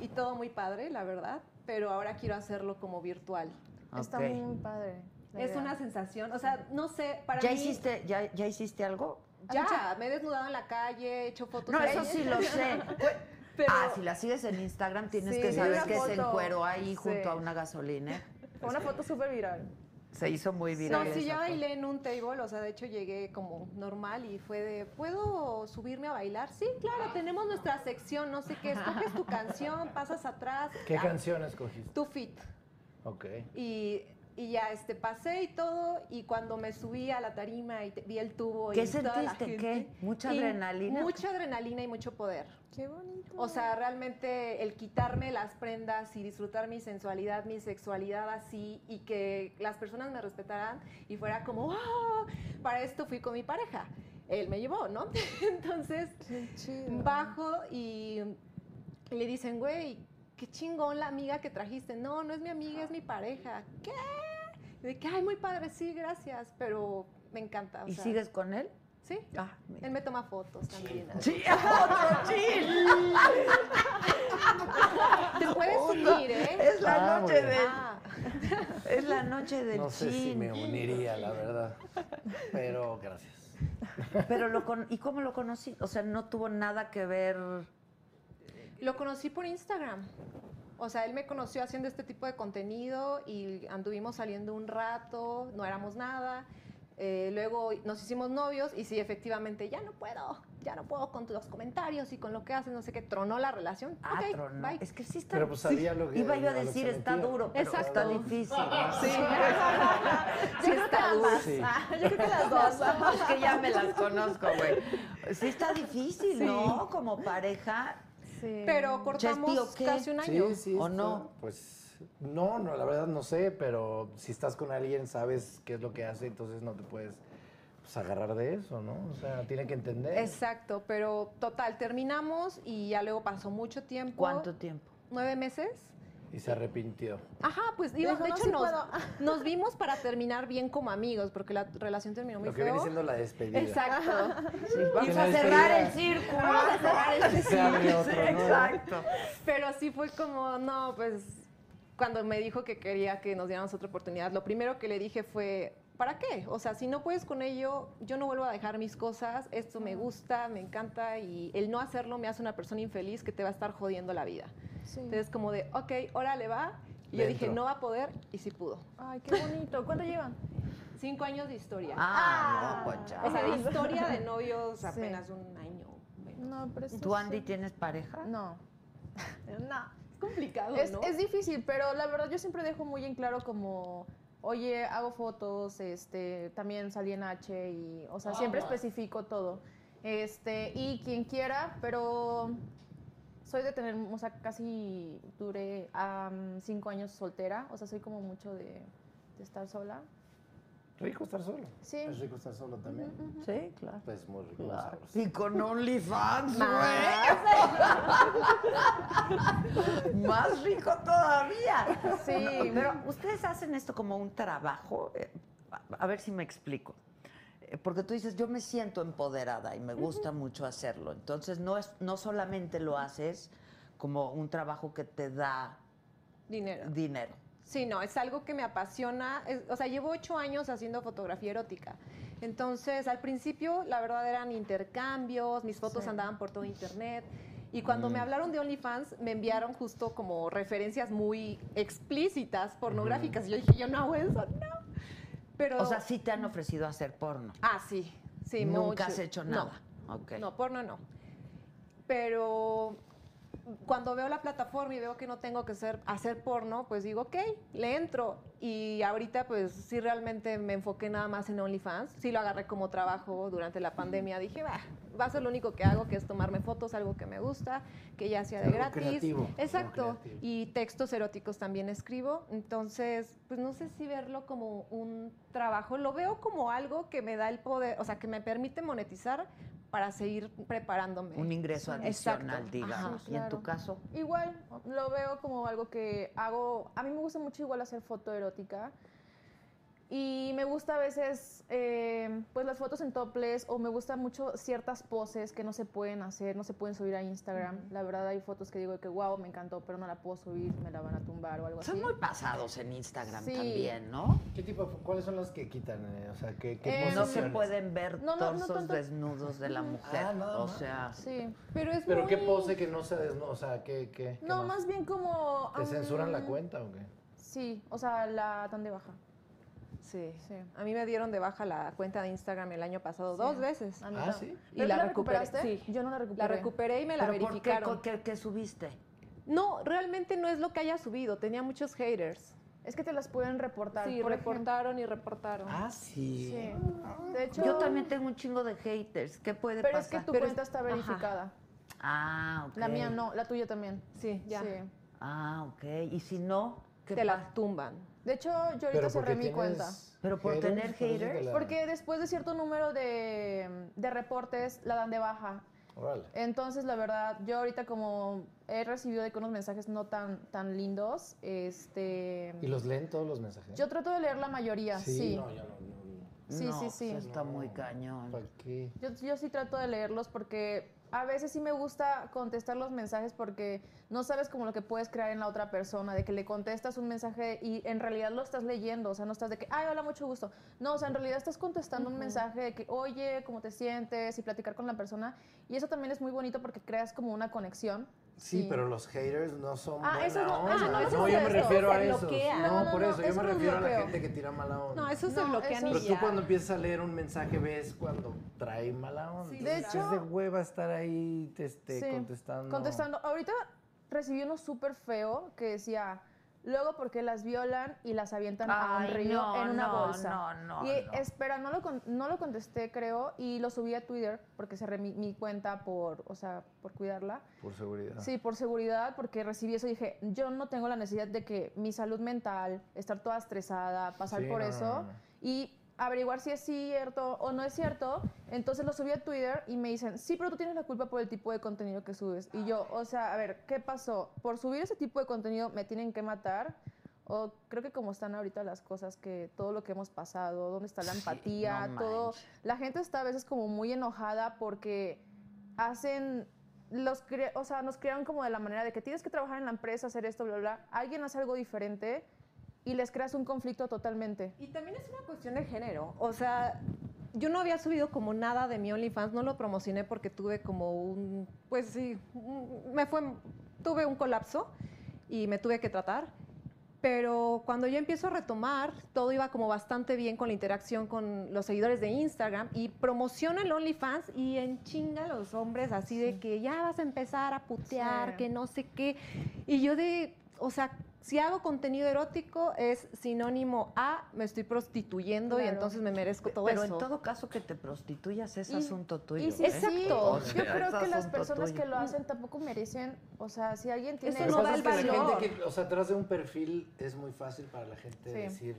[SPEAKER 9] y todo muy padre, la verdad, pero ahora quiero hacerlo como virtual.
[SPEAKER 8] Está
[SPEAKER 2] Ok.
[SPEAKER 8] muy padre. la
[SPEAKER 9] es
[SPEAKER 8] idea.
[SPEAKER 9] una sensación, o sea, no sé, para
[SPEAKER 2] ¿Ya
[SPEAKER 9] mí...
[SPEAKER 2] hiciste, ya, ya hiciste algo?
[SPEAKER 9] Ya, me he desnudado en la calle, he hecho fotos.
[SPEAKER 2] No,
[SPEAKER 9] en la
[SPEAKER 2] eso
[SPEAKER 9] calle.
[SPEAKER 2] sí lo sé. [LAUGHS]
[SPEAKER 9] Pero-
[SPEAKER 2] ah, si la sigues en Instagram tienes
[SPEAKER 8] Sí,
[SPEAKER 2] que
[SPEAKER 8] vi
[SPEAKER 2] saber
[SPEAKER 8] una
[SPEAKER 2] que se
[SPEAKER 8] foto.
[SPEAKER 2] encueró ahí
[SPEAKER 8] Sí.
[SPEAKER 2] junto a una gasolina.
[SPEAKER 8] Fue una foto súper viral.
[SPEAKER 2] Se hizo muy
[SPEAKER 9] No,
[SPEAKER 2] viral. esa
[SPEAKER 9] sí, ya
[SPEAKER 2] foto.
[SPEAKER 9] bailé en un table, o sea, de hecho llegué como normal y fue de, ¿puedo subirme a bailar? Sí, claro, tenemos nuestra sección, no sé qué, escoges
[SPEAKER 2] [LAUGHS]
[SPEAKER 9] tu canción, pasas atrás.
[SPEAKER 6] ¿Qué
[SPEAKER 9] ah,
[SPEAKER 6] canción escogiste?
[SPEAKER 9] Tu fit.
[SPEAKER 6] Ok.
[SPEAKER 9] Y, y ya este, pasé y todo, y cuando me subí a la tarima y te- vi el tubo
[SPEAKER 2] ¿Qué
[SPEAKER 9] y toda la
[SPEAKER 2] sentiste?
[SPEAKER 9] gente-
[SPEAKER 2] ¿Qué? ¿Mucha
[SPEAKER 9] y
[SPEAKER 2] adrenalina?
[SPEAKER 9] Mucha adrenalina y mucho poder. Qué bonito. O sea, realmente el quitarme las prendas y disfrutar mi sensualidad, mi sexualidad así y que las personas me respetaran y fuera como, "Wow". para esto fui con mi pareja. Él me llevó, ¿no? [LAUGHS] Entonces, bajo y le dicen, güey, qué chingón la amiga que trajiste. No, no es mi amiga, es mi pareja. ¿Qué? Y de que, ay, muy padre, sí, gracias, pero me encanta. o
[SPEAKER 2] ¿Y
[SPEAKER 9] sea,
[SPEAKER 2] sigues con él?
[SPEAKER 9] Sí.
[SPEAKER 2] Ah,
[SPEAKER 9] Él me toma fotos también. [LAUGHS]
[SPEAKER 2] Sí, otro chin.
[SPEAKER 9] Te
[SPEAKER 2] [LAUGHS]
[SPEAKER 9] puedes
[SPEAKER 2] Otro.
[SPEAKER 9] unir, ¿eh?
[SPEAKER 2] [LAUGHS] Oh, Es la
[SPEAKER 6] Ah,
[SPEAKER 2] noche
[SPEAKER 6] bueno.
[SPEAKER 2] del.
[SPEAKER 9] Ah,
[SPEAKER 2] Es la noche del
[SPEAKER 6] No sé si
[SPEAKER 2] chin.
[SPEAKER 6] me uniría, la verdad. Pero gracias.
[SPEAKER 2] Pero lo con- ¿y cómo lo conocí? O sea, no tuvo nada que ver.
[SPEAKER 9] Lo conocí por Instagram. O sea, él me conoció haciendo este tipo de contenido y anduvimos saliendo un rato, no éramos nada. Eh, luego nos hicimos novios y sí, efectivamente, ya no puedo, ya no puedo con los comentarios y con lo que haces, no sé qué, tronó la relación.
[SPEAKER 2] Ah,
[SPEAKER 9] Ok,
[SPEAKER 2] tronó.
[SPEAKER 9] bye.
[SPEAKER 2] Es que sí está.
[SPEAKER 6] Pero pues sabía
[SPEAKER 2] sí.
[SPEAKER 6] lo que-
[SPEAKER 2] Iba yo a
[SPEAKER 6] a lo que
[SPEAKER 2] decir,
[SPEAKER 6] se
[SPEAKER 2] está
[SPEAKER 6] metía.
[SPEAKER 2] duro, pero
[SPEAKER 9] Exacto.
[SPEAKER 2] está difícil. ¿no? [LAUGHS]
[SPEAKER 9] Sí.
[SPEAKER 2] Sí
[SPEAKER 9] Yo creo que
[SPEAKER 2] está
[SPEAKER 9] ambas.
[SPEAKER 2] duro.
[SPEAKER 9] Sí. Yo creo que las
[SPEAKER 2] [LAUGHS]
[SPEAKER 9] dos.
[SPEAKER 2] Vamos, que ya me las conozco, güey. Sí está difícil,
[SPEAKER 9] Sí.
[SPEAKER 2] ¿no? Como pareja.
[SPEAKER 9] Pero cortamos
[SPEAKER 2] Chespi, ¿o qué?
[SPEAKER 9] casi un año.
[SPEAKER 6] Sí, sí.
[SPEAKER 2] ¿O
[SPEAKER 6] está-
[SPEAKER 2] no?
[SPEAKER 6] Pues no, no, la verdad no sé, pero si estás con alguien sabes qué es lo que hace, entonces no te puedes pues, agarrar de eso, ¿no? O sea, tiene que entender.
[SPEAKER 9] Exacto, pero total, terminamos y ya luego pasó mucho tiempo.
[SPEAKER 2] ¿Cuánto tiempo?
[SPEAKER 9] ¿Nueve meses?
[SPEAKER 6] Y se arrepintió.
[SPEAKER 9] Ajá, pues digo,
[SPEAKER 8] Dijo,
[SPEAKER 9] de
[SPEAKER 8] "No,
[SPEAKER 9] hecho
[SPEAKER 8] sí
[SPEAKER 9] nos,
[SPEAKER 8] puedo".
[SPEAKER 9] nos vimos para terminar bien como amigos, porque la relación terminó muy
[SPEAKER 6] Lo que
[SPEAKER 9] feo.
[SPEAKER 6] viene siendo la despedida.
[SPEAKER 9] Exacto.
[SPEAKER 2] Vamos
[SPEAKER 6] Que
[SPEAKER 2] a
[SPEAKER 6] la
[SPEAKER 2] cerrar
[SPEAKER 6] despedida-
[SPEAKER 2] el círculo.
[SPEAKER 9] Vamos a cerrar
[SPEAKER 2] [LAUGHS]
[SPEAKER 9] el
[SPEAKER 6] Se abre otro, ¿no?
[SPEAKER 2] Exacto.
[SPEAKER 9] [LAUGHS] Pero sí fue como, no, pues cuando me dijo que quería que nos diéramos otra oportunidad, lo primero que le dije fue, ¿para qué? O sea, si no puedes con ello, yo no vuelvo a dejar mis cosas, esto me gusta, me encanta y el no hacerlo me hace una persona infeliz que te va a estar jodiendo la vida. Entonces como de, ok, órale va. Y yo
[SPEAKER 6] Le
[SPEAKER 9] dije,
[SPEAKER 6] entro.
[SPEAKER 9] no va a poder y sí pudo.
[SPEAKER 8] Ay, qué bonito. ¿Cuánto llevan?
[SPEAKER 9] Cinco años de historia.
[SPEAKER 2] Ah, no, pues ya.
[SPEAKER 9] O sea, de historia de novios
[SPEAKER 8] Sí.
[SPEAKER 9] apenas un año. menos.
[SPEAKER 8] No, pero eso
[SPEAKER 2] ¿Tú, Andy,
[SPEAKER 8] sí.
[SPEAKER 2] tienes pareja?
[SPEAKER 9] [LAUGHS]
[SPEAKER 8] No. no.
[SPEAKER 9] Es complicado,
[SPEAKER 8] Es,
[SPEAKER 9] ¿no?
[SPEAKER 8] es difícil, pero la verdad yo siempre dejo muy en claro como, oye, hago fotos, este, también salí en H y, o sea, siempre
[SPEAKER 9] Ah.
[SPEAKER 8] especifico todo. Este, y quien quiera, pero soy de tener, o sea, casi duré am, cinco años soltera, o sea, soy como mucho de, de estar sola.
[SPEAKER 6] Rico estar solo.
[SPEAKER 8] Sí.
[SPEAKER 6] Es rico estar solo también.
[SPEAKER 2] Sí, claro.
[SPEAKER 6] Pues muy rico.
[SPEAKER 2] Claro.
[SPEAKER 6] sabroso.
[SPEAKER 2] Y con OnlyFans, güey. Más rico todavía.
[SPEAKER 8] Sí.
[SPEAKER 2] Pero ustedes hacen esto como un trabajo. Eh, a- A ver si me explico. Eh, Porque tú dices, yo me siento empoderada y me gusta mucho hacerlo. Entonces, no, es, no solamente lo haces como un trabajo que te da
[SPEAKER 9] Dinero.
[SPEAKER 2] dinero.
[SPEAKER 9] Sí, no, es algo que me apasiona. Es- o sea, llevo ocho años haciendo fotografía erótica. Entonces, al principio, la verdad, eran intercambios, mis fotos andaban por todo internet. Y cuando
[SPEAKER 2] Mm.
[SPEAKER 9] me hablaron de OnlyFans, me enviaron justo como referencias muy explícitas, pornográficas. Y yo dije, yo no hago eso, no. Pero,
[SPEAKER 2] Mm. O sea, sí te han ofrecido hacer porno.
[SPEAKER 9] ah, sí, sí,
[SPEAKER 2] Nunca
[SPEAKER 9] mucho.
[SPEAKER 2] has hecho
[SPEAKER 9] No.
[SPEAKER 2] nada. Ok.
[SPEAKER 9] No, porno no. Pero cuando veo la plataforma y veo que no tengo que ser, hacer porno, pues digo, ok, le entro. Y ahorita, pues sí, realmente me enfoqué nada más en OnlyFans. Sí lo agarré como trabajo durante la pandemia. Dije, va, va a ser lo único que hago, que es tomarme fotos, algo que me gusta, que ya sea de
[SPEAKER 6] Algo
[SPEAKER 9] gratis.
[SPEAKER 6] creativo, algo
[SPEAKER 9] Exacto.
[SPEAKER 6] creativo.
[SPEAKER 9] Y textos eróticos también escribo. Entonces, pues no sé si verlo como un trabajo. Lo veo como algo que me da el poder, o sea, que me permite monetizar para seguir preparándome.
[SPEAKER 2] Un ingreso
[SPEAKER 9] pues, Exacto.
[SPEAKER 2] adicional, digamos.
[SPEAKER 8] Ajá,
[SPEAKER 2] Y en tu
[SPEAKER 8] claro.
[SPEAKER 2] caso,
[SPEAKER 8] Igual, lo veo como algo que hago. A mí me gusta mucho igual hacer foto erótica. Y me gusta a veces, eh, pues las fotos en topless, o me gustan mucho ciertas poses que no se pueden hacer, no se pueden subir a Instagram. La verdad, hay fotos que digo que wow, me encantó, pero no la puedo subir, me la van a tumbar o algo
[SPEAKER 2] pues, son
[SPEAKER 8] así.
[SPEAKER 2] muy pasados en Instagram
[SPEAKER 8] Sí.
[SPEAKER 2] también, ¿no?
[SPEAKER 6] ¿Qué tipo, cuáles son las que quitan? eh? O sea, ¿qué, qué
[SPEAKER 2] No se
[SPEAKER 8] Eh,
[SPEAKER 9] Em,
[SPEAKER 6] posiciones?
[SPEAKER 2] pueden ver
[SPEAKER 8] No, no, no
[SPEAKER 2] torsos
[SPEAKER 8] tanto.
[SPEAKER 2] desnudos de la mujer.
[SPEAKER 6] Ah, nada
[SPEAKER 2] o
[SPEAKER 6] más.
[SPEAKER 2] sea,
[SPEAKER 8] Sí.
[SPEAKER 9] Pero es
[SPEAKER 6] Pero
[SPEAKER 9] muy-
[SPEAKER 6] qué pose que no sea desnudo, o sea, ¿qué, qué, qué
[SPEAKER 8] No, más bien como.
[SPEAKER 6] ¿Te censuran la
[SPEAKER 8] mm,
[SPEAKER 6] cuenta o qué?
[SPEAKER 8] Sí, o sea, la tan de baja. Sí. A mí me dieron de baja la cuenta de Instagram el año pasado dos veces.
[SPEAKER 9] mí Ah, no. ¿sí?
[SPEAKER 8] Y
[SPEAKER 9] ¿Pero
[SPEAKER 8] la,
[SPEAKER 9] tú la
[SPEAKER 8] recuperé.
[SPEAKER 9] recuperaste?
[SPEAKER 8] Sí. Yo no la
[SPEAKER 9] recuperé.
[SPEAKER 8] La recuperé y me la
[SPEAKER 2] ¿Pero por qué?
[SPEAKER 8] verificaron.
[SPEAKER 2] ¿Con ¿Qué, qué subiste?
[SPEAKER 8] No, realmente no es lo que haya subido. Tenía muchos haters.
[SPEAKER 9] Es que te las pueden reportar.
[SPEAKER 8] Sí,
[SPEAKER 9] por
[SPEAKER 8] reportaron y reportaron.
[SPEAKER 6] Ah, sí.
[SPEAKER 9] De hecho,
[SPEAKER 2] Yo también tengo un chingo de haters. ¿Qué puede
[SPEAKER 9] Pero es
[SPEAKER 2] pasar?
[SPEAKER 9] que tu cuenta está verificada.
[SPEAKER 2] Ah, ok.
[SPEAKER 9] La mía no, la tuya también. Sí,
[SPEAKER 8] ya.
[SPEAKER 2] Ah, ok. Y si no, ¿qué
[SPEAKER 9] Te la
[SPEAKER 2] pasa?
[SPEAKER 8] tumban.
[SPEAKER 9] De hecho, yo ahorita cerré mi cuenta.
[SPEAKER 2] Pero por
[SPEAKER 9] haters,
[SPEAKER 2] tener
[SPEAKER 9] por eso te
[SPEAKER 2] haters.
[SPEAKER 9] Porque después de cierto número de, de reportes, la dan de baja.
[SPEAKER 6] Órale.
[SPEAKER 9] Entonces, la verdad, yo ahorita como he recibido de que unos mensajes no tan, tan lindos, este...
[SPEAKER 6] ¿Y los leen todos los mensajes?
[SPEAKER 9] Yo trato de leer la mayoría, sí.
[SPEAKER 6] No, yo no, no, no.
[SPEAKER 9] Sí,
[SPEAKER 2] No,
[SPEAKER 9] sí, sí.
[SPEAKER 2] eso Está muy cañón.
[SPEAKER 6] ¿Para qué?
[SPEAKER 9] Yo, yo sí trato de leerlos porque a veces sí me gusta contestar los mensajes porque no sabes como lo que puedes crear en la otra persona, de que le contestas un mensaje y en realidad lo estás leyendo, o sea, no estás de que, ay, hola, mucho gusto. No, o sea, en realidad estás contestando un mensaje de que, oye, cómo te sientes y platicar con la persona. Y eso también es muy bonito porque creas como una conexión.
[SPEAKER 6] Sí, pero los haters no son.
[SPEAKER 9] Ah,
[SPEAKER 6] buena
[SPEAKER 9] eso no-
[SPEAKER 6] onda.
[SPEAKER 9] eso no, eso
[SPEAKER 6] yo
[SPEAKER 9] es
[SPEAKER 6] me
[SPEAKER 9] esto,
[SPEAKER 6] refiero
[SPEAKER 9] se
[SPEAKER 6] a eso.
[SPEAKER 9] bloquea.
[SPEAKER 6] No,
[SPEAKER 9] No, no,
[SPEAKER 6] por
[SPEAKER 9] no,
[SPEAKER 6] eso. Yo
[SPEAKER 9] eso
[SPEAKER 6] me
[SPEAKER 9] no es
[SPEAKER 6] refiero a la
[SPEAKER 9] bloqueo.
[SPEAKER 6] gente que tira mala onda.
[SPEAKER 9] No, eso se No, bloquean eso y
[SPEAKER 6] Pero tú
[SPEAKER 9] ya.
[SPEAKER 6] cuando empiezas a leer un mensaje ves cuando trae mala onda.
[SPEAKER 9] Sí,
[SPEAKER 6] Entonces,
[SPEAKER 9] de hecho-
[SPEAKER 6] Es de hueva estar ahí este,
[SPEAKER 9] Sí,
[SPEAKER 6] contestando.
[SPEAKER 9] Contestando. Ahorita recibí uno súper feo que decía, luego porque las violan y las avientan a un
[SPEAKER 2] Ay,
[SPEAKER 9] río
[SPEAKER 2] no,
[SPEAKER 9] en una
[SPEAKER 2] no,
[SPEAKER 9] bolsa.
[SPEAKER 2] no, no,
[SPEAKER 9] y
[SPEAKER 2] no.
[SPEAKER 9] espera, no lo, con- no lo contesté, creo, y lo subí a Twitter porque cerré mi, mi cuenta por, o sea, por cuidarla.
[SPEAKER 6] Por seguridad.
[SPEAKER 8] Ah.
[SPEAKER 9] Sí, por seguridad, porque recibí eso y dije, yo no tengo la necesidad de que mi salud mental, estar toda estresada, pasar
[SPEAKER 8] Sí,
[SPEAKER 9] por
[SPEAKER 8] no, no,
[SPEAKER 9] eso
[SPEAKER 8] no, no.
[SPEAKER 9] y averiguar si es cierto o no es cierto. Entonces lo subí a Twitter y me dicen, sí, pero tú tienes la culpa por el tipo de contenido que subes. Y yo, o sea, a ver, ¿qué pasó? Por subir ese tipo de contenido me tienen que matar. O creo que como están ahorita las cosas, que todo lo que hemos pasado, dónde está la
[SPEAKER 8] Sí,
[SPEAKER 9] empatía,
[SPEAKER 8] no
[SPEAKER 9] todo.
[SPEAKER 8] manches.
[SPEAKER 9] La gente está a veces como muy enojada porque hacen los cre- o sea, nos crearon como de la manera de que tienes que trabajar en la empresa, hacer esto, bla, bla. Alguien hace algo diferente y les creas un conflicto totalmente.
[SPEAKER 8] Y también es una cuestión de género. O sea, yo no había subido como nada de mi OnlyFans, no lo promocioné porque tuve como un, pues sí, un- me fue, tuve un colapso y me tuve que tratar. Pero cuando yo empiezo a retomar, todo iba como bastante bien con la interacción con los seguidores de Instagram y promociono el OnlyFans y en chinga los hombres así de que ya vas a empezar a putear,
[SPEAKER 9] Sí.
[SPEAKER 8] que no sé qué. Y yo de, o sea, si hago contenido erótico es sinónimo a me estoy prostituyendo y
[SPEAKER 9] Claro.
[SPEAKER 8] entonces me merezco todo
[SPEAKER 2] Pero
[SPEAKER 8] eso.
[SPEAKER 2] en todo caso que te prostituyas es
[SPEAKER 9] Y-
[SPEAKER 2] asunto tuyo.
[SPEAKER 9] y si
[SPEAKER 2] ¿eh?
[SPEAKER 9] sí,
[SPEAKER 2] O
[SPEAKER 9] yo
[SPEAKER 2] sea, es
[SPEAKER 9] creo que las
[SPEAKER 2] asunto
[SPEAKER 9] personas
[SPEAKER 2] tuyo.
[SPEAKER 9] que lo hacen tampoco merecen, o sea, si alguien tiene...
[SPEAKER 6] Lo que pasa es que la gente que, o sea, atrás de un perfil es muy fácil para la gente
[SPEAKER 9] Sí.
[SPEAKER 6] decir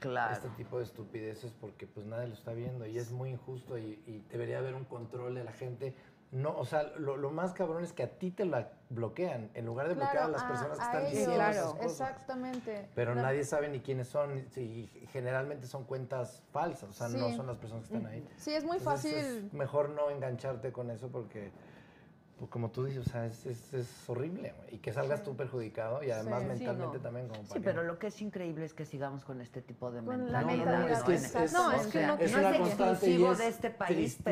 [SPEAKER 2] Claro.
[SPEAKER 6] este tipo de estupideces porque pues nadie lo está viendo y es muy injusto y, y debería haber un control de la gente. No, o sea, lo, lo más cabrón es que a ti te la bloquean en lugar de bloquear a las personas que están
[SPEAKER 9] ellos,
[SPEAKER 6] diciendo esas cosas.
[SPEAKER 9] Exactamente.
[SPEAKER 6] Pero
[SPEAKER 9] La-
[SPEAKER 6] nadie sabe ni quiénes son y y generalmente son cuentas falsas, o sea, no
[SPEAKER 9] Sí.
[SPEAKER 6] son las personas que están ahí.
[SPEAKER 9] Sí, es muy
[SPEAKER 6] Entonces,
[SPEAKER 9] fácil.
[SPEAKER 6] es mejor no engancharte con eso porque, pues, como tú dices, o sea, es, es- es horrible, güey, Y que salgas tú perjudicado y además
[SPEAKER 2] Sí.
[SPEAKER 6] mentalmente
[SPEAKER 2] Sí, no.
[SPEAKER 6] también como
[SPEAKER 2] Sí,
[SPEAKER 6] para
[SPEAKER 2] pero lo que es increíble es que sigamos con este tipo de
[SPEAKER 9] Con
[SPEAKER 6] la
[SPEAKER 2] mentalidad.
[SPEAKER 6] mentalidad.
[SPEAKER 2] No,
[SPEAKER 6] Es que es-
[SPEAKER 2] no,
[SPEAKER 6] es-
[SPEAKER 2] es que no,
[SPEAKER 6] o sea,
[SPEAKER 2] no
[SPEAKER 6] es
[SPEAKER 2] es
[SPEAKER 6] una constante y
[SPEAKER 2] exclusivo
[SPEAKER 6] es
[SPEAKER 2] de este país,
[SPEAKER 6] tristísimo,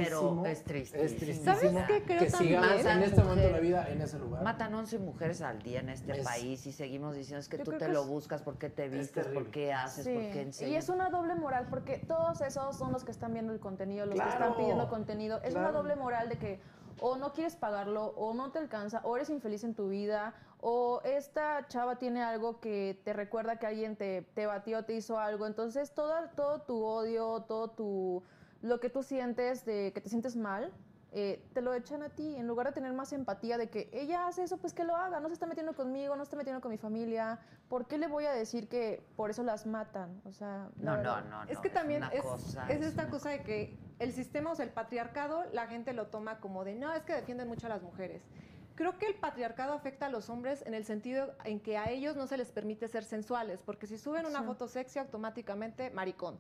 [SPEAKER 2] pero es triste.
[SPEAKER 6] es tristísimo ¿Sabes qué creo que también? sigamos en este momento de la vida en ese lugar.
[SPEAKER 2] Matan 11 mujeres al día en este
[SPEAKER 6] Es-
[SPEAKER 2] país y seguimos diciendo es que
[SPEAKER 9] Yo
[SPEAKER 2] tú
[SPEAKER 9] creo
[SPEAKER 2] te
[SPEAKER 9] que
[SPEAKER 2] lo
[SPEAKER 9] es-
[SPEAKER 2] buscas, por qué te vistes, por
[SPEAKER 6] terrible.
[SPEAKER 2] qué haces, por
[SPEAKER 9] Sí,
[SPEAKER 2] qué
[SPEAKER 9] Y
[SPEAKER 2] enseñas.
[SPEAKER 9] es una doble moral porque todos esos son los que están viendo el contenido, los que
[SPEAKER 2] Claro,
[SPEAKER 9] están pidiendo contenido. Es una
[SPEAKER 2] claro.
[SPEAKER 9] doble moral de que o no quieres pagarlo, o no te alcanza, o eres infeliz en tu vida, o esta chava tiene algo que te recuerda que alguien te, te batió, te hizo algo. Entonces todo, todo tu odio, todo tu lo que tú sientes de que te sientes mal. eh, te lo echan a ti en lugar de tener más empatía de que ella hace eso pues que lo haga no se está metiendo conmigo no se está metiendo con mi familia por qué le voy a decir que por eso las matan o sea
[SPEAKER 2] No,
[SPEAKER 9] la
[SPEAKER 2] no,
[SPEAKER 9] verdad.
[SPEAKER 2] no,
[SPEAKER 8] Es
[SPEAKER 2] no,
[SPEAKER 8] que también
[SPEAKER 2] una
[SPEAKER 8] es,
[SPEAKER 2] cosa,
[SPEAKER 8] es
[SPEAKER 2] es
[SPEAKER 8] esta
[SPEAKER 2] una
[SPEAKER 8] cosa de que el sistema, o sea, el patriarcado, la gente lo toma como de, no, es que defienden mucho a las mujeres. Creo que el patriarcado afecta a los hombres en el sentido en que a ellos no se les permite ser sensuales, porque si suben una
[SPEAKER 9] Sí.
[SPEAKER 8] foto sexy, automáticamente maricón.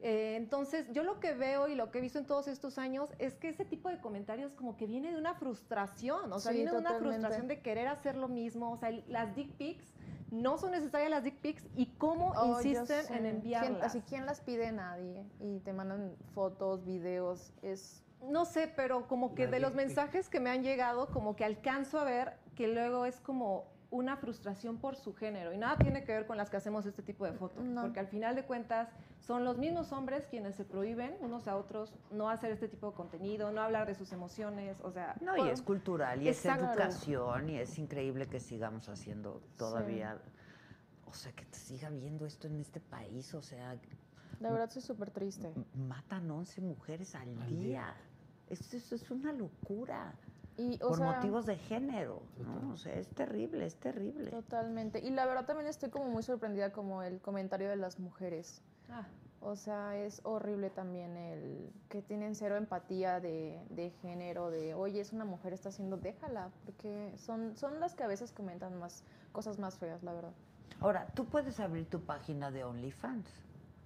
[SPEAKER 8] Eh, entonces, yo lo que veo y lo que he visto en todos estos años es que ese tipo de comentarios como que viene de una frustración, o sea,
[SPEAKER 9] Sí,
[SPEAKER 8] viene de una
[SPEAKER 9] totalmente.
[SPEAKER 8] frustración de querer hacer lo mismo, o sea, el- las dick pics no son necesarias las dick pics y cómo
[SPEAKER 9] Oh, yo
[SPEAKER 8] insisten
[SPEAKER 9] sé.
[SPEAKER 8] en
[SPEAKER 9] ¿Quién-
[SPEAKER 8] enviarlas.
[SPEAKER 9] así, ¿quién las pide? Nadie. Y te mandan fotos, videos. Es.
[SPEAKER 8] No sé, pero como que
[SPEAKER 9] La
[SPEAKER 8] de los
[SPEAKER 9] dick pic.
[SPEAKER 8] mensajes que me han llegado, como que alcanzo a ver que luego es como, una frustración por su género. Y nada tiene que ver con las que hacemos este tipo de fotos. Porque al final de cuentas son los mismos hombres quienes se prohíben unos a otros no hacer este tipo de contenido, no hablar de sus emociones. O sea,
[SPEAKER 2] No, y
[SPEAKER 8] por-
[SPEAKER 2] es cultural, y
[SPEAKER 8] Exacto.
[SPEAKER 2] es educación, y es increíble que sigamos haciendo todavía. O sea, que te siga viendo esto en este país, o sea.
[SPEAKER 9] De
[SPEAKER 2] Mm.
[SPEAKER 9] verdad, soy súper triste.
[SPEAKER 2] Matan 11 mujeres al, día. Esto, esto es una locura.
[SPEAKER 9] Y, o
[SPEAKER 2] por
[SPEAKER 9] sea-
[SPEAKER 2] motivos de género. ¿no? O sea, es terrible, es terrible.
[SPEAKER 9] Totalmente. Y la verdad también estoy como muy sorprendida como el comentario de las mujeres. O sea, es horrible también el que tienen cero empatía de, de género, de oye, es una mujer, está haciendo, déjala, porque son, son las que a veces comentan más cosas más feas, la verdad.
[SPEAKER 2] Ahora, tú puedes abrir tu página de OnlyFans.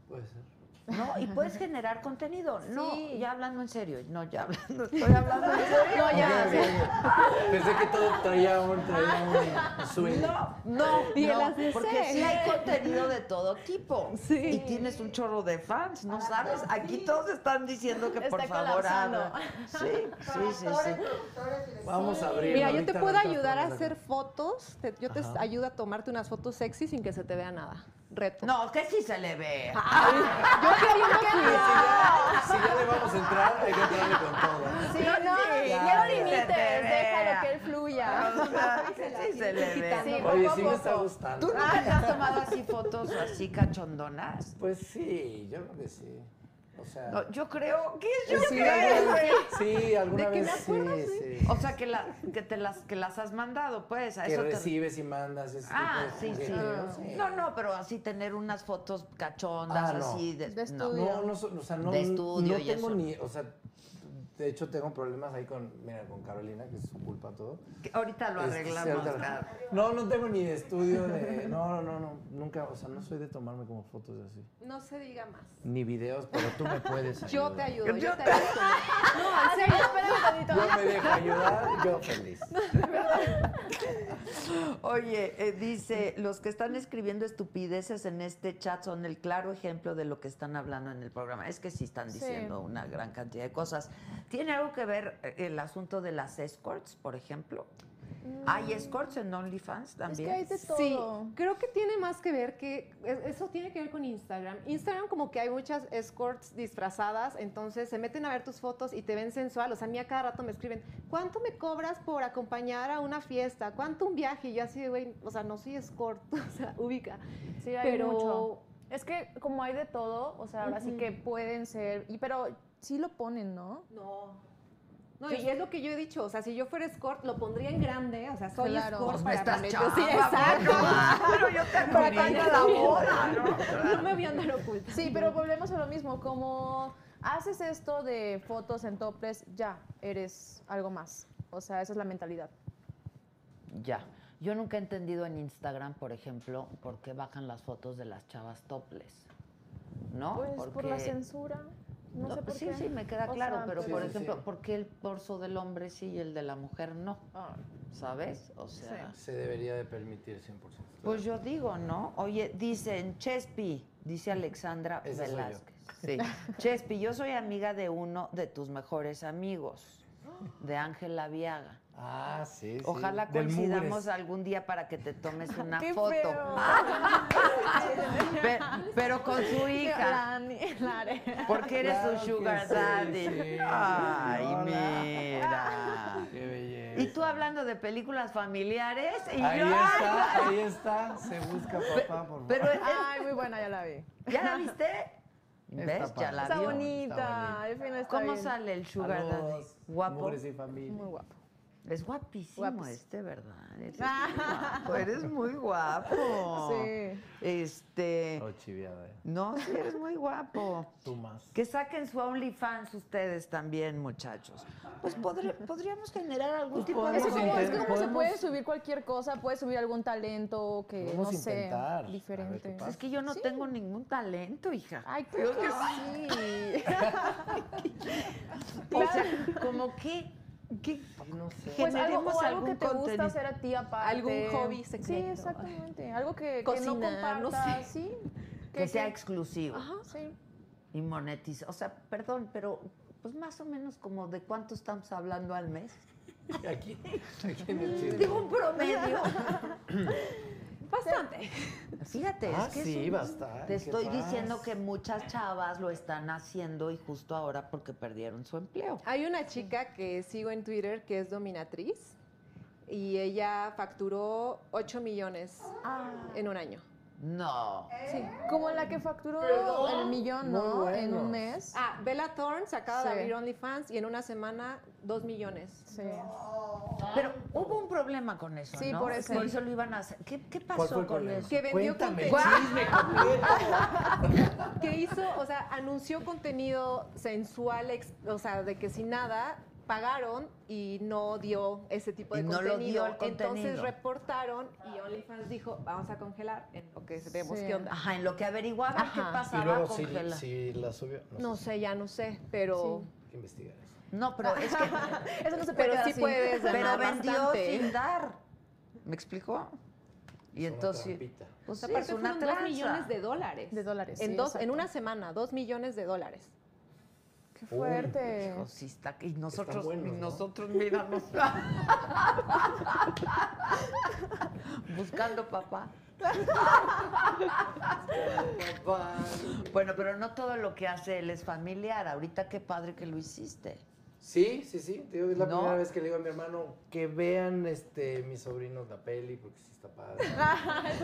[SPEAKER 6] Puede ser.
[SPEAKER 2] No, y
[SPEAKER 9] [LAUGHS]
[SPEAKER 2] puedes generar contenido. No,
[SPEAKER 9] Sí.
[SPEAKER 2] ya hablando en serio. No, ya hablando,
[SPEAKER 9] [LAUGHS]
[SPEAKER 2] estoy hablando en serio.
[SPEAKER 9] No, ya,
[SPEAKER 2] Ok, ok, ok.
[SPEAKER 6] Pensé que todo traía un, traía un sueño.
[SPEAKER 2] No, no,
[SPEAKER 6] Y el
[SPEAKER 2] no
[SPEAKER 6] ACC.
[SPEAKER 2] porque sí hay contenido de todo tipo. Y tienes un chorro de fans, ¿no sabes? Aquí todos están diciendo que por
[SPEAKER 8] Está
[SPEAKER 2] favor
[SPEAKER 8] colapsando.
[SPEAKER 2] hagan. Sí, sí, sí, sí.
[SPEAKER 6] Vamos a abrir.
[SPEAKER 8] Mira, yo te
[SPEAKER 6] ahorita
[SPEAKER 8] puedo
[SPEAKER 6] nosotros
[SPEAKER 8] ayudar a
[SPEAKER 6] podemos
[SPEAKER 2] [LAUGHS]
[SPEAKER 8] hacer fotos. te- yo te
[SPEAKER 6] Ajá.
[SPEAKER 8] ayudo a tomarte unas fotos sexy sin que se te vea nada. Reto.
[SPEAKER 2] No, que sí se le ve.
[SPEAKER 8] yo queriendo
[SPEAKER 2] Ah.
[SPEAKER 8] cuidar.
[SPEAKER 6] Si ya le vamos a entrar, hay que entrarle con todo.
[SPEAKER 9] Sí, no,
[SPEAKER 2] Sí,
[SPEAKER 9] ya
[SPEAKER 2] sí
[SPEAKER 9] no
[SPEAKER 2] se
[SPEAKER 9] limites,
[SPEAKER 2] te vea.
[SPEAKER 9] déjalo que él fluya.
[SPEAKER 2] O sea, que sí se le ve.
[SPEAKER 9] Sí, poco
[SPEAKER 6] Oye,
[SPEAKER 9] a
[SPEAKER 6] sí me está
[SPEAKER 9] poco.
[SPEAKER 6] gustando.
[SPEAKER 2] ¿Tú nunca te has tomado así fotos así cachondonas?
[SPEAKER 6] Pues sí, yo creo que sí. O sea.
[SPEAKER 2] No, yo creo que yo
[SPEAKER 6] sí,
[SPEAKER 2] creo.
[SPEAKER 6] alguna
[SPEAKER 2] güey.
[SPEAKER 6] vez- sí, alguna
[SPEAKER 2] De que
[SPEAKER 6] vez
[SPEAKER 2] me acuerdo,
[SPEAKER 6] sí, sí.
[SPEAKER 2] O sea, que, la- que te las, que las has mandado, pues. A
[SPEAKER 6] Que
[SPEAKER 2] eso te-
[SPEAKER 6] recibes y mandas ese
[SPEAKER 2] Ah, sí,
[SPEAKER 6] tipo de
[SPEAKER 2] sí.
[SPEAKER 6] correos, sí.
[SPEAKER 2] No, no, pero así tener unas fotos cachondas,
[SPEAKER 6] Ah, no.
[SPEAKER 2] así de, no.
[SPEAKER 6] No, no, so- o sea, no,
[SPEAKER 2] de estudio
[SPEAKER 6] no
[SPEAKER 2] y
[SPEAKER 6] tengo
[SPEAKER 2] eso.
[SPEAKER 6] ni, o sea, de hecho tengo problemas ahí con, mira, con Carolina, que es su culpa todo.
[SPEAKER 2] Que ahorita lo
[SPEAKER 6] Este, sí,
[SPEAKER 2] arreglamos.
[SPEAKER 6] ahorita lo-
[SPEAKER 2] Car.
[SPEAKER 6] No, no tengo ni de estudio de, no, no, no, no, nunca, o sea, no soy de tomarme como fotos de así,
[SPEAKER 8] No se diga más.
[SPEAKER 6] ni videos, pero tú me
[SPEAKER 2] [LAUGHS]
[SPEAKER 6] puedes ayudar.
[SPEAKER 8] Yo te ayudo, yo
[SPEAKER 6] Yo,
[SPEAKER 8] te ayudo. No, en serio, [LAUGHS] espérame
[SPEAKER 6] yo me dejo ayudar,
[SPEAKER 2] [LAUGHS]
[SPEAKER 6] yo feliz.
[SPEAKER 2] Oye, eh, dice, los que están escribiendo estupideces en este chat son el claro ejemplo de lo que están hablando en el programa. Es que sí están
[SPEAKER 9] Sí.
[SPEAKER 2] diciendo una gran cantidad de cosas. ¿Tiene algo que ver eh, el asunto de las escorts, por ejemplo?
[SPEAKER 8] Mm.
[SPEAKER 2] ¿Hay escorts en OnlyFans también?
[SPEAKER 8] Sí, Este creo que tiene más que ver que es- eso tiene que ver con Instagram. Instagram como que hay muchas escorts disfrazadas, entonces se meten a ver tus fotos y te ven sensual. O sea, a mí a cada rato me escriben, ¿cuánto me cobras por acompañar a una fiesta? ¿Cuánto un viaje? Y yo así, de, güey, o sea, no soy escort, [LAUGHS] o sea, ubica.
[SPEAKER 9] Sí, hay
[SPEAKER 8] Pero-
[SPEAKER 9] mucho. Es que como hay de todo, o sea, ahora sí que pueden ser, y pero sí lo ponen, ¿no?
[SPEAKER 8] No. No, y es lo que yo he dicho, o sea, si yo fuera escort, lo pondría en grande, o sea, soy
[SPEAKER 9] Claro.
[SPEAKER 8] escort.
[SPEAKER 9] Pues
[SPEAKER 2] No
[SPEAKER 8] para
[SPEAKER 2] estás
[SPEAKER 8] poner-
[SPEAKER 2] chava,
[SPEAKER 8] Sí, exacto.
[SPEAKER 2] bueno, pero yo te
[SPEAKER 8] Para
[SPEAKER 2] acuerdo de la
[SPEAKER 8] cuando-
[SPEAKER 2] boda, ¿no?
[SPEAKER 8] [LAUGHS] No me voy a andar oculta.
[SPEAKER 9] Sí, pero volvemos a lo mismo, como haces esto de fotos en topless, ya eres algo más. O sea, esa es la mentalidad.
[SPEAKER 2] Ya. Yo nunca he entendido en Instagram, por ejemplo, por qué bajan las fotos de las chavas toples. ¿No?
[SPEAKER 9] Pues por la
[SPEAKER 2] Porque-
[SPEAKER 9] censura. No,
[SPEAKER 2] No, pues,
[SPEAKER 9] sé por
[SPEAKER 2] sí,
[SPEAKER 9] qué.
[SPEAKER 2] sí, me queda
[SPEAKER 9] O
[SPEAKER 2] claro,
[SPEAKER 9] sea,
[SPEAKER 2] pero
[SPEAKER 9] sí,
[SPEAKER 2] por
[SPEAKER 9] sí,
[SPEAKER 2] ejemplo,
[SPEAKER 9] sí.
[SPEAKER 2] ¿por qué el torso del hombre sí y el de la mujer no?
[SPEAKER 9] Ah.
[SPEAKER 2] ¿Sabes? O sea,
[SPEAKER 6] Se debería de permitir 100%.
[SPEAKER 2] pues yo digo, ¿no? Oye, dicen Chespi, dice Alexandra
[SPEAKER 6] Esa soy yo.
[SPEAKER 2] Velázquez. Sí. Chespi, yo soy amiga de uno de tus mejores amigos, de Ángela Viaga.
[SPEAKER 6] Ah, sí, sí.
[SPEAKER 2] Ojalá
[SPEAKER 6] Del
[SPEAKER 2] coincidamos
[SPEAKER 6] Mugres.
[SPEAKER 2] algún día para que te
[SPEAKER 9] [LAUGHS]
[SPEAKER 2] tomes una
[SPEAKER 9] ¡Qué
[SPEAKER 2] foto.
[SPEAKER 9] feo!
[SPEAKER 2] Pe- Pero, con su hija.
[SPEAKER 9] La ni- [LAUGHS] la are-
[SPEAKER 2] Porque eres
[SPEAKER 6] Claro
[SPEAKER 2] un
[SPEAKER 6] que
[SPEAKER 2] sugar
[SPEAKER 6] sí,
[SPEAKER 2] daddy.
[SPEAKER 6] sí.
[SPEAKER 2] Ay,
[SPEAKER 6] Hola.
[SPEAKER 2] mira.
[SPEAKER 6] Qué belleza.
[SPEAKER 2] Y tú hablando de películas familiares y
[SPEAKER 6] Ahí
[SPEAKER 2] yo.
[SPEAKER 6] está, ahí está. Se busca papá, por favor.
[SPEAKER 2] Pero
[SPEAKER 9] Ay, muy buena, ya la vi.
[SPEAKER 2] ¿ya la viste? ¿Ves? Ya
[SPEAKER 6] padre.
[SPEAKER 2] la
[SPEAKER 9] Está
[SPEAKER 2] vio.
[SPEAKER 9] bonita, al fin está
[SPEAKER 2] ¿Cómo
[SPEAKER 9] bien.
[SPEAKER 2] sale el sugar daddy?
[SPEAKER 6] Saludos,
[SPEAKER 2] Guapo.
[SPEAKER 6] mugres y familia.
[SPEAKER 9] Muy guapo.
[SPEAKER 2] Es guapísimo
[SPEAKER 9] Guapos.
[SPEAKER 2] este, ¿verdad?
[SPEAKER 9] [LAUGHS]
[SPEAKER 2] Eres muy guapo. Eres muy guapo.
[SPEAKER 9] Sí.
[SPEAKER 2] Este.
[SPEAKER 6] Oh, chiviada, eh.
[SPEAKER 2] No, sí, eres muy guapo.
[SPEAKER 6] Tú más.
[SPEAKER 2] Que saquen su OnlyFans ustedes también, muchachos. Pues podre- podríamos generar
[SPEAKER 9] Pues
[SPEAKER 2] algún tipo de...
[SPEAKER 9] Es que como, es que
[SPEAKER 6] intentar,
[SPEAKER 9] como se
[SPEAKER 6] podemos-
[SPEAKER 9] puede subir cualquier cosa, puedes subir algún talento que
[SPEAKER 6] Podemos
[SPEAKER 9] no sé,
[SPEAKER 6] intentar, a ver qué
[SPEAKER 9] diferente.
[SPEAKER 6] pasa.
[SPEAKER 2] Es que yo no
[SPEAKER 9] Sí. Ah,
[SPEAKER 2] tengo ningún talento, hija.
[SPEAKER 9] Ay, creo que sí.
[SPEAKER 2] O sea, como que... que
[SPEAKER 6] No sé.
[SPEAKER 9] Pues algo,
[SPEAKER 2] generemos
[SPEAKER 9] o algo que
[SPEAKER 2] algún
[SPEAKER 9] te gusta
[SPEAKER 2] contenido.
[SPEAKER 9] hacer a ti aparte.
[SPEAKER 8] Algún hobby
[SPEAKER 9] Sí,
[SPEAKER 8] secreto.
[SPEAKER 9] exactamente. Algo que, que no
[SPEAKER 8] Cocinar, no sé.
[SPEAKER 9] compartas. Sí.
[SPEAKER 2] Que sea exclusivo
[SPEAKER 9] Ajá, sí.
[SPEAKER 2] y monetizado. O sea, perdón, pero pues más o menos como de cuánto estamos hablando al mes.
[SPEAKER 6] [LAUGHS]
[SPEAKER 10] Aquí, aquí en el chisme.
[SPEAKER 2] Digo, un [LAUGHS] promedio.
[SPEAKER 9] Bastante.
[SPEAKER 2] Fíjate,
[SPEAKER 10] Ah,
[SPEAKER 2] es que es
[SPEAKER 10] sí,
[SPEAKER 2] un-
[SPEAKER 10] bastante,
[SPEAKER 2] Te
[SPEAKER 10] ¿qué
[SPEAKER 2] estoy
[SPEAKER 10] pasa?
[SPEAKER 2] diciendo que muchas chavas lo están haciendo y justo ahora porque perdieron su empleo.
[SPEAKER 9] Hay una chica que sigo en Twitter que es dominatriz y ella facturó 8 millones
[SPEAKER 2] Ah.
[SPEAKER 9] en un año.
[SPEAKER 2] No.
[SPEAKER 9] Sí, como la que facturó
[SPEAKER 8] Perdón. el millón, ¿no? Muy bueno. En un
[SPEAKER 9] mes. Ah, Bella Thorne se acaba de
[SPEAKER 8] Sí.
[SPEAKER 9] abrir OnlyFans y en una semana 2 millones. Sí.
[SPEAKER 2] Pero hubo un problema con eso,
[SPEAKER 9] Sí,
[SPEAKER 2] ¿no?
[SPEAKER 9] por eso.
[SPEAKER 2] Por eso lo iban a hacer. ¿Qué, qué
[SPEAKER 9] ¿Cuál fue
[SPEAKER 2] pasó
[SPEAKER 9] el
[SPEAKER 2] con
[SPEAKER 9] problema?
[SPEAKER 2] eso?
[SPEAKER 9] Que vendió Cuéntame, contenido. chisme que hizo, o sea, anunció contenido sensual, ex- o sea, de que sin nada pagaron y no dio ese tipo de
[SPEAKER 2] Y no lo
[SPEAKER 9] contenido.
[SPEAKER 2] dio el contenido.
[SPEAKER 9] Entonces reportaron y OnlyFans dijo, vamos a congelar en lo que vemos qué onda.
[SPEAKER 2] Ajá, en lo que averiguaban qué
[SPEAKER 9] Ajá.
[SPEAKER 2] pasaba
[SPEAKER 6] Y luego
[SPEAKER 2] con
[SPEAKER 6] si,
[SPEAKER 2] Gela.
[SPEAKER 6] si la subió. No,
[SPEAKER 9] No sé, ya no sé, pero
[SPEAKER 6] hay que investigar eso.
[SPEAKER 2] No, pero es que.
[SPEAKER 9] [LAUGHS] Eso no se puede
[SPEAKER 2] Pero
[SPEAKER 9] quedar
[SPEAKER 2] sí
[SPEAKER 9] así.
[SPEAKER 2] puedes
[SPEAKER 9] Pero
[SPEAKER 2] ganar
[SPEAKER 9] vendió
[SPEAKER 2] bastante.
[SPEAKER 9] sin
[SPEAKER 2] dar. ¿Me explicó? Y entonces. Pues sí,
[SPEAKER 9] Aparte
[SPEAKER 2] es una
[SPEAKER 9] fueron
[SPEAKER 2] tranza.
[SPEAKER 9] dos millones de dólares. De dólares. En
[SPEAKER 8] sí,
[SPEAKER 9] dos, en
[SPEAKER 8] exacto.
[SPEAKER 9] una semana, dos millones de dólares. Qué
[SPEAKER 8] fuerte.
[SPEAKER 2] Hijo, sí está- y nosotros,
[SPEAKER 10] buenos,
[SPEAKER 2] y
[SPEAKER 10] ¿no?
[SPEAKER 2] nosotros miramos. Buscando papá. Bueno, pero no todo lo que hace él es familiar. Ahorita qué padre que lo hiciste.
[SPEAKER 6] Sí, sí, sí. te digo, es la
[SPEAKER 2] No.
[SPEAKER 6] primera vez que le digo a mi hermano que vean este, mis sobrinos la peli porque sí está padre.
[SPEAKER 8] Eso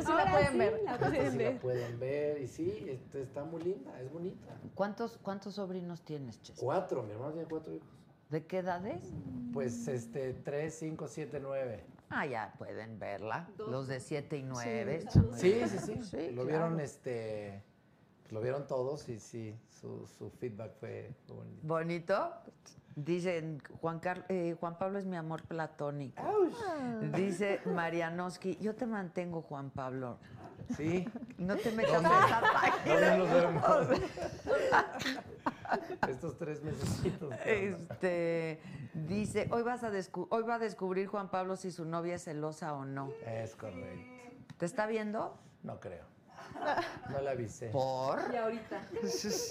[SPEAKER 8] sí
[SPEAKER 9] Ahora
[SPEAKER 8] la pueden
[SPEAKER 9] sí,
[SPEAKER 8] ver.
[SPEAKER 9] la
[SPEAKER 6] Esta
[SPEAKER 9] pueden
[SPEAKER 6] sí
[SPEAKER 9] ver.
[SPEAKER 6] la pueden ver. Y sí, este, está muy linda, es bonita.
[SPEAKER 2] ¿Cuántos, cuántos sobrinos tienes, Chester?
[SPEAKER 6] Cuatro, mi hermano tiene cuatro hijos.
[SPEAKER 2] ¿De qué edades?
[SPEAKER 6] Pues este, tres, cinco, siete, nueve.
[SPEAKER 2] Ah, ya pueden verla.
[SPEAKER 6] Dos.
[SPEAKER 2] Los de 7 y 9.
[SPEAKER 6] Sí, sí, sí. lo vieron, este, lo vieron todos y sí, su, su feedback fue bonito.
[SPEAKER 2] Bonito. Dicen, Juan, Carl- eh, Juan Pablo es mi amor platónico. Dice Marianoski, yo te mantengo, Juan Pablo.
[SPEAKER 6] [LAUGHS] Sí.
[SPEAKER 2] No te metas en
[SPEAKER 6] ¿Dónde?
[SPEAKER 2] esa página.
[SPEAKER 6] ¿Dónde [LAUGHS] nos vemos? Estos tres mesecitos. [LAUGHS]
[SPEAKER 2] Este, dice, hoy, vas a descu- hoy va a descubrir Juan Pablo si su novia es celosa o no.
[SPEAKER 6] Es correcto.
[SPEAKER 2] ¿Te está viendo?
[SPEAKER 6] No [LAUGHS] creo. No la avisé.
[SPEAKER 2] ¿Por?
[SPEAKER 9] Y ahorita.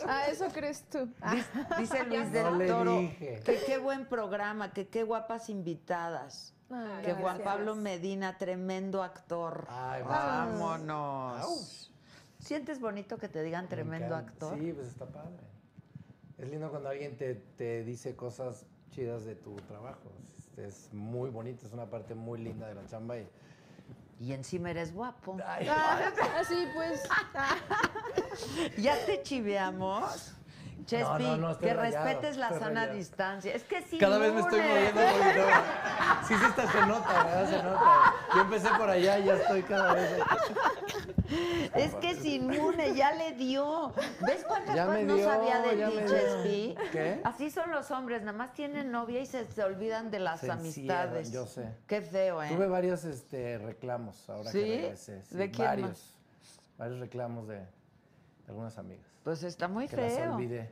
[SPEAKER 8] Ah, eso crees tú.
[SPEAKER 2] Dic- Dice Luis
[SPEAKER 6] No
[SPEAKER 2] del
[SPEAKER 6] le
[SPEAKER 2] Toro
[SPEAKER 6] dije.
[SPEAKER 2] que qué buen programa, que qué guapas invitadas.
[SPEAKER 8] Ay,
[SPEAKER 2] que Juan
[SPEAKER 8] gracias.
[SPEAKER 2] Pablo Medina, tremendo actor. Vámonos. ¿Sientes bonito que te digan tremendo actor?
[SPEAKER 6] Sí, pues está padre. Es lindo cuando alguien te, te dice cosas chidas de tu trabajo. Este, Es muy bonito, es una parte muy linda de la chamba. Y,
[SPEAKER 2] y encima eres guapo.
[SPEAKER 6] [LAUGHS]
[SPEAKER 9] Ah,
[SPEAKER 8] Así pues.
[SPEAKER 2] [LAUGHS] ya te chiveamos. Chespi,
[SPEAKER 6] no, no, estoy
[SPEAKER 2] que
[SPEAKER 6] rayado,
[SPEAKER 2] respetes la
[SPEAKER 6] estoy
[SPEAKER 2] sana
[SPEAKER 6] rayado.
[SPEAKER 2] distancia. Es que sí.
[SPEAKER 6] Cada vez me estoy moviendo un poquito más. Sí, sí, está, se nota, ¿verdad? Se nota. Yo empecé por allá y ya estoy cada vez.
[SPEAKER 2] Es que es inmune, ya le dio. ¿Ves cuántas
[SPEAKER 6] Ya
[SPEAKER 2] cosas
[SPEAKER 6] me
[SPEAKER 2] no
[SPEAKER 6] dio,
[SPEAKER 2] sabía de
[SPEAKER 6] ya
[SPEAKER 2] ti,
[SPEAKER 6] me dio.
[SPEAKER 2] Chespi?
[SPEAKER 6] ¿Qué?
[SPEAKER 2] Así son los hombres, nada más tienen novia y se, se olvidan de las
[SPEAKER 6] Se encierran,
[SPEAKER 2] amistades.
[SPEAKER 6] yo sé.
[SPEAKER 2] Qué feo, ¿eh?
[SPEAKER 6] Tuve varios este, reclamos ahora
[SPEAKER 2] ¿Sí?
[SPEAKER 6] que regresé.
[SPEAKER 2] ¿De quién
[SPEAKER 6] varios.
[SPEAKER 2] más?
[SPEAKER 6] Varios reclamos de, de algunas amigas.
[SPEAKER 2] Pues está muy
[SPEAKER 6] que las
[SPEAKER 2] feo.
[SPEAKER 6] olvidé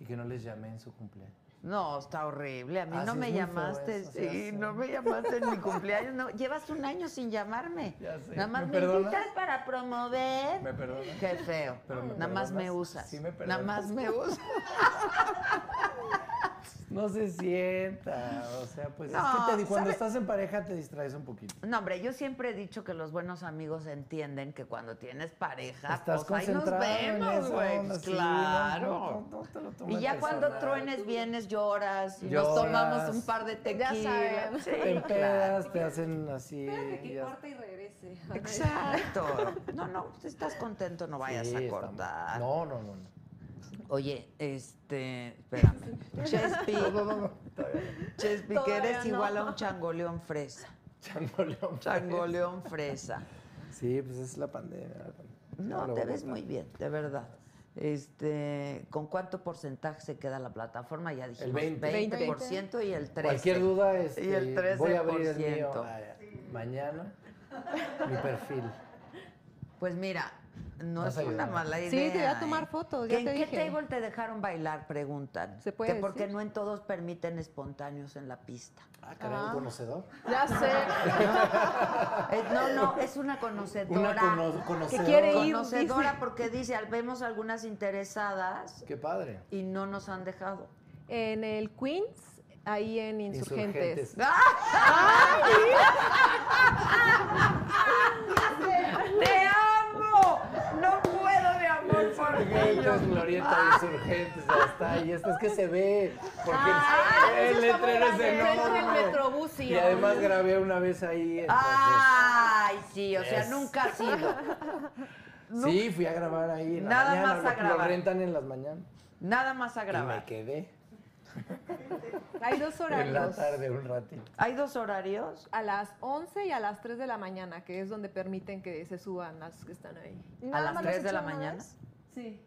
[SPEAKER 6] y que no les llamé en su cumpleaños.
[SPEAKER 2] No, está horrible. A mí
[SPEAKER 6] Ah,
[SPEAKER 2] no
[SPEAKER 6] sí,
[SPEAKER 2] me
[SPEAKER 6] es muy feo
[SPEAKER 2] llamaste.
[SPEAKER 6] eso, ya
[SPEAKER 2] sí,
[SPEAKER 6] sé.
[SPEAKER 2] no me llamaste en mi cumpleaños. No, llevas un año sin llamarme.
[SPEAKER 6] [LAUGHS] Ya sé.
[SPEAKER 2] Nada más
[SPEAKER 6] ¿Me
[SPEAKER 2] me,
[SPEAKER 6] perdonas?
[SPEAKER 2] invitas para promover.
[SPEAKER 6] ¿Me perdonas?
[SPEAKER 2] [LAUGHS] Qué feo.
[SPEAKER 6] Pero ¿me
[SPEAKER 2] Nada más
[SPEAKER 6] perdonas?
[SPEAKER 2] me usas.
[SPEAKER 6] Sí, me
[SPEAKER 2] Nada más
[SPEAKER 6] perdonas. [LAUGHS]
[SPEAKER 2] me usas.
[SPEAKER 6] No se sienta, o sea, pues es
[SPEAKER 2] No,
[SPEAKER 6] que te di- cuando
[SPEAKER 2] ¿sabe?
[SPEAKER 6] estás en pareja te distraes un poquito.
[SPEAKER 2] No, hombre, yo siempre he dicho que los buenos amigos entienden que cuando tienes pareja,
[SPEAKER 6] Estás
[SPEAKER 2] pues ahí nos
[SPEAKER 6] concentrado en
[SPEAKER 2] vemos,
[SPEAKER 6] esa
[SPEAKER 2] güey.
[SPEAKER 6] onda,
[SPEAKER 2] Pues,
[SPEAKER 6] sí,
[SPEAKER 2] claro.
[SPEAKER 6] no, no, no te lo tomes
[SPEAKER 2] y ya cuando
[SPEAKER 6] personal.
[SPEAKER 2] truenes vienes, lloras y nos
[SPEAKER 6] Lloras.
[SPEAKER 2] tomamos un par de
[SPEAKER 8] Ya
[SPEAKER 2] tequila.
[SPEAKER 8] sabes.
[SPEAKER 2] Sí,
[SPEAKER 6] Te
[SPEAKER 2] claro.
[SPEAKER 6] empedas, te hacen así.
[SPEAKER 9] Que
[SPEAKER 6] ya-
[SPEAKER 9] corte y regrese.
[SPEAKER 2] Exacto. [LAUGHS] No, no, pues, estás contento, no vayas
[SPEAKER 6] Sí,
[SPEAKER 2] a
[SPEAKER 6] está-
[SPEAKER 2] cortar.
[SPEAKER 6] No, no, no. no.
[SPEAKER 2] Oye, este, espérame. Chespi,
[SPEAKER 9] [LAUGHS]
[SPEAKER 6] No, no, no, no. Todavía [LAUGHS]
[SPEAKER 2] Chespi, que
[SPEAKER 6] Todavía
[SPEAKER 2] eres
[SPEAKER 6] no.
[SPEAKER 2] igual a un changoleón fresa.
[SPEAKER 6] Changoleón.
[SPEAKER 2] Changoleón fresa.
[SPEAKER 6] no. Sí, pues es la pandemia. la pandemia.
[SPEAKER 2] No,
[SPEAKER 6] lo
[SPEAKER 2] te
[SPEAKER 6] voy a
[SPEAKER 2] ves
[SPEAKER 6] cortar.
[SPEAKER 2] muy bien, de verdad. Este, ¿con cuánto porcentaje se queda la plataforma? Ya dijimos
[SPEAKER 6] 20.
[SPEAKER 2] 20% y el 13%.
[SPEAKER 6] Cualquier duda, este,
[SPEAKER 2] y el 13%.
[SPEAKER 6] voy a abrir el mío ah, mañana.
[SPEAKER 2] [LAUGHS]
[SPEAKER 6] Mi perfil.
[SPEAKER 2] Pues mira, no
[SPEAKER 6] Vas
[SPEAKER 2] es
[SPEAKER 6] a
[SPEAKER 2] una
[SPEAKER 6] ayudar.
[SPEAKER 2] mala idea.
[SPEAKER 9] Sí, te voy a tomar
[SPEAKER 2] ¿eh?
[SPEAKER 9] fotos,
[SPEAKER 2] ¿Que
[SPEAKER 9] ya
[SPEAKER 2] ¿En
[SPEAKER 9] te
[SPEAKER 2] qué
[SPEAKER 9] dije.
[SPEAKER 2] table te dejaron bailar? Preguntan.
[SPEAKER 9] ¿Se puede
[SPEAKER 2] Que porque
[SPEAKER 9] decir?
[SPEAKER 2] no en todos permiten espontáneos en la pista.
[SPEAKER 6] Ah, caray, un
[SPEAKER 2] Ah.
[SPEAKER 6] conocedor.
[SPEAKER 8] Ya
[SPEAKER 2] Eh, No, no, es una conocedora.
[SPEAKER 6] Una cono- conocedora.
[SPEAKER 2] Que quiere ir.
[SPEAKER 8] Conocedora
[SPEAKER 2] Conocedora porque dice, al- vemos algunas interesadas
[SPEAKER 6] Qué padre.
[SPEAKER 2] y no nos han dejado.
[SPEAKER 9] En el Queens
[SPEAKER 8] ahí en Insurgentes.
[SPEAKER 11] Insurgentes.
[SPEAKER 2] ¡Te amo! No puedo de amor por ellos.
[SPEAKER 11] Insurgentes, Glorieta, Insurgentes, ya está. Y esto es que se ve. Porque
[SPEAKER 8] Ah,
[SPEAKER 11] el- el
[SPEAKER 8] eso está muy
[SPEAKER 11] letrero es
[SPEAKER 8] grande.
[SPEAKER 11] enorme.
[SPEAKER 8] Frente al Metrobús, sí,
[SPEAKER 11] Y además
[SPEAKER 8] hombre.
[SPEAKER 11] grabé una vez ahí. entonces-
[SPEAKER 2] Ah, Ay, sí, o sea,
[SPEAKER 11] Es-
[SPEAKER 2] nunca ha sido.
[SPEAKER 11] Sí, fui a grabar ahí. en la
[SPEAKER 2] Nada
[SPEAKER 11] mañana,
[SPEAKER 2] más
[SPEAKER 11] lo-
[SPEAKER 2] a grabar.
[SPEAKER 11] Lo rentan en las mañanas.
[SPEAKER 2] Nada más a
[SPEAKER 11] Y
[SPEAKER 2] grabar.
[SPEAKER 11] me quedé
[SPEAKER 8] Hay dos
[SPEAKER 11] en la
[SPEAKER 8] horarios.
[SPEAKER 11] tarde un ratito.
[SPEAKER 2] ¿Hay dos horarios?
[SPEAKER 8] A las 11 y a las 3 de la mañana, que es donde permiten que se suban las que están ahí.
[SPEAKER 2] ¿A las 3 de la mañana?
[SPEAKER 8] Sí.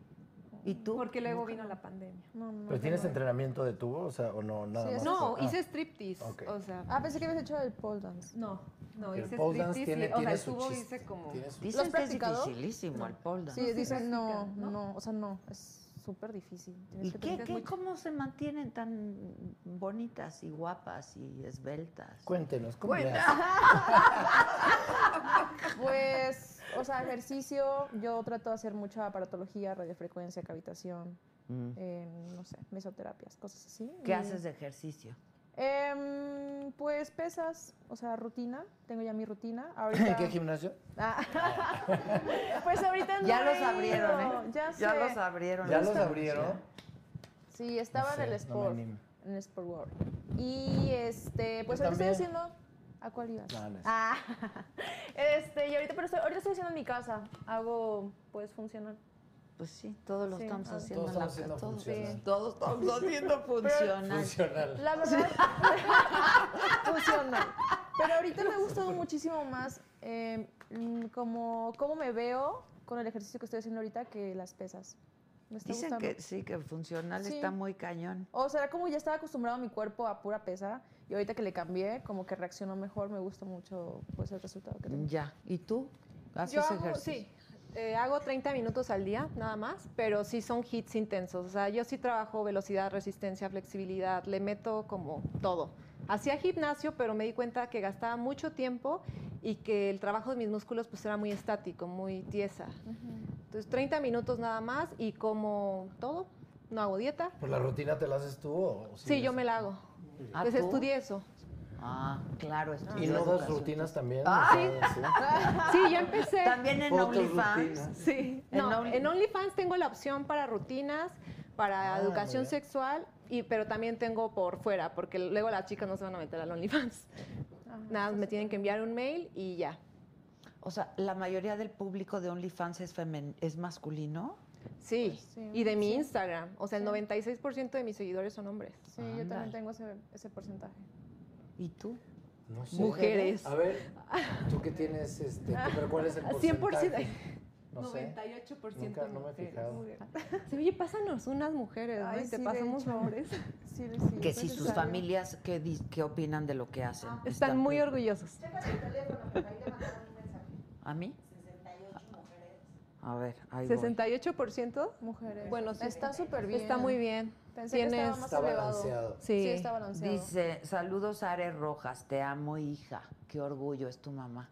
[SPEAKER 2] ¿Y tú?
[SPEAKER 8] Porque luego vino la pandemia.
[SPEAKER 9] No, no.
[SPEAKER 6] ¿Pero tienes entrenamiento de tubo? O sea, o no, nada más.
[SPEAKER 8] no,
[SPEAKER 6] Ah.
[SPEAKER 8] hice striptease.
[SPEAKER 6] ok.
[SPEAKER 8] O sea,
[SPEAKER 9] Ah, pensé que habías hecho el pole dance.
[SPEAKER 8] No, no,
[SPEAKER 6] El
[SPEAKER 8] hice
[SPEAKER 6] pole
[SPEAKER 8] striptease.
[SPEAKER 6] dance
[SPEAKER 8] sí,
[SPEAKER 6] tiene-
[SPEAKER 8] o sea,
[SPEAKER 6] tiene
[SPEAKER 8] el
[SPEAKER 6] su
[SPEAKER 8] tubo
[SPEAKER 6] chiste,
[SPEAKER 8] hice como.
[SPEAKER 6] tiene su-
[SPEAKER 9] ¿Lo has
[SPEAKER 2] Dicen que es
[SPEAKER 9] practicado?
[SPEAKER 2] dificilísimo el pole dance.
[SPEAKER 9] Sí, dicen,
[SPEAKER 8] practican,
[SPEAKER 9] no,
[SPEAKER 8] ¿no?
[SPEAKER 9] no, o sea, no, es súper difícil. tienes
[SPEAKER 2] ¿Y
[SPEAKER 9] que
[SPEAKER 2] qué,
[SPEAKER 9] tener-
[SPEAKER 2] qué- cómo se mantienen tan bonitas y guapas y esbeltas?
[SPEAKER 6] Cuéntenos, ¿cómo le
[SPEAKER 2] Cuenta.
[SPEAKER 6] haces?
[SPEAKER 9] Pues, o sea, ejercicio, yo trato de hacer mucha aparatología, radiofrecuencia, cavitación,
[SPEAKER 2] Mm.
[SPEAKER 9] eh, no sé, mesoterapias, cosas así.
[SPEAKER 2] ¿Qué
[SPEAKER 9] y-
[SPEAKER 2] haces de ejercicio?
[SPEAKER 9] Em, pues pesas, o sea, rutina, tengo ya mi rutina.
[SPEAKER 2] [LAUGHS]
[SPEAKER 9] Ahorita...
[SPEAKER 6] ¿Qué gimnasio?
[SPEAKER 9] Ah. [LAUGHS] pues ahorita no
[SPEAKER 2] Ya
[SPEAKER 9] he
[SPEAKER 2] los abrieron,
[SPEAKER 9] ido,
[SPEAKER 2] ¿eh?
[SPEAKER 9] Ya, sé.
[SPEAKER 2] los abrieron.
[SPEAKER 6] Ya los abrieron.
[SPEAKER 9] Sí, estaba
[SPEAKER 6] sé,
[SPEAKER 9] en
[SPEAKER 6] no me
[SPEAKER 9] el Sport,
[SPEAKER 6] animo.
[SPEAKER 9] en el Sport World. Y este, pues
[SPEAKER 6] Yo
[SPEAKER 9] ahorita estoy
[SPEAKER 6] también.
[SPEAKER 9] haciendo... ¿A cuál ibas?
[SPEAKER 6] No, no es-
[SPEAKER 9] Ah, [LAUGHS] este, y ahorita, pero estoy, ahorita estoy haciendo en mi casa, hago, pues, funcional.
[SPEAKER 2] Pues sí, todos lo
[SPEAKER 9] Sí,
[SPEAKER 2] estamos
[SPEAKER 9] todos
[SPEAKER 2] haciendo
[SPEAKER 6] estamos
[SPEAKER 2] en la
[SPEAKER 6] haciendo
[SPEAKER 2] casa, todos-
[SPEAKER 6] funcional.
[SPEAKER 2] Todos
[SPEAKER 8] [LAUGHS]
[SPEAKER 2] estamos haciendo funcional.
[SPEAKER 6] Funcional.
[SPEAKER 9] La
[SPEAKER 6] [LAUGHS]
[SPEAKER 9] verdad, funcional. Pero ahorita me ha gustado muchísimo más eh, mm, como cómo me veo con el ejercicio que estoy haciendo ahorita que las pesas. Me está
[SPEAKER 2] Dicen
[SPEAKER 9] gustando.
[SPEAKER 2] que sí, que funcional
[SPEAKER 9] Sí.
[SPEAKER 2] está muy cañón.
[SPEAKER 9] O será como ya estaba acostumbrado mi cuerpo a pura pesa y ahorita que le cambié, como que reaccionó mejor, me gusta mucho pues el resultado que tengo.
[SPEAKER 2] Ya. ¿Y tú? ¿Haces
[SPEAKER 8] Yo hago,
[SPEAKER 2] ejercicio?
[SPEAKER 8] sí, eh, hago 30 minutos al día nada más, pero sí son hits intensos. O sea, yo sí trabajo velocidad, resistencia, flexibilidad, le meto como todo. Hacía gimnasio, pero me di cuenta que gastaba mucho tiempo y que el trabajo de mis músculos pues era muy estático, muy tiesa. Entonces 30 minutos nada más y como todo, no hago dieta.
[SPEAKER 6] ¿Por la rutina te la haces tú o
[SPEAKER 8] Sí, yo me la hago.
[SPEAKER 2] ¿Ah,
[SPEAKER 8] pues
[SPEAKER 2] tú? [LAUGHS]
[SPEAKER 8] estudié eso.
[SPEAKER 2] Ah, claro.
[SPEAKER 6] ¿Y
[SPEAKER 2] estudió
[SPEAKER 6] no das
[SPEAKER 2] educación.
[SPEAKER 6] rutinas también?
[SPEAKER 2] Ah,
[SPEAKER 6] O sea,
[SPEAKER 8] Sí, yo empecé.
[SPEAKER 2] También en OnlyFans.
[SPEAKER 6] Fotorrutina.
[SPEAKER 8] Sí.
[SPEAKER 2] En
[SPEAKER 8] No,
[SPEAKER 2] Only-
[SPEAKER 8] en OnlyFans tengo la opción para rutinas, para
[SPEAKER 6] Ah,
[SPEAKER 8] educación
[SPEAKER 6] mira.
[SPEAKER 8] sexual, y, pero también tengo por fuera, porque luego las chicas no se van a meter al OnlyFans. Nada, me tienen que enviar un mail y ya.
[SPEAKER 2] O sea, la mayoría del público de OnlyFans es, femen- es masculino.
[SPEAKER 8] Sí.
[SPEAKER 9] Pues sí,
[SPEAKER 8] y de mi
[SPEAKER 9] sí.
[SPEAKER 8] Instagram. O sea, el
[SPEAKER 9] Sí.
[SPEAKER 8] 96% de mis seguidores son hombres.
[SPEAKER 9] Sí, yo
[SPEAKER 2] Ándale.
[SPEAKER 9] también tengo ese, ese porcentaje.
[SPEAKER 2] ¿Y tú?
[SPEAKER 6] No sé.
[SPEAKER 8] Mujeres.
[SPEAKER 6] A ver, tú que tienes, este, pero ¿cuál es el porcentaje?
[SPEAKER 8] 100%.
[SPEAKER 6] No sé.
[SPEAKER 8] 98%
[SPEAKER 6] Nunca, no me he fijado.
[SPEAKER 8] Sí, oye, pásanos unas mujeres, ¿no?
[SPEAKER 9] Ay,
[SPEAKER 8] Y te
[SPEAKER 9] sí, de
[SPEAKER 8] pasamos
[SPEAKER 9] hecho.
[SPEAKER 8] hombres.
[SPEAKER 9] [LAUGHS] Sí, sí,
[SPEAKER 2] Que
[SPEAKER 9] es
[SPEAKER 2] si sus
[SPEAKER 9] necesario.
[SPEAKER 2] familias, ¿qué, di- qué opinan de lo que hacen?
[SPEAKER 8] Están muy orgullosos.
[SPEAKER 12] Checa tu teléfono, porque ahí le mandaron un mensaje.
[SPEAKER 2] ¿A mí?
[SPEAKER 12] 68 mujeres.
[SPEAKER 2] A ver, ahí voy.
[SPEAKER 8] 68%.
[SPEAKER 9] Mujeres.
[SPEAKER 8] Bueno, sí.
[SPEAKER 9] Está súper bien.
[SPEAKER 8] Está muy bien.
[SPEAKER 9] Pensé que estaba más
[SPEAKER 6] Está
[SPEAKER 9] elevado.
[SPEAKER 6] balanceado.
[SPEAKER 9] Sí.
[SPEAKER 8] Sí.
[SPEAKER 9] está balanceado.
[SPEAKER 2] Dice, saludos a Are Rojas, te amo hija, qué orgullo, es tu mamá.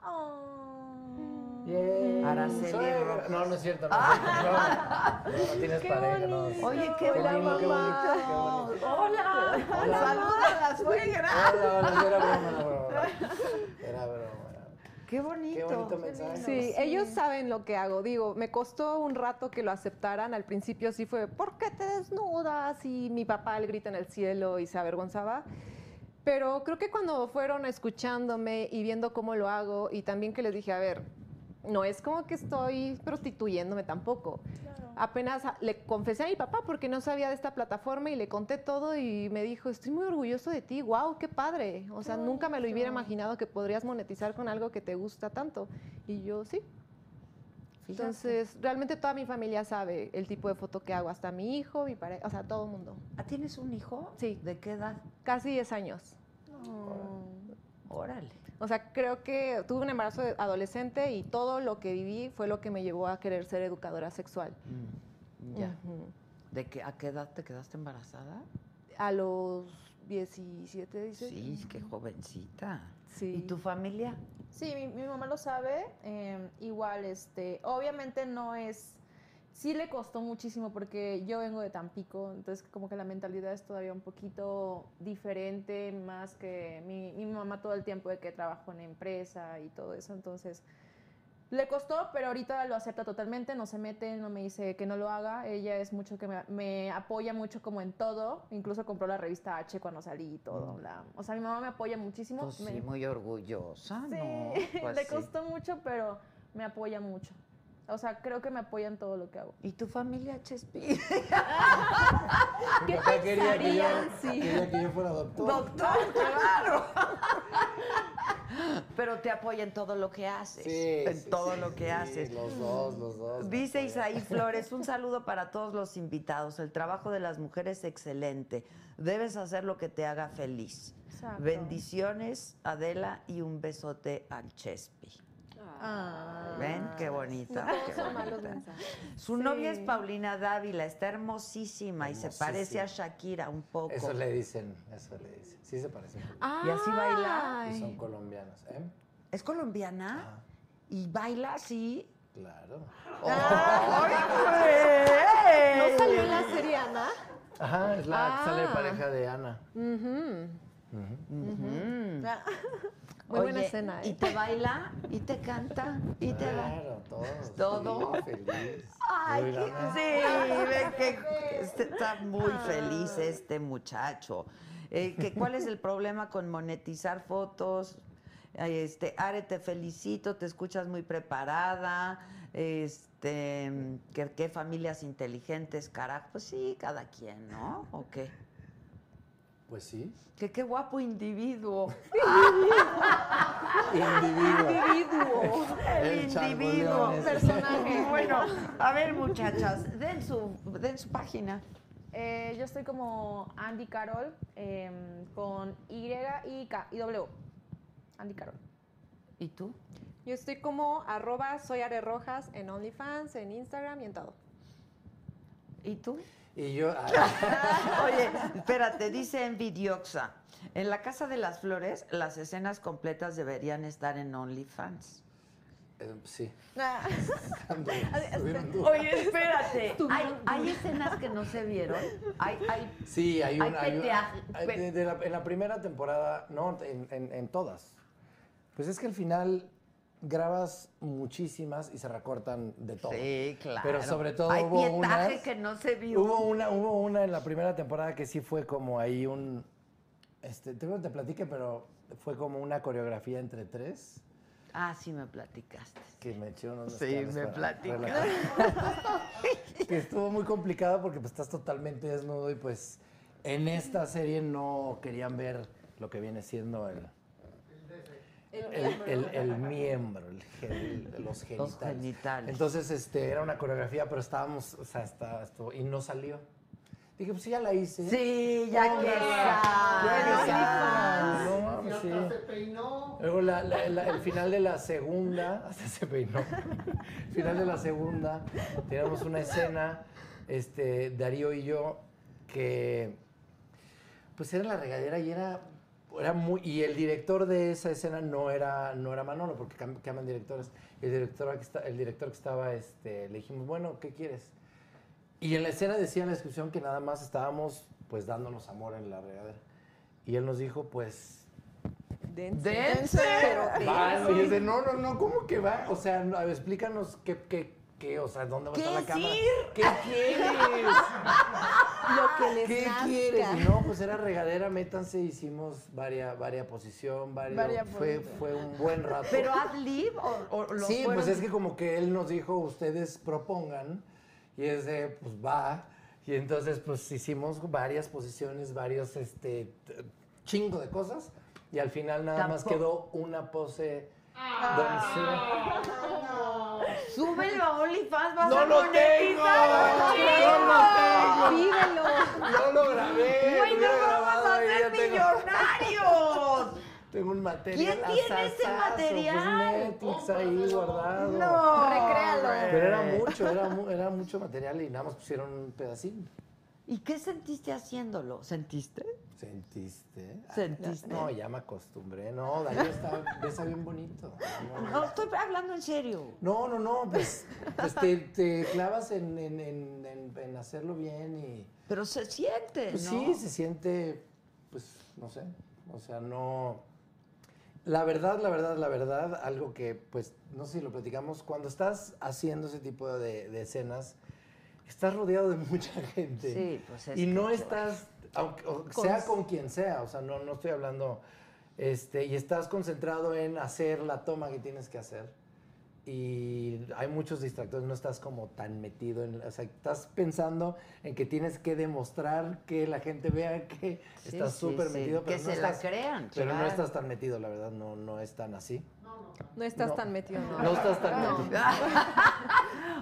[SPEAKER 9] Oh.
[SPEAKER 6] Yay.
[SPEAKER 2] Araceli
[SPEAKER 6] Soy-
[SPEAKER 2] Rojas.
[SPEAKER 6] No, no es cierto. No, no, no, no tienes pareja. No, sí.
[SPEAKER 2] Oye, qué
[SPEAKER 6] Qué
[SPEAKER 2] bonito.
[SPEAKER 6] lindo, qué bonito, qué bonito.
[SPEAKER 2] Hola, [LAUGHS] saludos a la suegra.
[SPEAKER 6] Hola, hola, era broma, era broma. Era broma. era broma.
[SPEAKER 2] Qué bonito.
[SPEAKER 6] Qué bonito mensaje.
[SPEAKER 8] Sí, ellos saben lo que hago. Digo, me costó un rato que lo aceptaran. Al principio sí fue, ¿por qué te desnudas? Y mi papá le grita en el cielo y se avergonzaba. Pero creo que cuando fueron escuchándome y viendo cómo lo hago, y también que les dije, a ver, no es como que estoy prostituyéndome tampoco. Apenas a- le confesé a mi papá porque no sabía de esta plataforma y le conté todo y me dijo, estoy muy orgulloso de ti, wow, qué padre. O sea, nunca me lo hubiera imaginado que podrías monetizar con algo que te gusta tanto. Y yo sí. Entonces, realmente toda mi familia sabe el tipo de foto que hago, hasta mi hijo, mi pareja, o sea, todo el mundo.
[SPEAKER 2] Ah, ¿Tienes un hijo?
[SPEAKER 8] Sí.
[SPEAKER 2] ¿De qué edad?
[SPEAKER 8] Casi 10 años.
[SPEAKER 2] Órale.
[SPEAKER 8] O sea, creo que tuve un embarazo de- adolescente y todo lo que viví fue lo que me llevó a querer ser educadora sexual.
[SPEAKER 2] Mm, Ya.
[SPEAKER 8] Ujú.
[SPEAKER 2] ¿De qué, ¿A qué edad te quedaste embarazada?
[SPEAKER 8] A los 17, dice.
[SPEAKER 2] Sí, qué jovencita.
[SPEAKER 8] Sí.
[SPEAKER 2] ¿Y tu familia?
[SPEAKER 8] em,
[SPEAKER 9] Sí, mi, mi mamá lo sabe. eh, igual, este, obviamente no es
[SPEAKER 8] sí le costó muchísimo porque yo vengo de Tampico, entonces como que la mentalidad es todavía un poquito diferente, más que mi, mi mamá todo el tiempo de que trabajó en empresa y todo eso, entonces le costó, pero ahorita lo acepta totalmente, no se mete, no me dice que no lo haga, ella es mucho que me, me apoya mucho como en todo, incluso compró la revista H cuando salí y todo, la- o sea, mi mamá me apoya muchísimo.
[SPEAKER 2] Pues
[SPEAKER 8] me-
[SPEAKER 2] sí, muy orgullosa,
[SPEAKER 8] Sí,
[SPEAKER 9] [LAUGHS]
[SPEAKER 2] ¿no? Pues
[SPEAKER 8] [LAUGHS] le
[SPEAKER 2] sí.
[SPEAKER 8] costó mucho, pero me apoya mucho. O sea, creo que me apoya en todo lo que hago.
[SPEAKER 2] ¿Y tu familia, Chespi?
[SPEAKER 8] ¿Qué
[SPEAKER 6] Papá quería que, yo,
[SPEAKER 8] pensarían si-
[SPEAKER 6] quería que yo fuera doctor.
[SPEAKER 2] Doctor, [LAUGHS] claro. Pero te apoya en todo lo que haces. en todo lo que haces.
[SPEAKER 6] Los dos, los dos.
[SPEAKER 2] Dice
[SPEAKER 6] [LAUGHS]
[SPEAKER 2] Isaí Flores, un saludo para todos los invitados. El trabajo de las mujeres es excelente. Debes hacer lo que te haga feliz.
[SPEAKER 8] Exacto.
[SPEAKER 2] Bendiciones, Adela, y un besote al Chespi. ¿Ven? Qué bonita.
[SPEAKER 8] No Ah. todos
[SPEAKER 2] qué
[SPEAKER 8] son malos
[SPEAKER 2] bonita.
[SPEAKER 8] mensajes.
[SPEAKER 2] Su
[SPEAKER 8] Sí.
[SPEAKER 2] novia es Paulina Dávila, está hermosísima y se
[SPEAKER 6] Hermosísima.
[SPEAKER 2] parece a Shakira un poco.
[SPEAKER 6] Eso le dicen, eso le dicen. Sí se parecen.
[SPEAKER 8] Ah,
[SPEAKER 2] ¿Y así baila?
[SPEAKER 6] Y son colombianos, ¿eh?
[SPEAKER 2] ¿Es
[SPEAKER 6] Ah.
[SPEAKER 2] colombiana? ¿Y baila así?
[SPEAKER 6] Claro. ¡Eh!
[SPEAKER 2] ¡Ay,
[SPEAKER 8] ¿No
[SPEAKER 2] güey!
[SPEAKER 8] salió en la serie Ana?
[SPEAKER 6] Ajá, es la que sale
[SPEAKER 8] Ah.
[SPEAKER 6] pareja de Ana.
[SPEAKER 8] Ujú. Ah, Muy buena
[SPEAKER 2] Oye,
[SPEAKER 8] escena.
[SPEAKER 2] ¿Y
[SPEAKER 8] ¿eh?
[SPEAKER 2] te baila? ¿Y te canta? ¿Y te da?
[SPEAKER 6] Claro, todos.
[SPEAKER 2] ¿Todo?
[SPEAKER 6] sí, feliz.
[SPEAKER 2] Ay,
[SPEAKER 6] Muy
[SPEAKER 2] qué-
[SPEAKER 6] grande.
[SPEAKER 2] sí, ve que este está muy feliz este muchacho. Eh, que, ¿Cuál es el problema con monetizar fotos? Ay, Este, Are, te felicito, te escuchas muy preparada. Este, que, que familias inteligentes, carajo. Pues sí, cada quien, ¿no? ¿O qué?
[SPEAKER 6] Pues sí.
[SPEAKER 2] Que qué guapo individuo.
[SPEAKER 6] Individuo.
[SPEAKER 8] Individuo.
[SPEAKER 2] El
[SPEAKER 6] El changoleón
[SPEAKER 2] individuo.
[SPEAKER 6] ese.
[SPEAKER 2] [LAUGHS]
[SPEAKER 8] Personaje.
[SPEAKER 2] Bueno, a ver, muchachas, den su, den su página.
[SPEAKER 8] [LAUGHS] Eh, yo estoy como Andy Carol em, con Y y K y W. Andy Carol.
[SPEAKER 2] ¿Y tú?
[SPEAKER 9] Yo estoy como arroba soy Are Rojas en OnlyFans, en Instagram y en todo.
[SPEAKER 2] ¿Y [LAUGHS] tú?
[SPEAKER 6] Y yo. ah, ay,
[SPEAKER 2] Oye, espérate, dice Envidioxa. En la Casa de las Flores, las escenas completas deberían estar en OnlyFans.
[SPEAKER 6] eh, sí.
[SPEAKER 8] Ah,
[SPEAKER 6] Estuvieron duros.
[SPEAKER 2] Oye, espérate. Hay, hay escenas que no se vieron. Hay, hay,
[SPEAKER 6] Sí, hay
[SPEAKER 2] Hay
[SPEAKER 6] una. hay una-
[SPEAKER 2] petea-
[SPEAKER 6] hay-
[SPEAKER 2] pe-
[SPEAKER 6] de- de la- en la primera temporada, no, en, en- en todas. Pues es que al final grabas muchísimas y se recortan de todo.
[SPEAKER 2] Sí, claro.
[SPEAKER 6] Pero sobre todo
[SPEAKER 2] hay
[SPEAKER 6] hubo
[SPEAKER 2] pietaje
[SPEAKER 6] unas-
[SPEAKER 2] que no se vio.
[SPEAKER 6] Hubo una, hubo una en la primera temporada que sí fue como ahí un. Este, te, te platiqué, pero fue como una coreografía entre tres
[SPEAKER 2] Ah, sí me platicaste.
[SPEAKER 6] que me eché unos
[SPEAKER 2] Sí,
[SPEAKER 6] mezcales
[SPEAKER 2] me
[SPEAKER 6] para
[SPEAKER 2] platicas.
[SPEAKER 6] relajar. [LAUGHS] que estuvo muy complicado porque pues, estás totalmente desnudo y pues en esta serie no querían ver lo que viene siendo el. El, el- el miembro, el gel- los genitales.
[SPEAKER 2] genitales.
[SPEAKER 6] Entonces, este, era una coreografía, pero estábamos, o sea, está- estuvo- y no salió. Dije, pues sí, ya la hice.
[SPEAKER 2] Sí, ya que
[SPEAKER 6] Ya
[SPEAKER 2] sal.
[SPEAKER 6] que sal. No, mames,
[SPEAKER 5] hasta
[SPEAKER 6] Ah, sí. pues.
[SPEAKER 5] se peinó.
[SPEAKER 6] Luego la- la- la- el final de la segunda, [LAUGHS] hasta se peinó. El final de la segunda, teníamos una escena, este, Darío y yo, que pues era la regadera y era, era muy, y el director de esa escena no era, no era Manolo, porque cam- cambian directores. El director que, esta- el director que estaba, este, le dijimos, bueno, ¿qué quieres? Y en la escena decía en la descripción que nada más estábamos pues dándonos amor en la regadera. Y él nos dijo, pues
[SPEAKER 2] Dense. Pero
[SPEAKER 6] Va,
[SPEAKER 2] dense.
[SPEAKER 6] ¿no? Y es de, no, no, no, ¿cómo que va? O sea, no, a ver, explícanos qué, qué, qué, o sea, ¿dónde va a
[SPEAKER 2] ¿Qué
[SPEAKER 6] estar la
[SPEAKER 2] es
[SPEAKER 6] cámara?
[SPEAKER 2] ir?
[SPEAKER 6] ¿Qué quieres?
[SPEAKER 9] Lo que les
[SPEAKER 6] ¿Qué
[SPEAKER 9] nazca.
[SPEAKER 6] quieres? Y no, pues era regadera, métanse, hicimos varia, varia posición, vario-
[SPEAKER 8] Varia
[SPEAKER 6] fue,
[SPEAKER 8] posición.
[SPEAKER 6] fue un buen rato.
[SPEAKER 2] Pero ad lib o, o lo
[SPEAKER 6] sí,
[SPEAKER 2] fueron-
[SPEAKER 6] pues es que como que él nos dijo, ustedes propongan, y es de, pues va, y entonces pues hicimos varias posiciones, varios, este, t- chingo de cosas, y al final nada más
[SPEAKER 2] Tampoco-
[SPEAKER 6] quedó una pose... donde se-
[SPEAKER 2] Súbelo a OnlyFans, vas
[SPEAKER 6] ¡No
[SPEAKER 2] a
[SPEAKER 6] lo
[SPEAKER 2] monetizar
[SPEAKER 6] tengo!
[SPEAKER 2] un chingo.
[SPEAKER 6] ¡No lo tengo!
[SPEAKER 8] Vívelo.
[SPEAKER 6] ¡No lo grabé!
[SPEAKER 2] Güey,
[SPEAKER 6] lo
[SPEAKER 2] no
[SPEAKER 6] hubiera
[SPEAKER 2] vamos
[SPEAKER 6] grabado
[SPEAKER 2] a
[SPEAKER 6] ahí,
[SPEAKER 2] ser
[SPEAKER 6] ya tengo-
[SPEAKER 2] millonarios.
[SPEAKER 6] Tengo un material.
[SPEAKER 2] ¿Quién tiene ese
[SPEAKER 6] asasazo,
[SPEAKER 2] material?
[SPEAKER 6] Pues Netflix ahí guardado.
[SPEAKER 2] No.
[SPEAKER 8] Recréalo.
[SPEAKER 6] Pero era mucho, era, mu- era mucho material y nada más pusieron un pedacito.
[SPEAKER 2] ¿Y qué sentiste haciéndolo? ¿Sentiste?
[SPEAKER 6] ¿Sentiste?
[SPEAKER 2] ¿Sentiste?
[SPEAKER 6] No, ya me acostumbré. No, Darío está, besa bien bonito.
[SPEAKER 2] [LAUGHS] No, estoy hablando en serio.
[SPEAKER 6] No, no, no, pues, pues te, te clavas en, en- en- en- en hacerlo bien y...
[SPEAKER 2] Pero se siente,
[SPEAKER 6] Pues
[SPEAKER 2] Eh, ¿no?
[SPEAKER 6] sí, se siente, pues, no sé, o sea, no... La verdad, la verdad, la verdad, algo que, pues, no sé si lo platicamos, cuando estás haciendo ese tipo de, de escenas, estás rodeado de [LAUGHS] mucha gente.
[SPEAKER 2] Sí, pues, es
[SPEAKER 6] Y
[SPEAKER 2] que
[SPEAKER 6] no
[SPEAKER 2] qué
[SPEAKER 6] estás, aunque, o
[SPEAKER 2] Con-
[SPEAKER 6] sea con quien sea, o sea, no, no estoy hablando, este, y estás concentrado en hacer la toma que tienes que hacer. Y hay muchos distractores, no estás como tan metido en, o sea, estás pensando en que tienes que demostrar que la gente vea que
[SPEAKER 2] Sí,
[SPEAKER 6] estás
[SPEAKER 2] sí,
[SPEAKER 6] súper
[SPEAKER 2] sí,
[SPEAKER 6] metido, pero
[SPEAKER 2] que
[SPEAKER 6] no
[SPEAKER 2] se la
[SPEAKER 6] estás-
[SPEAKER 2] crean,
[SPEAKER 6] Pero no
[SPEAKER 2] claro.
[SPEAKER 6] estás tan metido, la verdad, no, no es tan así.
[SPEAKER 8] No estás
[SPEAKER 6] No.
[SPEAKER 8] tan metido, ¿no?
[SPEAKER 6] No estás tan
[SPEAKER 8] No.
[SPEAKER 6] metido.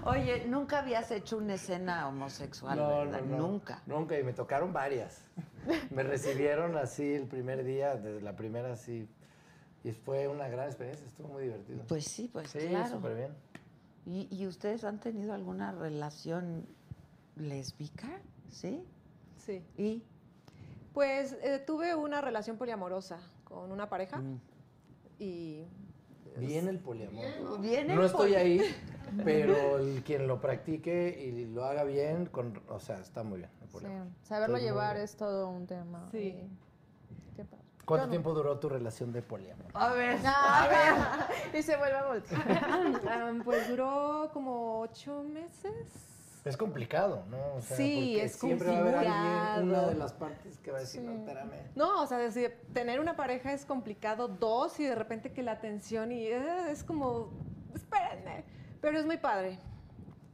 [SPEAKER 2] Oye, nunca habías hecho una escena homosexual, ¿verdad? Nunca.
[SPEAKER 6] Nunca, y me tocaron varias. Me recibieron así el primer día, desde la primera así. Y fue una gran experiencia, estuvo muy divertido.
[SPEAKER 2] Pues sí, pues
[SPEAKER 6] Sí,
[SPEAKER 2] claro.
[SPEAKER 6] súper bien.
[SPEAKER 2] ¿Y, y ustedes han tenido alguna relación lésbica? ¿Sí?
[SPEAKER 8] Sí.
[SPEAKER 2] ¿Y?
[SPEAKER 8] Pues eh, tuve una relación poliamorosa con una pareja
[SPEAKER 6] Mm.
[SPEAKER 8] y
[SPEAKER 6] Bien el poliamor.
[SPEAKER 8] Bien el
[SPEAKER 6] no estoy
[SPEAKER 8] poli-
[SPEAKER 6] ahí, [LAUGHS] pero el, quien lo practique y lo haga bien, con, o sea, está muy bien. el
[SPEAKER 9] Sí,
[SPEAKER 6] poliamor.
[SPEAKER 9] Saberlo
[SPEAKER 6] Está muy
[SPEAKER 9] llevar
[SPEAKER 6] bien.
[SPEAKER 9] es todo un tema. Sí. Qué padre.
[SPEAKER 6] ¿Cuánto
[SPEAKER 9] Yo no-
[SPEAKER 6] tiempo duró tu relación de poliamor?
[SPEAKER 2] A ver,
[SPEAKER 8] Ah, [LAUGHS]
[SPEAKER 9] a ver. Y se vuelve a voltear.
[SPEAKER 8] Am, pues duró como ocho meses.
[SPEAKER 6] Es complicado, ¿no? O sea,
[SPEAKER 8] Sí,
[SPEAKER 6] porque
[SPEAKER 8] es
[SPEAKER 6] siempre va a haber alguien, una
[SPEAKER 8] configurado.
[SPEAKER 6] de las partes que va a decir, no, espérame.
[SPEAKER 8] No, o sea, decir, tener una pareja es complicado, dos, y de repente que la tensión y eh, es como, espérenme, pero es muy padre.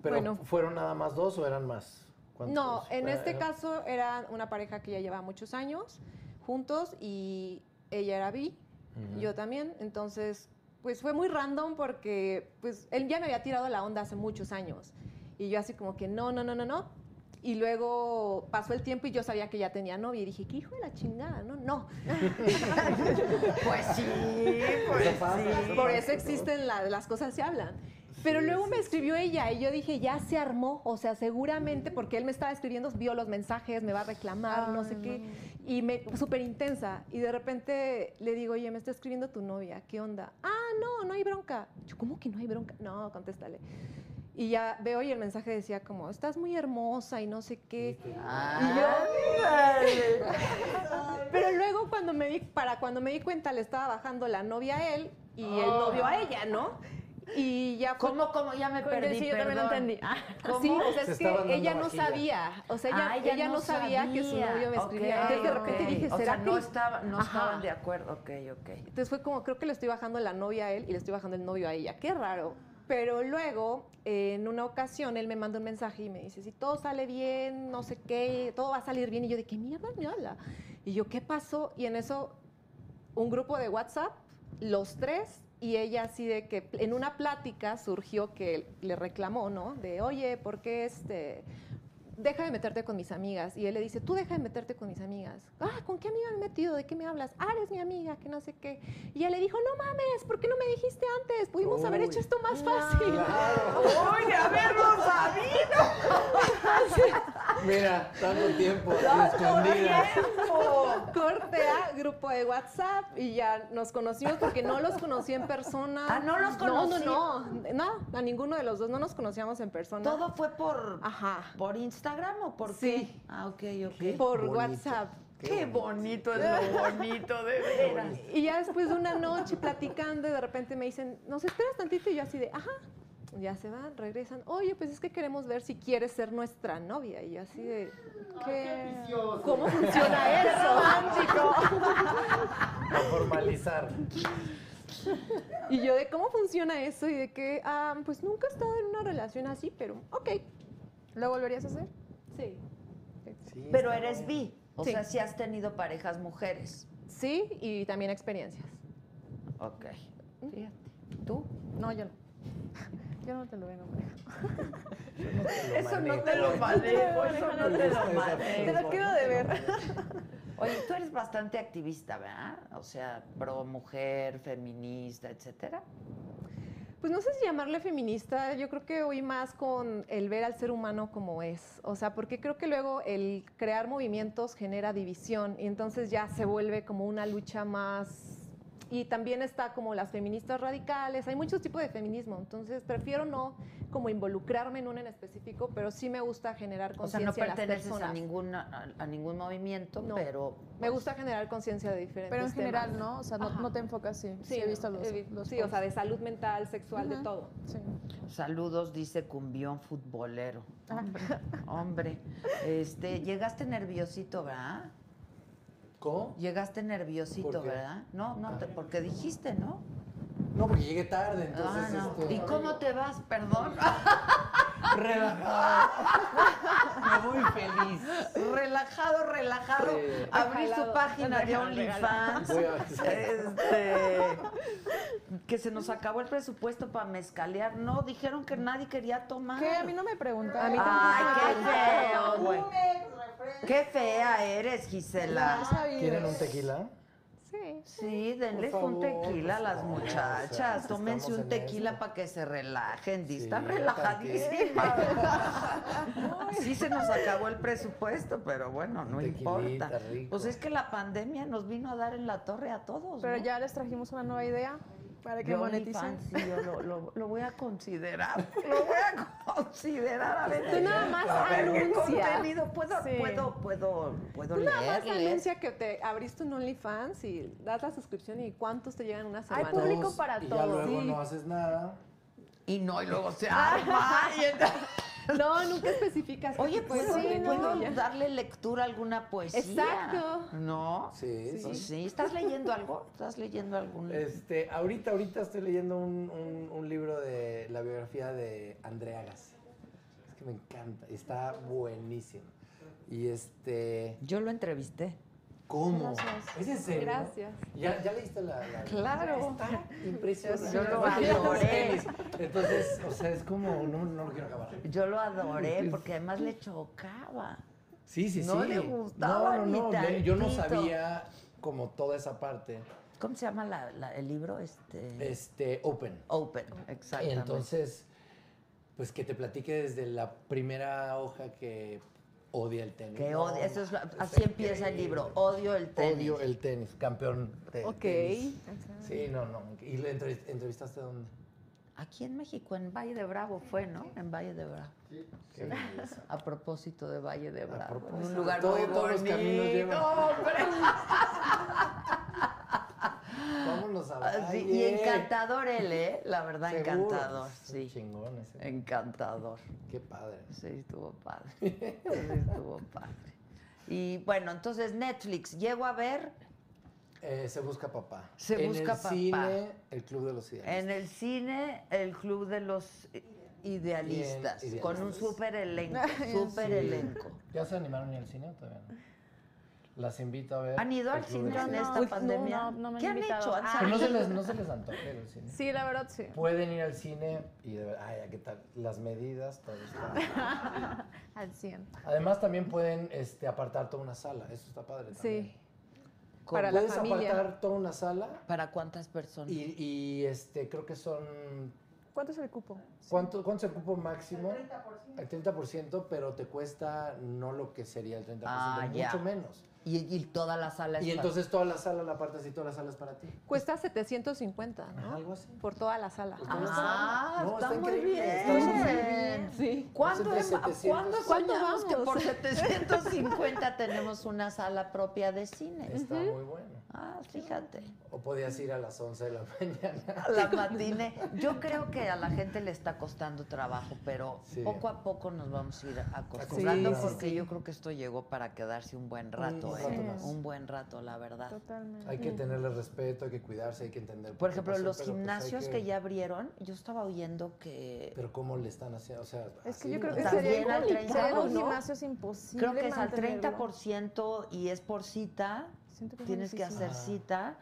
[SPEAKER 6] Pero
[SPEAKER 8] Bueno.
[SPEAKER 6] fueron nada más dos o eran más? ¿Cuántos?
[SPEAKER 8] No, en
[SPEAKER 6] Ah,
[SPEAKER 8] este
[SPEAKER 6] eran-
[SPEAKER 8] caso era una pareja que ya llevaba muchos años juntos y ella era bi,
[SPEAKER 6] Ujú.
[SPEAKER 8] yo también, entonces pues fue muy random porque pues él ya me había tirado la onda hace muchos años y yo así como que no, no, no, no, no. Y luego pasó el tiempo y yo sabía que ya tenía novia y dije, ¿qué hijo de la chingada? No, no.
[SPEAKER 2] Pues sí, pues
[SPEAKER 6] Eso pasa,
[SPEAKER 2] sí.
[SPEAKER 8] Por eso existen la- las cosas se hablan. Pero luego me escribió ella y yo dije, ya se armó, o sea, seguramente porque él me estaba escribiendo, vio los mensajes, me va a reclamar, no sé qué, y me súper intensa. Y de repente le digo, oye, me está escribiendo tu novia, ¿qué onda? Ah, no, no hay bronca. Yo, ¿cómo que no hay bronca? No, contéstale. Y ya veo y el mensaje decía como, estás muy hermosa y no sé qué. Ah. Y yo, pero luego cuando me di, para cuando me di cuenta le estaba bajando la novia a él y el
[SPEAKER 2] Oh.
[SPEAKER 8] novio a ella, ¿no? Y ya fue-
[SPEAKER 2] ¿Cómo, cómo? Ya me
[SPEAKER 8] Yo
[SPEAKER 2] perdí,
[SPEAKER 8] sí, yo también no
[SPEAKER 2] perdón.
[SPEAKER 8] entendí. Ah,
[SPEAKER 2] [LAUGHS]
[SPEAKER 8] [LAUGHS]
[SPEAKER 2] ¿Cómo?
[SPEAKER 8] Sí, o sea,
[SPEAKER 2] Se
[SPEAKER 8] es que
[SPEAKER 2] estaban dando
[SPEAKER 8] ella no
[SPEAKER 2] vajilla.
[SPEAKER 8] sabía. O sea, ella,
[SPEAKER 2] Ah,
[SPEAKER 8] ella no sabía, que su novio me escribía.
[SPEAKER 2] Ok,
[SPEAKER 8] Entonces de repente
[SPEAKER 2] ok.
[SPEAKER 8] dije, ¿será
[SPEAKER 2] o sea,
[SPEAKER 8] que
[SPEAKER 2] no,
[SPEAKER 8] le-
[SPEAKER 2] estaba, no
[SPEAKER 8] Ajá.
[SPEAKER 2] estaban de acuerdo, ok, ok.
[SPEAKER 8] Entonces fue como, creo que le estoy bajando la novia a él y le estoy bajando el novio a ella. Qué raro. Pero luego, eh, en una ocasión, él me manda un mensaje y me dice, si todo sale bien, no sé qué, todo va a salir bien. Y yo, ¿de qué mierda me habla? Y yo, ¿qué pasó? Y en eso, un grupo de WhatsApp, los tres, y ella así de que en una plática surgió que él le reclamó, ¿no? De, oye, ¿por qué este...? Deja de meterte con mis amigas. Y él le dice, tú deja de meterte con mis amigas. Ah, ¿con qué amiga me he metido? ¿De qué me hablas? Ah, eres mi amiga, que no sé qué. Y ella le dijo, no mames, ¿por qué no me dijiste antes? Pudimos haber hecho esto más
[SPEAKER 2] [LAUGHS]
[SPEAKER 8] fácil.
[SPEAKER 2] ¡Uy, haberlo
[SPEAKER 8] sabido!
[SPEAKER 6] Mira, tanto tiempo, así
[SPEAKER 8] Tanto
[SPEAKER 6] escondida.
[SPEAKER 8] tiempo. Corte a grupo de WhatsApp y ya nos conocimos porque no los conocí en persona.
[SPEAKER 2] Ah, no los conocí.
[SPEAKER 8] No, no, no. No, a ninguno de los dos no nos conocíamos en persona.
[SPEAKER 2] ¿Todo fue por,
[SPEAKER 8] Ajá.
[SPEAKER 2] por Instagram o por
[SPEAKER 8] Sí.
[SPEAKER 2] qué? Ah, ok, ok.
[SPEAKER 8] Por WhatsApp.
[SPEAKER 2] Qué, bonito. es lo bonito, de veras.
[SPEAKER 8] Y ya después de una noche platicando, y de repente me dicen, ¿nos esperas tantito? Y yo así de, ajá. Ya se van, regresan. Oye, pues es que queremos ver si quieres ser nuestra novia. Y yo así de, ¿qué? ¿Cómo funciona eso?
[SPEAKER 6] A formalizar.
[SPEAKER 8] Y yo de cómo funciona eso y de que, ah, pues nunca he estado en una relación así, pero ok. ¿Lo volverías a hacer? Sí.
[SPEAKER 2] Pero eres bi. O
[SPEAKER 8] Sí.
[SPEAKER 2] sea, sí has tenido parejas mujeres.
[SPEAKER 8] Sí, y también experiencias.
[SPEAKER 2] Ok.
[SPEAKER 8] Fíjate.
[SPEAKER 2] ¿Tú?
[SPEAKER 8] No, yo no. [LAUGHS] Yo no te lo vengo a manejar.
[SPEAKER 2] Eso no te [LAUGHS] lo manejo, eso no te lo manejo.
[SPEAKER 8] Te lo quedo de ver.
[SPEAKER 2] Oye, tú eres bastante activista, ¿verdad? O sea, pro mujer, feminista, etcétera.
[SPEAKER 9] Pues no sé si llamarle feminista, yo creo que hoy más con el ver al ser humano como es, o sea, porque creo que luego el crear movimientos genera división y entonces ya se vuelve como una lucha más... Y también está como las feministas radicales, hay muchos tipos de feminismo, entonces prefiero no como involucrarme en uno en específico, pero sí me gusta generar
[SPEAKER 2] O sea, no
[SPEAKER 9] conciencia en las
[SPEAKER 2] perteneces
[SPEAKER 9] personas.
[SPEAKER 2] a ningún, a, a ningún movimiento, pero...
[SPEAKER 9] Me gusta generar conciencia de diferentes
[SPEAKER 8] Pero en general,
[SPEAKER 9] temas.
[SPEAKER 8] ¿no? O sea, no-
[SPEAKER 9] Ajá.
[SPEAKER 8] no te enfocas, sí. Sí, he
[SPEAKER 9] no,
[SPEAKER 8] visto los-
[SPEAKER 9] vi-
[SPEAKER 8] los
[SPEAKER 9] Sí, o sea,
[SPEAKER 8] posts.
[SPEAKER 9] de salud mental, sexual, de
[SPEAKER 8] Ujú.
[SPEAKER 9] todo.
[SPEAKER 8] Sí.
[SPEAKER 2] pues, Saludos, dice Cumbión Futbolero.
[SPEAKER 9] Ah.
[SPEAKER 2] Hombre, hombre. Este, llegaste nerviosito, ¿verdad?
[SPEAKER 6] ¿Cómo?
[SPEAKER 2] Llegaste nerviosito,
[SPEAKER 6] ¿Por qué? Ah.
[SPEAKER 2] ¿verdad? No, no, te- porque dijiste, ¿no?
[SPEAKER 6] No, porque llegué tarde, entonces.
[SPEAKER 2] Ah, no.
[SPEAKER 6] este,
[SPEAKER 2] ¿Y cómo
[SPEAKER 6] [LAUGHS]
[SPEAKER 2] te vas? Perdón.
[SPEAKER 6] Relajado. Muy feliz.
[SPEAKER 2] Relajado, relajado.
[SPEAKER 6] Sí.
[SPEAKER 2] Abrir su
[SPEAKER 6] Regalado.
[SPEAKER 2] página de
[SPEAKER 6] Regalado,
[SPEAKER 2] OnlyFans.
[SPEAKER 6] Voy a- sí.
[SPEAKER 2] Este, que se nos acabó el presupuesto para mezcalear. No, dijeron que nadie quería tomar.
[SPEAKER 8] ¿Qué? Ah. A mí no me Ah, preguntaron.
[SPEAKER 2] Ay, qué feo, güey.
[SPEAKER 3] refresco.
[SPEAKER 2] Qué fea eres, Gisela.
[SPEAKER 8] Ah, No sabía.
[SPEAKER 6] ¿Quieren un tequila?
[SPEAKER 8] Sí.
[SPEAKER 2] Sí, denles
[SPEAKER 6] Por
[SPEAKER 2] un
[SPEAKER 6] favor,
[SPEAKER 2] tequila a
[SPEAKER 6] por
[SPEAKER 2] las
[SPEAKER 6] favor, o sea,
[SPEAKER 2] muchachas.
[SPEAKER 6] estamos
[SPEAKER 2] Tómense un
[SPEAKER 6] en
[SPEAKER 2] tequila para que se relajen. Di, Están
[SPEAKER 6] ¿para qué?
[SPEAKER 2] relajadísimas. Sí se nos acabó el presupuesto, pero bueno, no
[SPEAKER 6] Tequilita,
[SPEAKER 2] importa.
[SPEAKER 6] rico.
[SPEAKER 2] Pues es que la pandemia nos vino a dar en la torre a todos.
[SPEAKER 8] Pero
[SPEAKER 2] ¿no?
[SPEAKER 8] ya les trajimos una nueva idea para que
[SPEAKER 2] Yo
[SPEAKER 8] moneticen.
[SPEAKER 2] OnlyFans, sí, yo lo, lo- lo voy a considerar. Lo voy a considerar a ver.
[SPEAKER 9] Tú nada más
[SPEAKER 2] a ver, ¿qué
[SPEAKER 9] anuncia.
[SPEAKER 2] contenido puedo,
[SPEAKER 9] Sí.
[SPEAKER 2] puedo, puedo, puedo
[SPEAKER 9] Tú nada más
[SPEAKER 2] leerles?
[SPEAKER 9] anuncia que te abriste un OnlyFans y das la suscripción y cuántos te llegan en una semana.
[SPEAKER 6] Todos, y Ya luego no haces nada.
[SPEAKER 2] Y no, y luego se
[SPEAKER 9] Ah.
[SPEAKER 2] arma. y entonces-
[SPEAKER 8] pues,
[SPEAKER 9] No, nunca especificas. qué
[SPEAKER 2] Oye,
[SPEAKER 9] tipo de
[SPEAKER 2] ¿puedo,
[SPEAKER 9] contenido
[SPEAKER 2] ¿puedo
[SPEAKER 9] Pues ya.
[SPEAKER 2] darle lectura a alguna poesía?
[SPEAKER 9] Exacto.
[SPEAKER 2] ¿No?
[SPEAKER 6] Sí,
[SPEAKER 2] Pues sí. ¿Estás leyendo algo? ¿Estás leyendo algún...?
[SPEAKER 6] Este, ahorita, ahorita estoy leyendo un, un- un libro de la biografía de Andrea Gassi. Es que me encanta, está buenísimo. Y este,
[SPEAKER 2] Yo lo entrevisté.
[SPEAKER 6] ¿cómo? ¿Es en serio?
[SPEAKER 9] Gracias.
[SPEAKER 6] ¿Ya, ya leíste la, la-
[SPEAKER 2] Claro.
[SPEAKER 6] Está impresionante.
[SPEAKER 2] Yo ¿eh? lo
[SPEAKER 6] Porque no
[SPEAKER 2] valoré.
[SPEAKER 6] tenis. Entonces, o sea, es como, no, no lo quiero acabar.
[SPEAKER 2] Yo lo adoré porque además le chocaba.
[SPEAKER 6] Sí, sí,
[SPEAKER 2] No
[SPEAKER 6] sí.
[SPEAKER 2] le gustaba
[SPEAKER 6] No, no,
[SPEAKER 2] ni
[SPEAKER 6] no, le- yo no
[SPEAKER 2] tantito.
[SPEAKER 6] sabía como toda esa parte.
[SPEAKER 2] ¿Cómo se llama la- la- el libro? Este...
[SPEAKER 6] Este, open.
[SPEAKER 2] Open,
[SPEAKER 6] Y
[SPEAKER 2] exactamente.
[SPEAKER 6] entonces, pues que te platique desde la primera hoja que odia el tenis.
[SPEAKER 2] Que
[SPEAKER 6] No,
[SPEAKER 2] odio, eso es lo-
[SPEAKER 6] es
[SPEAKER 2] así empieza el
[SPEAKER 6] increíble.
[SPEAKER 2] libro, odio el tenis.
[SPEAKER 6] Odio el tenis, campeón de
[SPEAKER 9] Ok.
[SPEAKER 6] tenis. Sí, no, no. ¿Y le entre- entrevistaste dónde?
[SPEAKER 2] Aquí en México, en Valle de Bravo fue, ¿no? En Valle de Bravo.
[SPEAKER 6] Qué belleza.
[SPEAKER 2] A propósito de Valle de Bravo. en
[SPEAKER 6] propósito,
[SPEAKER 2] Ah, un lugar
[SPEAKER 6] todo-
[SPEAKER 2] muy
[SPEAKER 6] todos los caminos llevan.
[SPEAKER 2] bonito, hombre.
[SPEAKER 6] Vámonos a
[SPEAKER 2] Así,
[SPEAKER 6] Valle.
[SPEAKER 2] Ah, y encantador él, ¿eh? La verdad,
[SPEAKER 6] Seguro.
[SPEAKER 2] encantador. Sí, Eh.
[SPEAKER 6] Chingón ese.
[SPEAKER 2] encantador.
[SPEAKER 6] Qué padre.
[SPEAKER 2] Sí, estuvo padre. Sí, estuvo padre. Y bueno, entonces Netflix, llego a ver
[SPEAKER 6] Eh, se busca papá.
[SPEAKER 2] Se
[SPEAKER 6] en
[SPEAKER 2] busca
[SPEAKER 6] el
[SPEAKER 2] papá.
[SPEAKER 6] cine, el club de los idealistas.
[SPEAKER 2] en el cine El Club de los Idealistas,
[SPEAKER 6] Bien,
[SPEAKER 2] con un
[SPEAKER 6] idealistas.
[SPEAKER 2] súper elenco, súper
[SPEAKER 6] [LAUGHS] Sí.
[SPEAKER 2] elenco.
[SPEAKER 6] ¿Ya se animaron ni al cine o todavía no? Las invito a ver.
[SPEAKER 2] ¿Han ido
[SPEAKER 6] el
[SPEAKER 2] al
[SPEAKER 6] Club de
[SPEAKER 2] cine
[SPEAKER 6] los
[SPEAKER 2] en
[SPEAKER 6] Idealistas.
[SPEAKER 2] esta
[SPEAKER 8] Uy, no,
[SPEAKER 2] pandemia?
[SPEAKER 8] no, no me han
[SPEAKER 2] ¿Qué han
[SPEAKER 8] invitado.
[SPEAKER 2] hecho? ¿Han
[SPEAKER 8] Ah.
[SPEAKER 6] Pero no se
[SPEAKER 2] salido?
[SPEAKER 6] les, no se les antoje el cine.
[SPEAKER 8] Sí, la verdad, sí.
[SPEAKER 6] Pueden ir al cine y de verdad, ay, ¿qué tal? Las medidas, todo está.
[SPEAKER 8] Al 100.
[SPEAKER 6] Además, también pueden este, apartar toda una sala. Eso está padre también.
[SPEAKER 9] Sí.
[SPEAKER 2] ¿Cómo?
[SPEAKER 9] Para la
[SPEAKER 6] Puedes
[SPEAKER 9] familia.
[SPEAKER 6] apartar toda una sala
[SPEAKER 2] ¿Para cuántas personas?
[SPEAKER 6] y, y, este, creo que son.
[SPEAKER 8] ¿Cuánto es el cupo?
[SPEAKER 6] ¿Cuánto, cuánto es el cupo máximo? El 30%, pero te cuesta no lo que sería el 30%,
[SPEAKER 2] Ah,
[SPEAKER 6] mucho
[SPEAKER 2] ya.
[SPEAKER 6] menos.
[SPEAKER 2] Y, y toda la sala es
[SPEAKER 6] Y
[SPEAKER 2] para-
[SPEAKER 6] entonces toda la sala la apartas y toda la sala es para ti.
[SPEAKER 9] Cuesta 750, ¿no?
[SPEAKER 6] Algo así.
[SPEAKER 9] Por toda la sala.
[SPEAKER 6] Pues toda la
[SPEAKER 2] Ah,
[SPEAKER 6] sala. No,
[SPEAKER 2] está, muy
[SPEAKER 6] increíble,
[SPEAKER 2] bien.
[SPEAKER 6] está súper bien.
[SPEAKER 9] Sí.
[SPEAKER 2] ¿Cuándo,
[SPEAKER 6] Nosotros
[SPEAKER 2] es-
[SPEAKER 6] 700.
[SPEAKER 2] ¿cuándo
[SPEAKER 9] ¿Cuándo
[SPEAKER 2] soñamos que
[SPEAKER 9] vamos?
[SPEAKER 2] [LAUGHS] por 750 tenemos una sala propia de cine?
[SPEAKER 6] Está muy bueno.
[SPEAKER 2] Ah, fíjate.
[SPEAKER 6] O podías ir a las 11 de la [LAUGHS] mañana.
[SPEAKER 2] La matine. Yo creo que a la gente le está costando trabajo, pero
[SPEAKER 6] Sí.
[SPEAKER 2] poco a poco nos vamos a ir acostumbrando
[SPEAKER 6] Sí, sí,
[SPEAKER 2] porque
[SPEAKER 6] sí.
[SPEAKER 2] yo creo que esto llegó para quedarse un buen rato,
[SPEAKER 6] Un
[SPEAKER 2] ¿eh?
[SPEAKER 6] rato más.
[SPEAKER 2] Un buen rato, la verdad.
[SPEAKER 8] Totalmente.
[SPEAKER 6] Hay que tenerle respeto, hay que cuidarse, hay que entender.
[SPEAKER 2] Por
[SPEAKER 6] qué
[SPEAKER 2] ejemplo,
[SPEAKER 6] pasó,
[SPEAKER 2] los
[SPEAKER 6] pero pues hay
[SPEAKER 2] gimnasios que ya abrieron, yo estaba oyendo que
[SPEAKER 6] Pero cómo le están haciendo, o sea...
[SPEAKER 8] Es que
[SPEAKER 6] así,
[SPEAKER 8] yo creo
[SPEAKER 6] ¿no?
[SPEAKER 8] que
[SPEAKER 2] También
[SPEAKER 8] sería
[SPEAKER 2] al
[SPEAKER 8] complicado.
[SPEAKER 2] 30,
[SPEAKER 8] Un
[SPEAKER 2] ¿no?
[SPEAKER 8] gimnasio es imposible
[SPEAKER 2] Creo que es al
[SPEAKER 8] mantenerlo.
[SPEAKER 2] 30% y es por cita.
[SPEAKER 8] Siento que es muy
[SPEAKER 2] Tienes que
[SPEAKER 8] difícil.
[SPEAKER 2] hacer
[SPEAKER 6] Ah.
[SPEAKER 2] cita.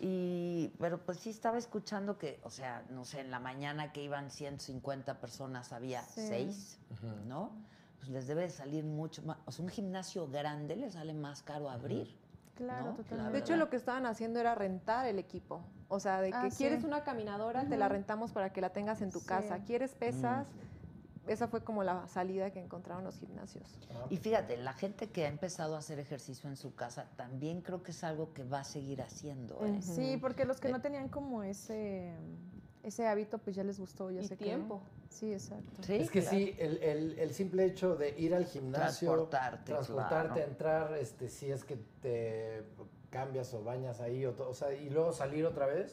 [SPEAKER 2] Y, pero pues sí estaba escuchando que, o sea, no sé, en la mañana que iban 150 personas había
[SPEAKER 8] Sí.
[SPEAKER 2] seis, ¿no? Pues les debe de salir mucho más. O sea, un gimnasio grande le sale más caro abrir.
[SPEAKER 8] Claro,
[SPEAKER 2] ¿no?
[SPEAKER 8] totalmente.
[SPEAKER 9] De hecho, lo que estaban haciendo era rentar el equipo. O sea, de que
[SPEAKER 8] Ah, sí.
[SPEAKER 9] quieres una caminadora, te la
[SPEAKER 8] Ujú.
[SPEAKER 9] rentamos para que la tengas en tu
[SPEAKER 8] Sí.
[SPEAKER 9] casa. Quieres
[SPEAKER 6] Mm.
[SPEAKER 9] pesas. Esa fue como la salida que encontraron los gimnasios.
[SPEAKER 2] Y fíjate, la gente que ha empezado a hacer ejercicio en su casa también creo que es algo que va a seguir haciendo. ¿eh?
[SPEAKER 8] Sí, porque los que no tenían como ese, ese hábito, pues ya les gustó, ya
[SPEAKER 9] Y
[SPEAKER 8] sé que
[SPEAKER 9] tiempo.
[SPEAKER 8] Sí, exacto.
[SPEAKER 6] es que sí, el, el- el simple hecho de ir al gimnasio,
[SPEAKER 2] Transportarte,
[SPEAKER 6] transportarte,
[SPEAKER 2] claro.
[SPEAKER 6] entrar, este, si es que te cambias o bañas ahí, o, to- o sea, y luego salir otra vez.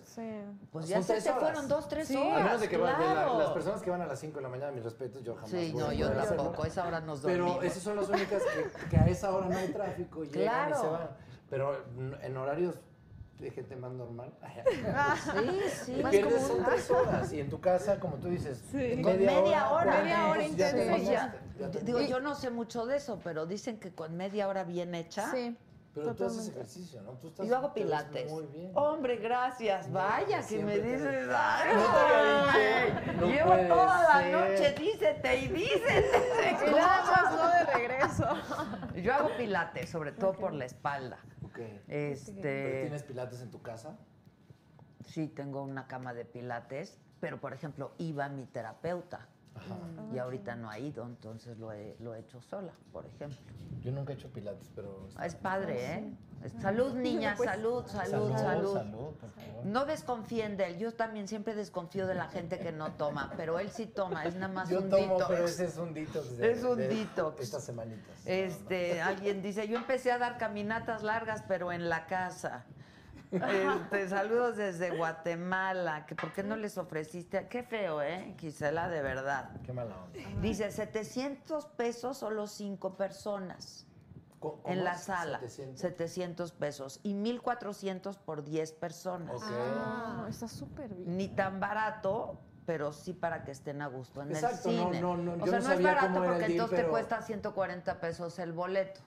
[SPEAKER 2] Pues
[SPEAKER 6] Son
[SPEAKER 2] ya se
[SPEAKER 6] tres
[SPEAKER 2] te
[SPEAKER 6] horas.
[SPEAKER 2] fueron dos, tres
[SPEAKER 6] Sí,
[SPEAKER 2] horas.
[SPEAKER 6] A menos de que va- de la-
[SPEAKER 2] claro.
[SPEAKER 6] las personas que van a las 5 de la mañana, mis respetos, yo jamás.
[SPEAKER 2] Sí,
[SPEAKER 6] voy
[SPEAKER 2] no,
[SPEAKER 6] a
[SPEAKER 2] yo
[SPEAKER 6] poder hacerlo.
[SPEAKER 2] tampoco. A esa hora nos dormimos.
[SPEAKER 6] Pero esas son las únicas que, que a esa hora no hay tráfico y llegan
[SPEAKER 2] Claro.
[SPEAKER 6] y se van. Pero n- en horarios de gente más normal. [LAUGHS]
[SPEAKER 2] Ah. Sí, sí.
[SPEAKER 6] Y
[SPEAKER 2] Más
[SPEAKER 6] pierdes
[SPEAKER 2] como
[SPEAKER 6] son
[SPEAKER 2] un-
[SPEAKER 6] tres horas. Y en tu casa, como tú dices, en
[SPEAKER 2] Con media, hora,
[SPEAKER 6] cuarenta
[SPEAKER 2] ¿no?
[SPEAKER 6] minutos, ya te
[SPEAKER 2] Sí, ya.
[SPEAKER 6] bañaste, ya te-
[SPEAKER 2] Digo, yo no sé mucho de eso, pero dicen que con media hora bien hecha.
[SPEAKER 8] Sí.
[SPEAKER 6] Pero tú haces ejercicio, ¿no? Tú estás,
[SPEAKER 2] Yo hago
[SPEAKER 6] te ves
[SPEAKER 2] pilates. Oh. pues
[SPEAKER 6] Muy bien.
[SPEAKER 2] Hombre, gracias. Vaya, que me
[SPEAKER 6] siempre te-
[SPEAKER 2] dices.
[SPEAKER 6] No te
[SPEAKER 2] "Ay,
[SPEAKER 6] había dicho, no
[SPEAKER 2] Llevo
[SPEAKER 6] puede
[SPEAKER 2] toda la
[SPEAKER 6] ser".
[SPEAKER 2] noche, dícete y dícete. [LAUGHS]
[SPEAKER 8] Y nada más no de regreso.
[SPEAKER 2] Yo hago pilates, sobre todo por la espalda.
[SPEAKER 6] Ok.
[SPEAKER 2] Este-
[SPEAKER 6] ¿Pero tienes pilates en tu casa?
[SPEAKER 2] Sí, tengo una cama de pilates, pero por ejemplo, iba mi terapeuta. Y ahorita no ha ido, entonces lo he, lo he hecho sola, por ejemplo.
[SPEAKER 6] Yo nunca he hecho pilates, pero...
[SPEAKER 2] Ah, Es padre, ¿eh? Es- Salud, [LAUGHS] niña,
[SPEAKER 6] Pues-
[SPEAKER 2] salud, salud,
[SPEAKER 6] Salud,
[SPEAKER 2] salud.
[SPEAKER 6] salud, por favor.
[SPEAKER 2] No desconfíen de él. Yo también siempre desconfío de la gente que no toma, pero él sí toma, es nada más
[SPEAKER 6] Yo
[SPEAKER 2] un
[SPEAKER 6] tomo,
[SPEAKER 2] detox.
[SPEAKER 6] pero ese es
[SPEAKER 2] [LAUGHS]
[SPEAKER 6] un detox.
[SPEAKER 2] Es un
[SPEAKER 6] detox. Estas semanitas.
[SPEAKER 2] Este, alguien dice, yo empecé a dar caminatas largas, pero en la casa. Este, saludos desde Guatemala. que ¿Por qué no les ofreciste? Qué feo, ¿eh? Gisela, de verdad.
[SPEAKER 6] Qué mala onda.
[SPEAKER 2] Dice, 700 pesos solo cinco personas
[SPEAKER 6] ¿Cómo- cómo
[SPEAKER 2] en la
[SPEAKER 6] es?
[SPEAKER 2] sala.
[SPEAKER 6] 700.
[SPEAKER 2] 700. pesos. Y 1,400 por 10 personas.
[SPEAKER 8] Ah, está súper bien.
[SPEAKER 2] Ni tan barato, pero sí para que estén a gusto en
[SPEAKER 6] Exacto,
[SPEAKER 2] el
[SPEAKER 6] no,
[SPEAKER 2] cine.
[SPEAKER 6] no, no,
[SPEAKER 2] o
[SPEAKER 6] yo
[SPEAKER 2] sea,
[SPEAKER 6] no
[SPEAKER 2] no, es
[SPEAKER 6] sabía
[SPEAKER 2] barato
[SPEAKER 6] cómo era el
[SPEAKER 2] porque
[SPEAKER 6] deal,
[SPEAKER 2] entonces
[SPEAKER 6] pero-
[SPEAKER 2] te cuesta 140 pesos el boleto.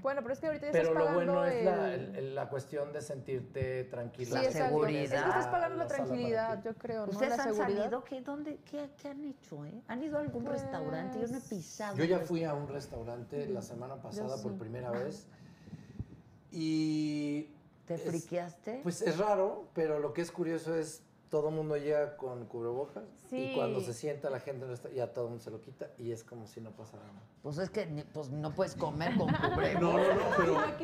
[SPEAKER 8] Bueno, pero es que ahorita ya
[SPEAKER 6] Pero
[SPEAKER 8] estás
[SPEAKER 6] lo
[SPEAKER 8] pagando
[SPEAKER 6] bueno es la,
[SPEAKER 8] el-
[SPEAKER 6] el- la cuestión de sentirte tranquilo.
[SPEAKER 8] Sí, exacto. Es que estás pagando la tranquilidad, yo creo, ¿no?
[SPEAKER 2] ¿Ustedes
[SPEAKER 8] la
[SPEAKER 2] han
[SPEAKER 8] seguridad.
[SPEAKER 2] salido? ¿Qué, dónde, qué, qué han hecho? eh? ¿Han ido a algún restaurante? Yo no he pisado.
[SPEAKER 6] Yo ya fui a un restaurante la semana pasada
[SPEAKER 2] sí.
[SPEAKER 6] por primera vez y...
[SPEAKER 2] ¿Te
[SPEAKER 6] es-
[SPEAKER 2] friqueaste?
[SPEAKER 6] Pues es raro, pero lo que es curioso es todo mundo llega con cubrebocas
[SPEAKER 2] Sí.
[SPEAKER 6] y cuando se sienta la gente no está, ya todo el mundo se lo quita y es como si no pasara nada.
[SPEAKER 2] Pues es que ni- pues no puedes comer
[SPEAKER 6] [LAUGHS]
[SPEAKER 2] con cubrebocas.
[SPEAKER 6] No, no, no,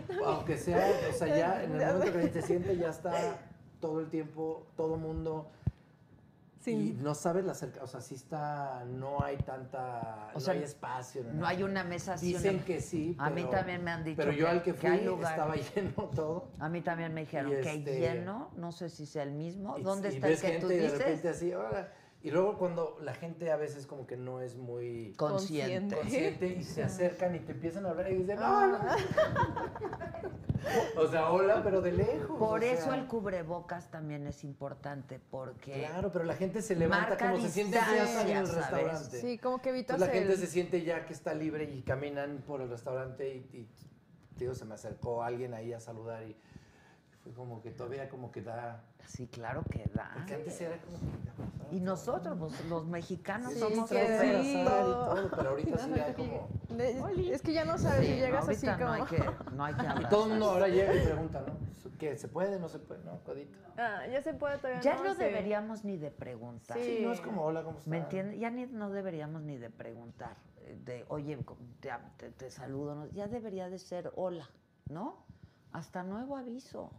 [SPEAKER 6] pero aunque sea, o sea, ya en el momento que ahí te sientes ya está todo el tiempo, todo mundo. Y no sabes la cerca, o sea, sí está, no hay tanta,
[SPEAKER 2] O sea,
[SPEAKER 6] no hay espacio.
[SPEAKER 2] no hay una mesa así,
[SPEAKER 6] Dicen
[SPEAKER 2] una-
[SPEAKER 6] que sí,
[SPEAKER 2] A mí
[SPEAKER 6] pero-
[SPEAKER 2] también me han dicho
[SPEAKER 6] Pero yo
[SPEAKER 2] que-
[SPEAKER 6] al que
[SPEAKER 2] que
[SPEAKER 6] fui
[SPEAKER 2] hay lugar.
[SPEAKER 6] estaba [LAUGHS] lleno todo.
[SPEAKER 2] A mí también me dijeron
[SPEAKER 6] Y
[SPEAKER 2] que
[SPEAKER 6] este-
[SPEAKER 2] lleno, no sé si sea el mismo.
[SPEAKER 6] Y-
[SPEAKER 2] ¿Dónde
[SPEAKER 6] y
[SPEAKER 2] está el
[SPEAKER 6] ves
[SPEAKER 2] que
[SPEAKER 6] gente
[SPEAKER 2] tú
[SPEAKER 6] y de repente
[SPEAKER 2] dices?
[SPEAKER 6] así, "Hola". Y luego cuando la gente a veces como que no es muy
[SPEAKER 2] Consciente.
[SPEAKER 6] consciente y se acercan y te empiezan a hablar y dicen,
[SPEAKER 2] Ah.
[SPEAKER 6] "Hola". [LAUGHS] o sea, hola, pero de lejos.
[SPEAKER 2] Por
[SPEAKER 6] o sea.
[SPEAKER 2] eso el cubrebocas también es importante, porque.
[SPEAKER 6] Claro, pero la gente se levanta
[SPEAKER 2] marca
[SPEAKER 6] como se siente ya
[SPEAKER 2] distancia,
[SPEAKER 6] en el
[SPEAKER 2] ¿sabes?
[SPEAKER 9] pues
[SPEAKER 6] restaurante.
[SPEAKER 8] Sí, como que evitas
[SPEAKER 6] Entonces la gente
[SPEAKER 8] el-
[SPEAKER 6] se siente ya que está libre y caminan por el restaurante y, y, tío, se me acercó alguien ahí a saludar y fue como que todavía como que da...
[SPEAKER 2] Sí, claro que da.
[SPEAKER 6] Porque antes
[SPEAKER 2] Ah.
[SPEAKER 6] era como...
[SPEAKER 2] Y nosotros, pues, los mexicanos
[SPEAKER 6] Sí,
[SPEAKER 2] somos
[SPEAKER 6] que
[SPEAKER 2] súper-
[SPEAKER 6] sí, abrazar y todo, pero
[SPEAKER 2] [LAUGHS]
[SPEAKER 6] ahorita sí ya
[SPEAKER 8] ahorita
[SPEAKER 6] como...
[SPEAKER 8] De- Es que ya no sabes,
[SPEAKER 2] Sí,
[SPEAKER 8] si llegas
[SPEAKER 2] no,
[SPEAKER 8] así
[SPEAKER 2] ahorita
[SPEAKER 8] como...
[SPEAKER 2] no hay que, no
[SPEAKER 6] [LAUGHS]
[SPEAKER 2] hay que
[SPEAKER 6] Y todo el
[SPEAKER 2] abrazarse.
[SPEAKER 6] mundo ahora llega y pregunta, ¿no? ¿Qué? ¿Se puede? ¿No se puede? ¿No? Codito.
[SPEAKER 8] [LAUGHS] Ah, ya se puede todavía
[SPEAKER 2] Ya
[SPEAKER 8] no,
[SPEAKER 2] no,
[SPEAKER 8] sí.
[SPEAKER 2] deberíamos ni de preguntar.
[SPEAKER 8] Sí, no es
[SPEAKER 6] como, hola, ¿cómo
[SPEAKER 2] Este, ¿Me
[SPEAKER 6] están?
[SPEAKER 2] entiendes? Ya ni- no deberíamos ni de preguntar. eh, De, oye, co- te, te- te saludo. no- Ya debería de ser hola, ¿no? Hasta nuevo aviso,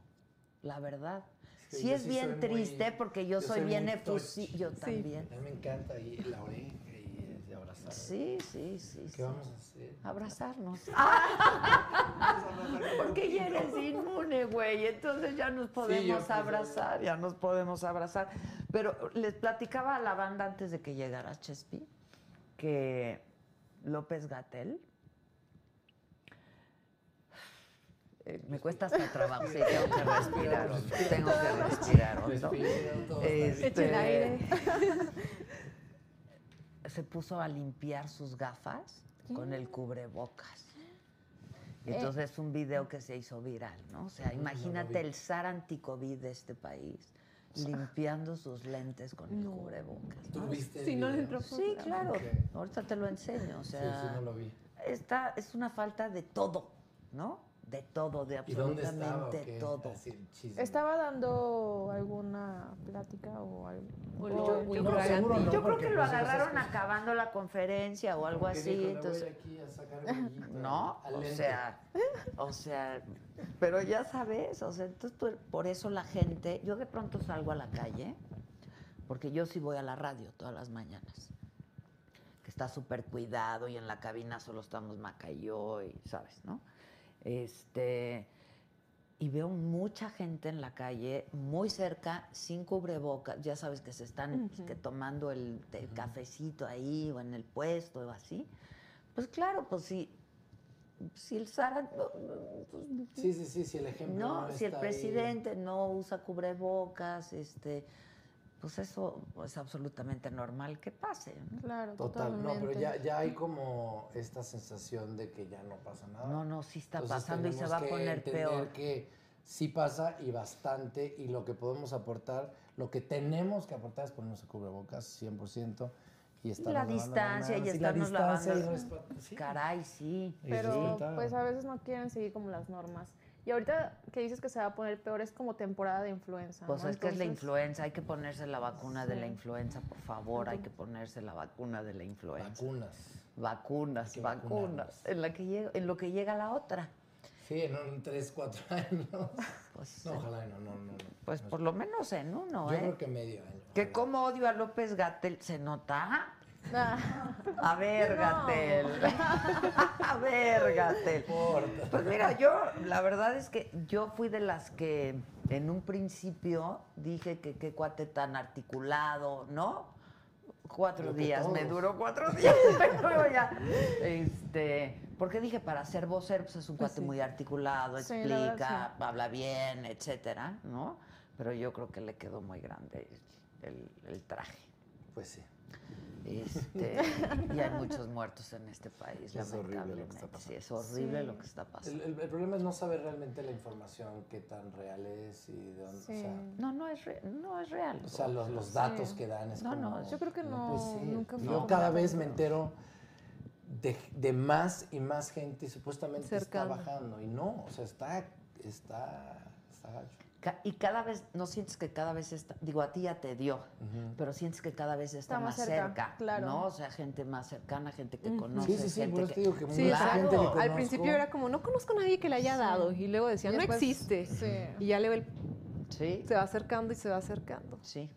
[SPEAKER 2] la verdad.
[SPEAKER 6] Sí,
[SPEAKER 2] Sí,
[SPEAKER 6] yo
[SPEAKER 2] es
[SPEAKER 6] sí
[SPEAKER 2] bien
[SPEAKER 6] soy muy-
[SPEAKER 2] triste porque yo, soy, bien
[SPEAKER 6] muy
[SPEAKER 2] efusivo.
[SPEAKER 6] touch.
[SPEAKER 2] Yo también.
[SPEAKER 6] A mí me encanta y la oreja y, y abrazar.
[SPEAKER 2] Sí, sí, sí.
[SPEAKER 6] ¿Qué
[SPEAKER 2] sí.
[SPEAKER 6] vamos a hacer?
[SPEAKER 2] Abrazarnos. Ah, Porque ya eres inmune, güey. Entonces ya nos podemos
[SPEAKER 6] pues,
[SPEAKER 2] abrazar, ya nos podemos abrazar. Pero les platicaba a la banda antes de que llegara Chespi que López Gatel. eh, me cuesta hasta trabajo. Sí, tengo que respirar. hondo, Tengo que respirar. hondo. Este,
[SPEAKER 8] Echa el aire.
[SPEAKER 2] se puso a limpiar sus gafas con el cubrebocas. Y
[SPEAKER 8] Eh.
[SPEAKER 2] entonces es un video que se hizo viral, ¿no? O sea, imagínate el zar anticovid de este país limpiando sus lentes con el cubrebocas.
[SPEAKER 6] ¿Tú viste el
[SPEAKER 8] Sí, no le
[SPEAKER 6] video?
[SPEAKER 8] entró
[SPEAKER 2] Sí,
[SPEAKER 8] foto.
[SPEAKER 2] claro.
[SPEAKER 6] Ok.
[SPEAKER 2] Ahorita te lo enseño. O
[SPEAKER 6] Sí,
[SPEAKER 2] sea,
[SPEAKER 6] sí, no lo vi.
[SPEAKER 2] Esta es una falta de todo, ¿no? de todo, de
[SPEAKER 6] ¿Y
[SPEAKER 2] absolutamente
[SPEAKER 6] dónde estaba? o qué?
[SPEAKER 2] todo.
[SPEAKER 6] Así, el chisme.
[SPEAKER 8] Estaba dando alguna plática o algo.
[SPEAKER 2] O
[SPEAKER 8] o-
[SPEAKER 2] lo-
[SPEAKER 8] yo
[SPEAKER 2] yo
[SPEAKER 8] creo-
[SPEAKER 2] creo-
[SPEAKER 6] seguro no,
[SPEAKER 2] yo creo
[SPEAKER 6] porque
[SPEAKER 2] que lo
[SPEAKER 6] pues esas
[SPEAKER 2] agarraron
[SPEAKER 6] cosas-
[SPEAKER 2] acabando la conferencia o algo
[SPEAKER 6] Porque
[SPEAKER 2] así.
[SPEAKER 6] dijo, "Me voy
[SPEAKER 2] entonces,
[SPEAKER 6] aquí a
[SPEAKER 2] [LAUGHS]
[SPEAKER 6] sacar gallito,
[SPEAKER 2] ¿no?
[SPEAKER 6] al
[SPEAKER 2] O
[SPEAKER 6] lente".
[SPEAKER 2] sea, o sea, pero ya sabes, o sea, entonces tú- por eso la gente, yo de pronto salgo a la calle, porque yo sí voy a la radio todas las mañanas, que está súper cuidado y en la cabina solo estamos Maca y yo, y sabes, ¿no? Este, y veo mucha gente en la calle, muy cerca, sin cubrebocas, ya sabes que se están pues,
[SPEAKER 8] Ujú.
[SPEAKER 2] que tomando el, el cafecito ahí o en el puesto o así. Pues claro, pues sí, si el Zara-
[SPEAKER 6] Sí, sí, sí, si el ejemplo
[SPEAKER 2] pues, No,
[SPEAKER 6] no
[SPEAKER 2] si el
[SPEAKER 6] está ahí.
[SPEAKER 2] presidente no usa cubrebocas, este, pues eso es absolutamente normal que pase. ¿no?
[SPEAKER 8] Claro,
[SPEAKER 6] Total, no, pero
[SPEAKER 8] totalmente.
[SPEAKER 6] ya, ya hay como esta sensación de que ya no pasa nada.
[SPEAKER 2] No, no, sí está
[SPEAKER 6] Entonces
[SPEAKER 2] pasando y se
[SPEAKER 6] tenemos
[SPEAKER 2] va a
[SPEAKER 6] que
[SPEAKER 2] poner
[SPEAKER 6] entender
[SPEAKER 2] peor.
[SPEAKER 6] que sí pasa y bastante y lo que podemos aportar, lo que tenemos que aportar es ponernos el cubrebocas 100% y
[SPEAKER 2] Y
[SPEAKER 6] estar
[SPEAKER 2] la distancia y estarnos
[SPEAKER 6] la distancia
[SPEAKER 2] lavando.
[SPEAKER 6] y respetar.
[SPEAKER 2] Caray, sí.
[SPEAKER 6] Y
[SPEAKER 8] Pero
[SPEAKER 6] respetar.
[SPEAKER 8] pues a veces no quieren seguir como las normas. Y ahorita que dices que se va a poner peor es como temporada de
[SPEAKER 6] Ah,
[SPEAKER 8] influenza.
[SPEAKER 2] Pues
[SPEAKER 8] ¿no?
[SPEAKER 2] es que es la
[SPEAKER 8] Entonces,
[SPEAKER 2] influenza, hay que ponerse
[SPEAKER 6] pues
[SPEAKER 2] la vacuna de la
[SPEAKER 8] Sí.
[SPEAKER 2] influenza, por favor, hay que ponerse la vacuna de la influenza.
[SPEAKER 6] Vacunas.
[SPEAKER 2] Vacunas, vacunas. En, la que llega- en lo que llega la otra.
[SPEAKER 6] Sí, en un 3, 4
[SPEAKER 2] [LAUGHS]
[SPEAKER 6] años.
[SPEAKER 2] Pues,
[SPEAKER 6] no, ojalá, y no, no, no. no.
[SPEAKER 2] Pues por lo menos en uno,
[SPEAKER 6] Yo
[SPEAKER 2] ¿eh?
[SPEAKER 6] creo que medio año.
[SPEAKER 2] Que como odio a López Gatel, ¿se nota?
[SPEAKER 8] Ah,
[SPEAKER 2] A ver,
[SPEAKER 8] No.
[SPEAKER 2] Gatel. A ver, Gatel. Pues mira, yo, la verdad es que yo fui de las que en un principio dije que qué cuate tan articulado, ¿no? Cuatro
[SPEAKER 1] Creo que
[SPEAKER 2] días, me
[SPEAKER 1] todos.
[SPEAKER 2] duró cuatro días, [LAUGHS] pero luego ya. Este, porque dije, para ser vocero, pues es un cuate muy articulado,
[SPEAKER 8] Sí, la verdad,
[SPEAKER 2] explica, habla bien, etcétera, ¿no? Pero yo creo que le quedó muy grande el- el- el traje.
[SPEAKER 6] Pues sí.
[SPEAKER 8] [LAUGHS]
[SPEAKER 2] Este, y hay muchos muertos en este país,
[SPEAKER 6] Es horrible lo que
[SPEAKER 2] lamentablemente.
[SPEAKER 6] está pasando.
[SPEAKER 2] Sí, es horrible lo que está
[SPEAKER 6] El,
[SPEAKER 2] pasando.
[SPEAKER 6] el- el problema es no saber realmente la información, qué tan real es y de dónde. O sea,
[SPEAKER 2] no, no es, re- no es real.
[SPEAKER 6] O sea, los, los datos que dan es
[SPEAKER 2] No,
[SPEAKER 6] como,
[SPEAKER 2] no, yo creo que no,
[SPEAKER 6] puede ser.
[SPEAKER 2] nunca fue
[SPEAKER 6] Yo
[SPEAKER 2] como
[SPEAKER 6] cada
[SPEAKER 2] tanto.
[SPEAKER 6] vez me entero de, de más y más gente y supuestamente
[SPEAKER 2] Cercano.
[SPEAKER 6] está bajando. Y no, o sea, está, está, está gacho.
[SPEAKER 2] Ca- Y cada vez, no sientes que cada vez está, digo, a ti ya te dio, pero sientes que cada vez está,
[SPEAKER 8] Está más
[SPEAKER 2] más
[SPEAKER 8] cerca,
[SPEAKER 2] cerca,
[SPEAKER 8] claro.
[SPEAKER 2] ¿no? O sea, gente más cercana, gente que
[SPEAKER 8] Ujú.
[SPEAKER 2] conoce.
[SPEAKER 6] Sí, sí, sí,
[SPEAKER 2] gente
[SPEAKER 6] por eso te digo que
[SPEAKER 9] Sí,
[SPEAKER 6] mucha
[SPEAKER 9] exacto.
[SPEAKER 6] gente le
[SPEAKER 9] Al
[SPEAKER 6] conozco.
[SPEAKER 9] principio era como, no conozco a nadie que le haya dado. Y luego decía,
[SPEAKER 8] Y
[SPEAKER 9] no
[SPEAKER 8] después-
[SPEAKER 9] existe.
[SPEAKER 8] sí.
[SPEAKER 9] Y ya luego el-
[SPEAKER 2] Sí.
[SPEAKER 9] se va acercando y se va acercando.
[SPEAKER 2] Sí.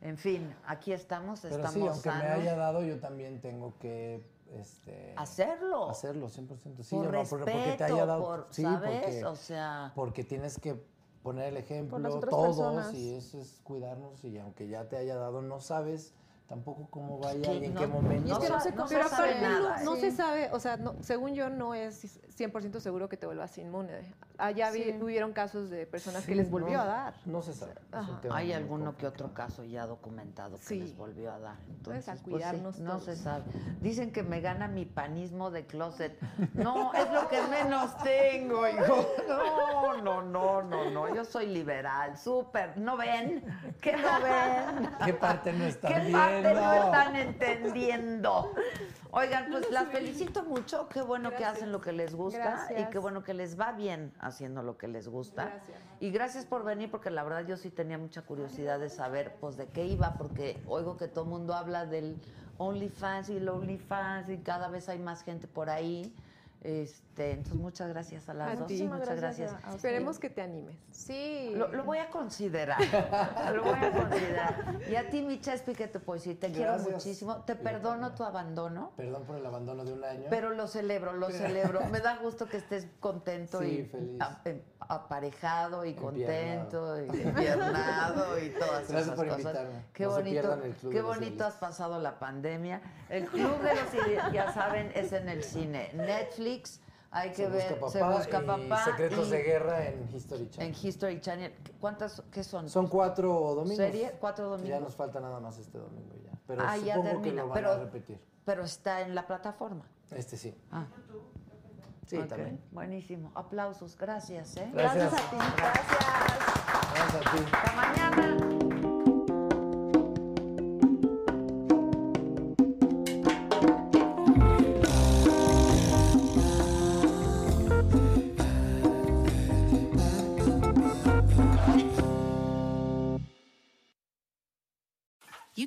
[SPEAKER 2] En fin, aquí estamos,
[SPEAKER 6] Pero
[SPEAKER 2] estamos
[SPEAKER 6] sí, aunque me
[SPEAKER 2] sanos.
[SPEAKER 6] haya dado, yo también tengo que... Este,
[SPEAKER 2] Hacerlo.
[SPEAKER 6] Hacerlo, 100%. Sí,
[SPEAKER 2] por
[SPEAKER 6] ya no,
[SPEAKER 2] respeto,
[SPEAKER 6] porque- porque te haya dado...
[SPEAKER 2] por-
[SPEAKER 6] sí,
[SPEAKER 2] ¿sabes?
[SPEAKER 6] porque-
[SPEAKER 2] o sea...
[SPEAKER 6] porque tienes que poner el ejemplo
[SPEAKER 2] las otras
[SPEAKER 6] todos
[SPEAKER 2] personas.
[SPEAKER 6] y eso es cuidarnos y aunque ya te haya dado no sabes tampoco cómo vaya
[SPEAKER 2] que
[SPEAKER 6] y en
[SPEAKER 2] no-
[SPEAKER 6] qué momento.
[SPEAKER 2] Y es que no se- no
[SPEAKER 9] Pero
[SPEAKER 2] se sabe
[SPEAKER 9] aparte no-
[SPEAKER 2] nada, ¿eh?
[SPEAKER 9] no,
[SPEAKER 2] sí.
[SPEAKER 9] se sabe, o sea, no- según yo no es 100% seguro que te vuelvas inmune. Allá vi-
[SPEAKER 2] Sí.
[SPEAKER 9] hubieron casos de personas
[SPEAKER 2] Sí,
[SPEAKER 9] que les
[SPEAKER 2] no.
[SPEAKER 9] volvió a dar.
[SPEAKER 6] No se sabe.
[SPEAKER 9] Ajá.
[SPEAKER 2] Hay alguno que otro caso ya documentado que
[SPEAKER 9] Sí.
[SPEAKER 2] les volvió a dar.
[SPEAKER 9] Entonces, a
[SPEAKER 2] pues, sí,
[SPEAKER 9] cuidarnos
[SPEAKER 2] no
[SPEAKER 9] todos.
[SPEAKER 2] se sabe. Dicen que me gana mi panismo de closet. No, es lo que menos tengo, hijo. No, no, no, no, no. Yo soy liberal, súper. ¿No ven? ¿Qué no ven?
[SPEAKER 6] ¿Qué parte no está
[SPEAKER 2] ¿Qué
[SPEAKER 6] viendo?
[SPEAKER 2] parte no están entendiendo? Oigan, pues las felicito mucho. Qué bueno que hacen lo que les gusta y
[SPEAKER 8] Gracias.
[SPEAKER 2] qué bueno que les va bien haciendo lo que les gusta.
[SPEAKER 8] Gracias.
[SPEAKER 2] Y gracias por venir porque la verdad yo sí tenía mucha curiosidad de saber pues de qué iba porque oigo que todo el mundo habla del OnlyFans y el OnlyFans y cada vez hay más gente por ahí. Este, entonces muchas gracias a las
[SPEAKER 9] A
[SPEAKER 2] dos.
[SPEAKER 9] ti.
[SPEAKER 2] Muchas gracias.
[SPEAKER 9] Esperemos que te animes.
[SPEAKER 8] Sí.
[SPEAKER 2] Lo, lo voy a considerar. lo voy a considerar. Y a ti, mi Chespi, que te puedo decir, te quiero
[SPEAKER 6] Gracias.
[SPEAKER 2] muchísimo. Te perdono tu abandono,
[SPEAKER 6] Perdón por el abandono de un año.
[SPEAKER 2] pero lo celebro, lo celebro. Me da gusto que estés contento
[SPEAKER 6] Sí,
[SPEAKER 2] y
[SPEAKER 6] feliz.
[SPEAKER 2] a- em- aparejado y contento
[SPEAKER 6] Empiernado. [LAUGHS]
[SPEAKER 2] y empiernado y todas
[SPEAKER 6] Gracias
[SPEAKER 2] esas
[SPEAKER 6] por
[SPEAKER 2] cosas.
[SPEAKER 6] invitarme.
[SPEAKER 2] Qué
[SPEAKER 6] No se
[SPEAKER 2] bonito,
[SPEAKER 6] pierdan el Club
[SPEAKER 2] qué
[SPEAKER 6] de los
[SPEAKER 2] bonito
[SPEAKER 6] Idealistas.
[SPEAKER 2] has pasado la pandemia. El club de los Ide- ya saben, es en el cine. Netflix, hay que
[SPEAKER 6] se
[SPEAKER 2] ver,
[SPEAKER 6] busca papá,
[SPEAKER 2] se busca
[SPEAKER 6] y
[SPEAKER 2] papá.
[SPEAKER 6] Secretos
[SPEAKER 2] y-
[SPEAKER 6] de guerra en History Channel.
[SPEAKER 2] en History Channel. ¿Qué- ¿Cuántas qué son?
[SPEAKER 6] Son cuatro domingos.
[SPEAKER 2] Serie, cuatro
[SPEAKER 6] Y Ya
[SPEAKER 2] domingos.
[SPEAKER 6] nos falta nada más este domingo ya. Pero
[SPEAKER 2] Ah, ya
[SPEAKER 6] supongo que
[SPEAKER 2] termina,
[SPEAKER 6] lo van
[SPEAKER 2] pero-
[SPEAKER 6] a repetir.
[SPEAKER 2] Pero está en la plataforma.
[SPEAKER 6] Este sí.
[SPEAKER 2] Ah.
[SPEAKER 6] Sí,
[SPEAKER 2] Ok,
[SPEAKER 6] también.
[SPEAKER 2] Buenísimo. Aplausos. Gracias, ¿eh?
[SPEAKER 6] Gracias. Gracias a
[SPEAKER 2] ti. Gracias.
[SPEAKER 6] Gracias a ti.
[SPEAKER 2] Hasta mañana.
[SPEAKER 9] you